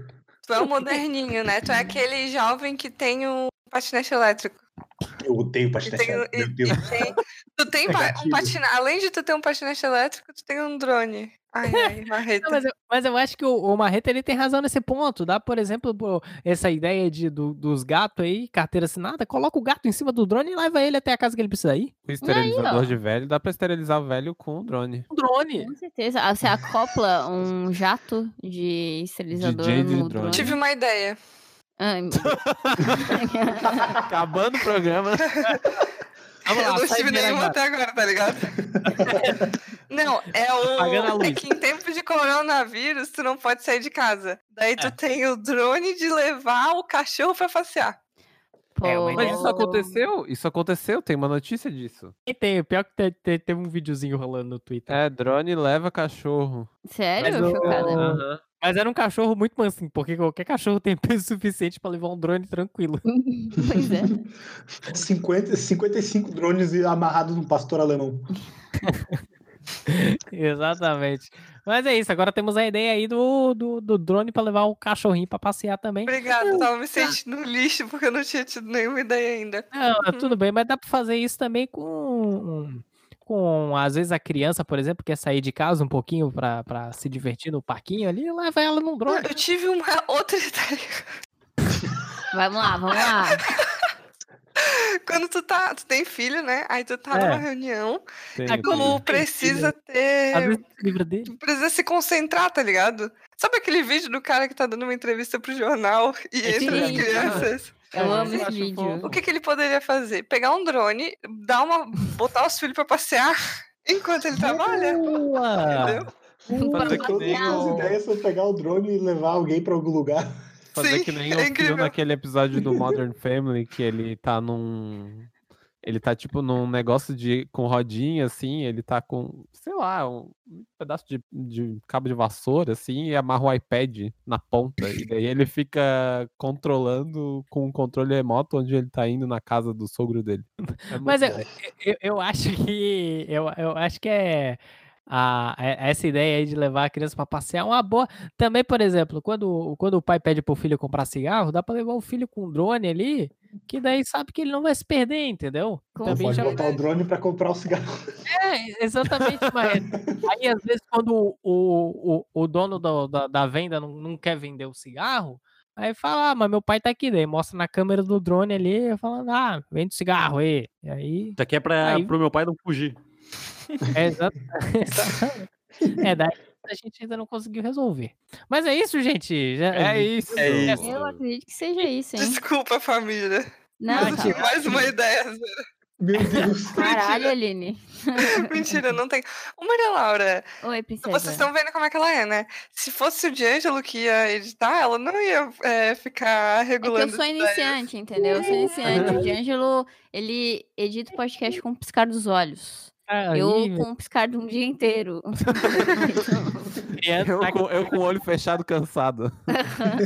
Speaker 1: Tu é um moderninho, né? Tu é aquele jovem que tem um patinete elétrico.
Speaker 8: Eu odeio
Speaker 1: E
Speaker 8: pastel.
Speaker 1: tem,
Speaker 8: sério,
Speaker 1: e-
Speaker 8: Meu Deus.
Speaker 1: e tem- tu tem pa- um
Speaker 8: Gatilho.
Speaker 1: patinete. Além de tu ter um patinete elétrico, tu tem um drone. Ai, ai, marreta.
Speaker 5: Não, mas, é eu, mas eu acho que o, o Marreta ele tem razão nesse ponto. Dá, por exemplo, pro- essa ideia de, do- dos gatos aí, carteira assinada, coloca o gato em cima do drone e leva ele até a casa que ele precisa ir.
Speaker 4: O esterilizador
Speaker 3: ó.
Speaker 4: de velho, dá pra esterilizar o velho com o drone.
Speaker 5: Um drone.
Speaker 3: Com certeza. Ah, Você acopla um jato de esterilizador
Speaker 4: DJ de
Speaker 3: no
Speaker 4: drone.
Speaker 5: um
Speaker 3: drone. Ah,
Speaker 1: Tive uma ideia.
Speaker 3: Ai, meu Deus.
Speaker 4: Acabando o programa.
Speaker 5: Vamos lá,
Speaker 1: eu não
Speaker 5: sai
Speaker 1: tive
Speaker 5: de
Speaker 1: nenhuma
Speaker 5: Araraquara.
Speaker 1: até agora, tá ligado? não, é
Speaker 5: Apagando a
Speaker 1: o. É
Speaker 5: luz.
Speaker 1: que em tempo de coronavírus, tu não pode sair de casa. Daí
Speaker 5: É.
Speaker 1: tu tem o drone de levar o cachorro pra passear.
Speaker 5: É, uma
Speaker 3: Pô.
Speaker 4: Mas isso
Speaker 5: Oh.
Speaker 4: aconteceu? Isso aconteceu, tem uma notícia disso.
Speaker 5: E tem, pior que te- te- teve um videozinho rolando no Twitter.
Speaker 4: É, drone leva cachorro.
Speaker 3: Sério?
Speaker 5: Mas o-
Speaker 4: né?
Speaker 3: Chocada.
Speaker 5: Mas era um cachorro muito mansinho, porque qualquer cachorro tem peso suficiente pra levar um drone tranquilo.
Speaker 3: pois é.
Speaker 8: 50, 55 drones amarrados num pastor alemão.
Speaker 5: Exatamente. Mas é isso, agora temos a ideia aí do, do, do drone pra levar o cachorrinho pra passear também.
Speaker 1: Obrigada, eu tava me sentindo lixo porque eu não tinha tido nenhuma ideia ainda.
Speaker 5: Não, é tudo bem, mas dá pra fazer isso também com. Com, às vezes, a criança, por exemplo, quer sair de casa um pouquinho pra, pra se divertir no parquinho ali, leva ela num
Speaker 1: Não,
Speaker 5: drone.
Speaker 1: Eu tive uma outra ideia.
Speaker 3: Vamos lá, vamos lá.
Speaker 1: Quando tu tá. Tu tem filho, né? Aí tu tá
Speaker 5: É.
Speaker 1: numa reunião.
Speaker 4: Tem,
Speaker 5: Ah,
Speaker 4: tem.
Speaker 1: Tu precisa ter.
Speaker 5: Às vezes se livra dele.
Speaker 1: Tu precisa se concentrar, tá ligado? Sabe aquele vídeo do cara que tá dando uma entrevista pro jornal e
Speaker 5: É
Speaker 1: entra as
Speaker 3: Sim.
Speaker 1: crianças?
Speaker 3: Eu amo
Speaker 4: eu
Speaker 3: esse
Speaker 4: acho
Speaker 3: vídeo.
Speaker 4: fofo.
Speaker 1: O que, que ele poderia fazer? Pegar um drone, dar uma, botar os filhos pra passear enquanto ele trabalha?
Speaker 5: Boa!
Speaker 1: Entendeu?
Speaker 4: Fazer que
Speaker 8: Todas
Speaker 4: nem
Speaker 8: as
Speaker 4: o-
Speaker 8: ideias são pegar o drone e levar alguém pra algum lugar.
Speaker 4: Fazer
Speaker 1: Sim,
Speaker 4: que nem
Speaker 1: é
Speaker 4: o Phil
Speaker 1: incrível.
Speaker 4: naquele episódio do Modern Family, que ele tá num. Ele tá tipo num negócio de com rodinha, assim, ele tá com, sei lá, um pedaço de, de cabo de vassoura, assim, e amarra o iPad na ponta. E daí ele fica controlando com um controle remoto onde ele tá indo na casa do sogro dele. É muito
Speaker 5: Mas eu,
Speaker 4: bom.
Speaker 5: eu, eu acho que. Eu, eu acho que é. a- é- essa ideia aí de levar a criança pra passear é uma boa. Também, por exemplo, quando, o- quando o pai pede pro filho comprar cigarro, dá pra levar o filho com um drone ali, que daí sabe que ele não vai se perder, entendeu?
Speaker 3: Com
Speaker 4: Tá
Speaker 8: Não
Speaker 5: Também
Speaker 8: pode
Speaker 5: já-
Speaker 8: botar o drone pra comprar o cigarro.
Speaker 5: É, exatamente, mas aí às vezes quando o, o, o dono do- da, da venda não, não quer vender o cigarro, aí fala, ah, mas meu pai tá aqui, daí mostra na câmera do drone ali, falando, ah, vende o cigarro aí. E aí
Speaker 2: Isso aqui é pra,
Speaker 5: Aí-
Speaker 2: pro meu pai não fugir.
Speaker 5: É, exato. é, daí a gente ainda não conseguiu resolver. Mas é isso, gente. Já-
Speaker 4: É isso!
Speaker 2: É isso.
Speaker 3: Eu acredito que seja isso, hein?
Speaker 1: Desculpa, família.
Speaker 3: Não,
Speaker 1: Mas eu
Speaker 3: tá.
Speaker 1: tive mais uma ideia.
Speaker 8: Meu Deus.
Speaker 3: Caralho, Aline.
Speaker 1: Mentira, não tem. Ô, Maria Laura,
Speaker 3: Oi, princesa.
Speaker 1: vocês estão vendo como é que ela é, né? Se fosse o D'Angelo que ia editar, ela não ia é, ficar
Speaker 3: É que eu
Speaker 1: regulando.
Speaker 3: sou iniciante, entendeu? Eu sou iniciante. O D'Angelo, ele edita o podcast com um piscar dos olhos.
Speaker 5: tá
Speaker 3: Eu com um piscar de um dia inteiro.
Speaker 5: criança,
Speaker 3: é
Speaker 4: Eu,
Speaker 5: tá
Speaker 4: com, eu com o olho fechado, cansado.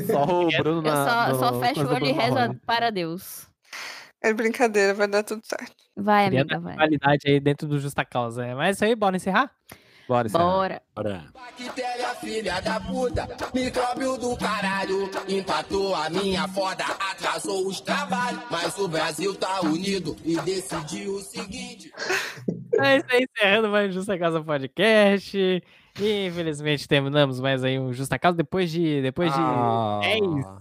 Speaker 4: só o Bruno
Speaker 3: Eu
Speaker 4: na.
Speaker 3: É, só, só
Speaker 4: no-
Speaker 3: fecho o
Speaker 4: coisa né?
Speaker 3: olho e
Speaker 4: do
Speaker 3: rezo
Speaker 4: Marrone.
Speaker 3: para Deus.
Speaker 1: É brincadeira, vai dar tudo certo.
Speaker 3: Vai,
Speaker 2: é
Speaker 5: criando
Speaker 3: amiga, vai.
Speaker 5: qualidade aí dentro do Justa Causa. é. Mas é isso aí, bora encerrar?
Speaker 2: né?
Speaker 4: Bora, Sam.
Speaker 3: Bora.
Speaker 2: Ora,
Speaker 9: Bactéria, filha da puta, micróbio do caralho. Empatou a minha foda, atrasou os trabalhos. Mas o Brasil tá unido e decidiu o seguinte.
Speaker 5: É isso aí, encerrando mais um Justa Causa Podcast. E infelizmente terminamos mais aí um Justa Causa depois de,
Speaker 3: é
Speaker 5: depois de
Speaker 4: Ah.
Speaker 5: 10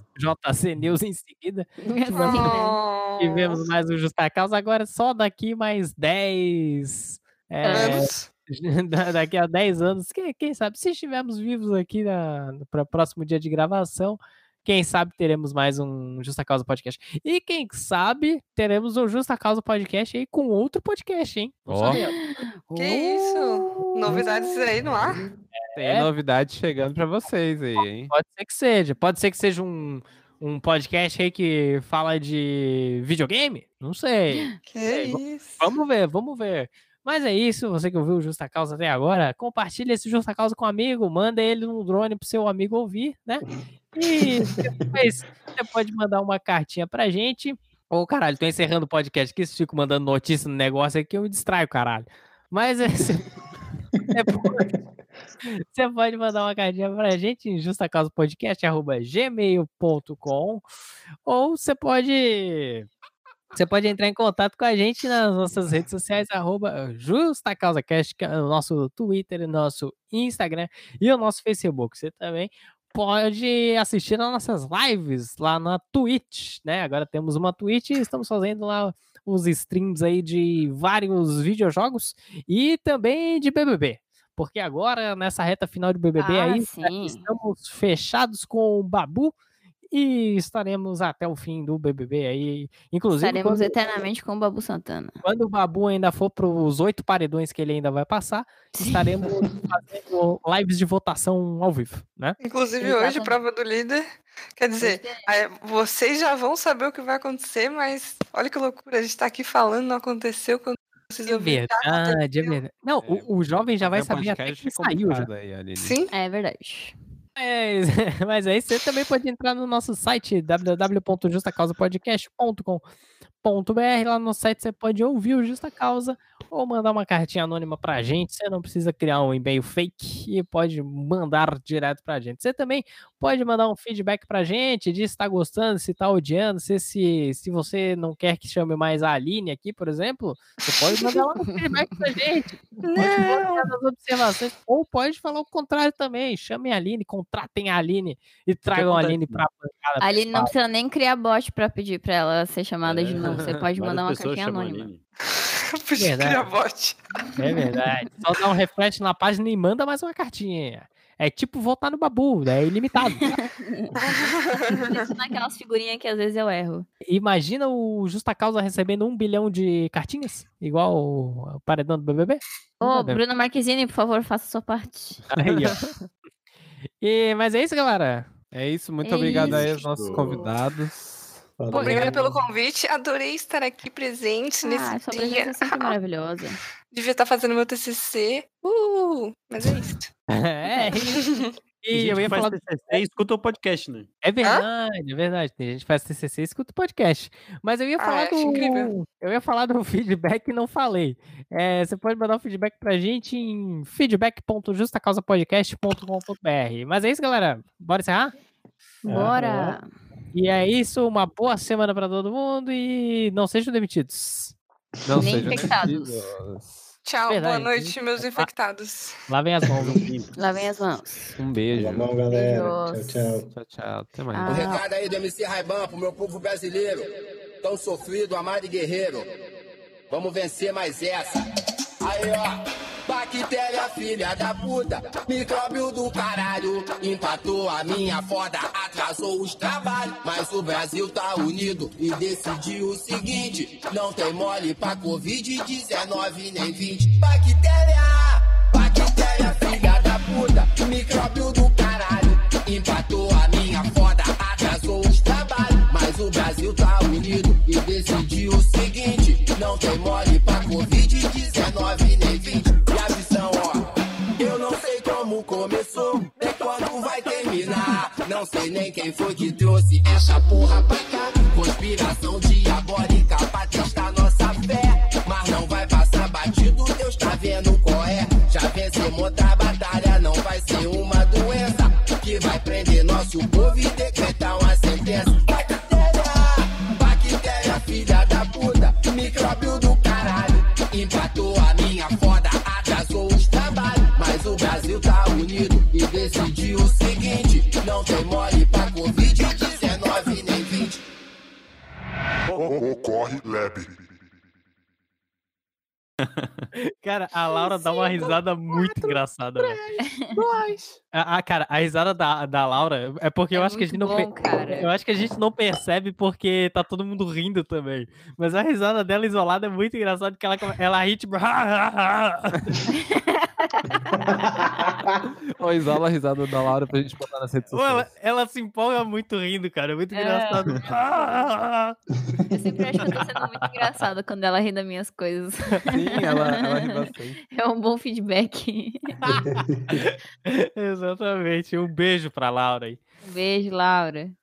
Speaker 5: JC News em seguida.
Speaker 3: Assim, né?
Speaker 1: Oh,
Speaker 5: Tivemos mais um Justa Causa, agora só daqui mais 10. é,
Speaker 1: anos.
Speaker 5: da- daqui a 10 anos, que- quem sabe, se estivermos vivos aqui para o próximo dia de gravação, quem sabe teremos mais um Justa Causa Podcast. E quem sabe teremos um Justa Causa Podcast aí com outro podcast, hein? Não Uh!
Speaker 4: Ó.
Speaker 5: sabemos.
Speaker 1: Que isso?
Speaker 3: Uh.
Speaker 1: Novidades aí no ar?
Speaker 5: É.
Speaker 4: Tem novidade chegando pra vocês aí, hein?
Speaker 5: Pode ser que seja. Pode ser que seja um, um podcast aí que fala de videogame? Não sei.
Speaker 1: Que
Speaker 5: É, vo-
Speaker 1: isso?
Speaker 5: Vamos ver, vamos ver. Mas é isso, você que ouviu o Justa Causa até agora, compartilha esse Justa Causa com um amigo, manda ele num drone pro seu amigo ouvir, né? E depois você pode mandar uma cartinha pra gente. Ô, caralho, tô encerrando o podcast aqui, se fico mandando notícia no negócio aqui, eu me distraio, caralho. Mas é, você você pode- você pode mandar uma cartinha pra gente em justacausapodcast.gmail.com ou você pode você pode entrar em contato com a gente nas nossas redes sociais, arroba JustaCausaCast, que é o nosso Twitter, o nosso Instagram e o nosso Facebook. Você também pode assistir às nossas lives lá na Twitch, né? Agora temos uma Twitch e estamos fazendo lá os streams aí de vários videojogos e também de BBB. Porque agora, nessa reta final de BBB
Speaker 3: Ah,
Speaker 5: aí,
Speaker 3: sim.
Speaker 5: estamos fechados com o Babu e estaremos até o fim do BBB aí. Inclusive,
Speaker 3: Estaremos
Speaker 5: quando,
Speaker 3: eternamente com o Babu Santana.
Speaker 5: quando o Babu ainda for para os oito paredões que ele ainda vai passar, estaremos fazendo lives de votação ao vivo, né?
Speaker 1: Inclusive hoje,
Speaker 3: Exatamente. é.
Speaker 1: prova do líder. Quer dizer, aí, vocês já vão saber o que vai acontecer, mas olha que loucura, a gente tá aqui falando, não aconteceu quando vocês
Speaker 5: É
Speaker 1: ouviram.
Speaker 5: verdade, é verdade. Não, o, o jovem já vai
Speaker 4: Fazer
Speaker 5: saber até
Speaker 4: podcast
Speaker 5: quem
Speaker 4: é
Speaker 5: saiu já.
Speaker 4: complicado aí, Aline.
Speaker 1: Sim,
Speaker 3: É verdade.
Speaker 5: Mas, mas aí você também pode entrar no nosso site www.justacausapodcast.com.br Lá no site você pode ouvir o Justa Causa ou mandar uma cartinha anônima pra gente. Você não precisa criar um e-mail fake e pode mandar direto pra gente. Você também pode mandar um feedback pra gente de se tá gostando, se tá odiando, se, se, se você não quer que chame mais a Aline aqui, por exemplo, você pode mandar lá um feedback pra gente
Speaker 1: não.
Speaker 5: as observações, ou pode falar o contrário também. Chamem a Aline, contratem a Aline e tragam a
Speaker 2: acontece,
Speaker 5: Aline pra bancada.
Speaker 3: A Aline não precisa nem criar bot pra pedir pra ela ser chamada de
Speaker 2: É.
Speaker 3: novo. Você
Speaker 2: várias
Speaker 3: pode mandar uma
Speaker 2: pessoas
Speaker 3: caixinha
Speaker 2: chamam a
Speaker 3: anônima.
Speaker 2: Aline.
Speaker 1: tá Puxa,
Speaker 5: Verdade.
Speaker 1: criar bot.
Speaker 5: É verdade. Só dá um refresh na página e manda mais uma cartinha. É tipo votar no babu, né? é ilimitado.
Speaker 3: Isso naquelas figurinhas que às vezes eu erro.
Speaker 5: Imagina o Justa Causa recebendo um bilhão de cartinhas, igual o paredão do BBB.
Speaker 3: Ô,
Speaker 5: Não dá, né?
Speaker 3: Bruno Marquezine, por favor, faça a sua parte.
Speaker 5: Aí, ó. E, mas é isso, galera.
Speaker 4: É isso, muito
Speaker 3: É
Speaker 4: obrigado aí aos
Speaker 2: isso.
Speaker 4: nossos convidados.
Speaker 1: Obrigada pelo convite, adorei estar aqui presente
Speaker 3: ah,
Speaker 1: nesse
Speaker 3: sua
Speaker 1: dia.
Speaker 3: presença é sempre maravilhosa.
Speaker 1: Devia estar fazendo meu TCC. Uh, mas é isso.
Speaker 5: É.
Speaker 2: Tem
Speaker 5: E
Speaker 2: gente
Speaker 5: eu
Speaker 2: que
Speaker 5: ia
Speaker 2: faz
Speaker 5: falar
Speaker 2: TCC e É, escuta o podcast, né?
Speaker 5: É verdade, é verdade. Tem gente que faz TCC e escuta o podcast. Mas eu ia
Speaker 1: Ah,
Speaker 5: falar
Speaker 1: acho
Speaker 5: do.
Speaker 1: incrível.
Speaker 5: Eu ia falar do feedback e não falei. É, você pode mandar um feedback pra gente em feedback.justacausapodcast.com.br. Mas é isso, galera. Bora encerrar?
Speaker 3: Bora!
Speaker 5: E é isso. Uma boa semana pra todo mundo e não sejam demitidos.
Speaker 4: Não
Speaker 3: Nem
Speaker 4: sejam
Speaker 3: infectados.
Speaker 4: metidos.
Speaker 1: Tchau, boa
Speaker 5: Verdade,
Speaker 1: noite,
Speaker 3: é
Speaker 1: meus infectados.
Speaker 5: Lavem as mãos.
Speaker 3: Lá vem as mãos.
Speaker 4: Um beijo.
Speaker 8: Tá bom, galera.
Speaker 3: Beijos.
Speaker 8: Tchau, tchau.
Speaker 4: Tchau, tchau. Até mais.
Speaker 3: Ah.
Speaker 9: O recado aí do MC Raiban pro meu povo brasileiro, tão sofrido, amado e guerreiro. Vamos vencer mais essa. Aí ó, Bactéria, filha da puta, micróbio do caralho. Empatou a minha foda, atrasou os trabalhos. Mas o Brasil tá unido e decidiu o seguinte: não tem mole pra Covid-19 nem 20. Bactéria, bactéria, filha da puta, micróbio do caralho. Empatou a minha foda, atrasou os trabalhos. Mas o Brasil tá unido e decidiu o seguinte: não tem mole pra Covid-19 nem 20. E a visão, ó, eu não sei como começou, nem quando vai terminar. Não sei nem quem foi que trouxe essa porra pra cá. Conspiração diabólica pra testar nossa fé. Mas não vai passar batido, Deus tá vendo qual é. Já vencemos outra batalha, não vai ser uma doença que vai prender nosso povo e decretar uma sentença. Bactéria, bactéria, filha da puta, micróbio do caralho. Empatou a minha foda, atrasou os trabalhos. Mas o Brasil tá unido e decidiu o seguinte: não tem mole pra Covid-19 nem 20.
Speaker 10: Ocorre Lab.
Speaker 5: Cara, a Laura dá uma risada muito engraçada, velho. Ah, ah, cara, a risada da, da Laura é porque eu
Speaker 3: É
Speaker 5: acho que a gente
Speaker 3: muito
Speaker 5: não
Speaker 3: bom,
Speaker 5: pe-
Speaker 3: cara.
Speaker 5: eu acho que a gente não percebe porque tá todo mundo rindo também. Mas a risada dela isolada é muito engraçada que ela come- ela ri tipo Ah.
Speaker 4: Ô, isola a risada da Laura pra gente botar nas redes
Speaker 5: Ou ela,
Speaker 4: sociais.
Speaker 5: ela se empolga muito rindo, cara, é muito
Speaker 3: É.
Speaker 5: engraçado.
Speaker 3: Eu sempre acho que eu tô sendo muito engraçada quando ela ri das minhas coisas.
Speaker 4: Sim, ela, ela ri bastante.
Speaker 3: É um bom feedback.
Speaker 5: Exatamente. Um beijo pra Laura aí.
Speaker 3: Um beijo, Laura.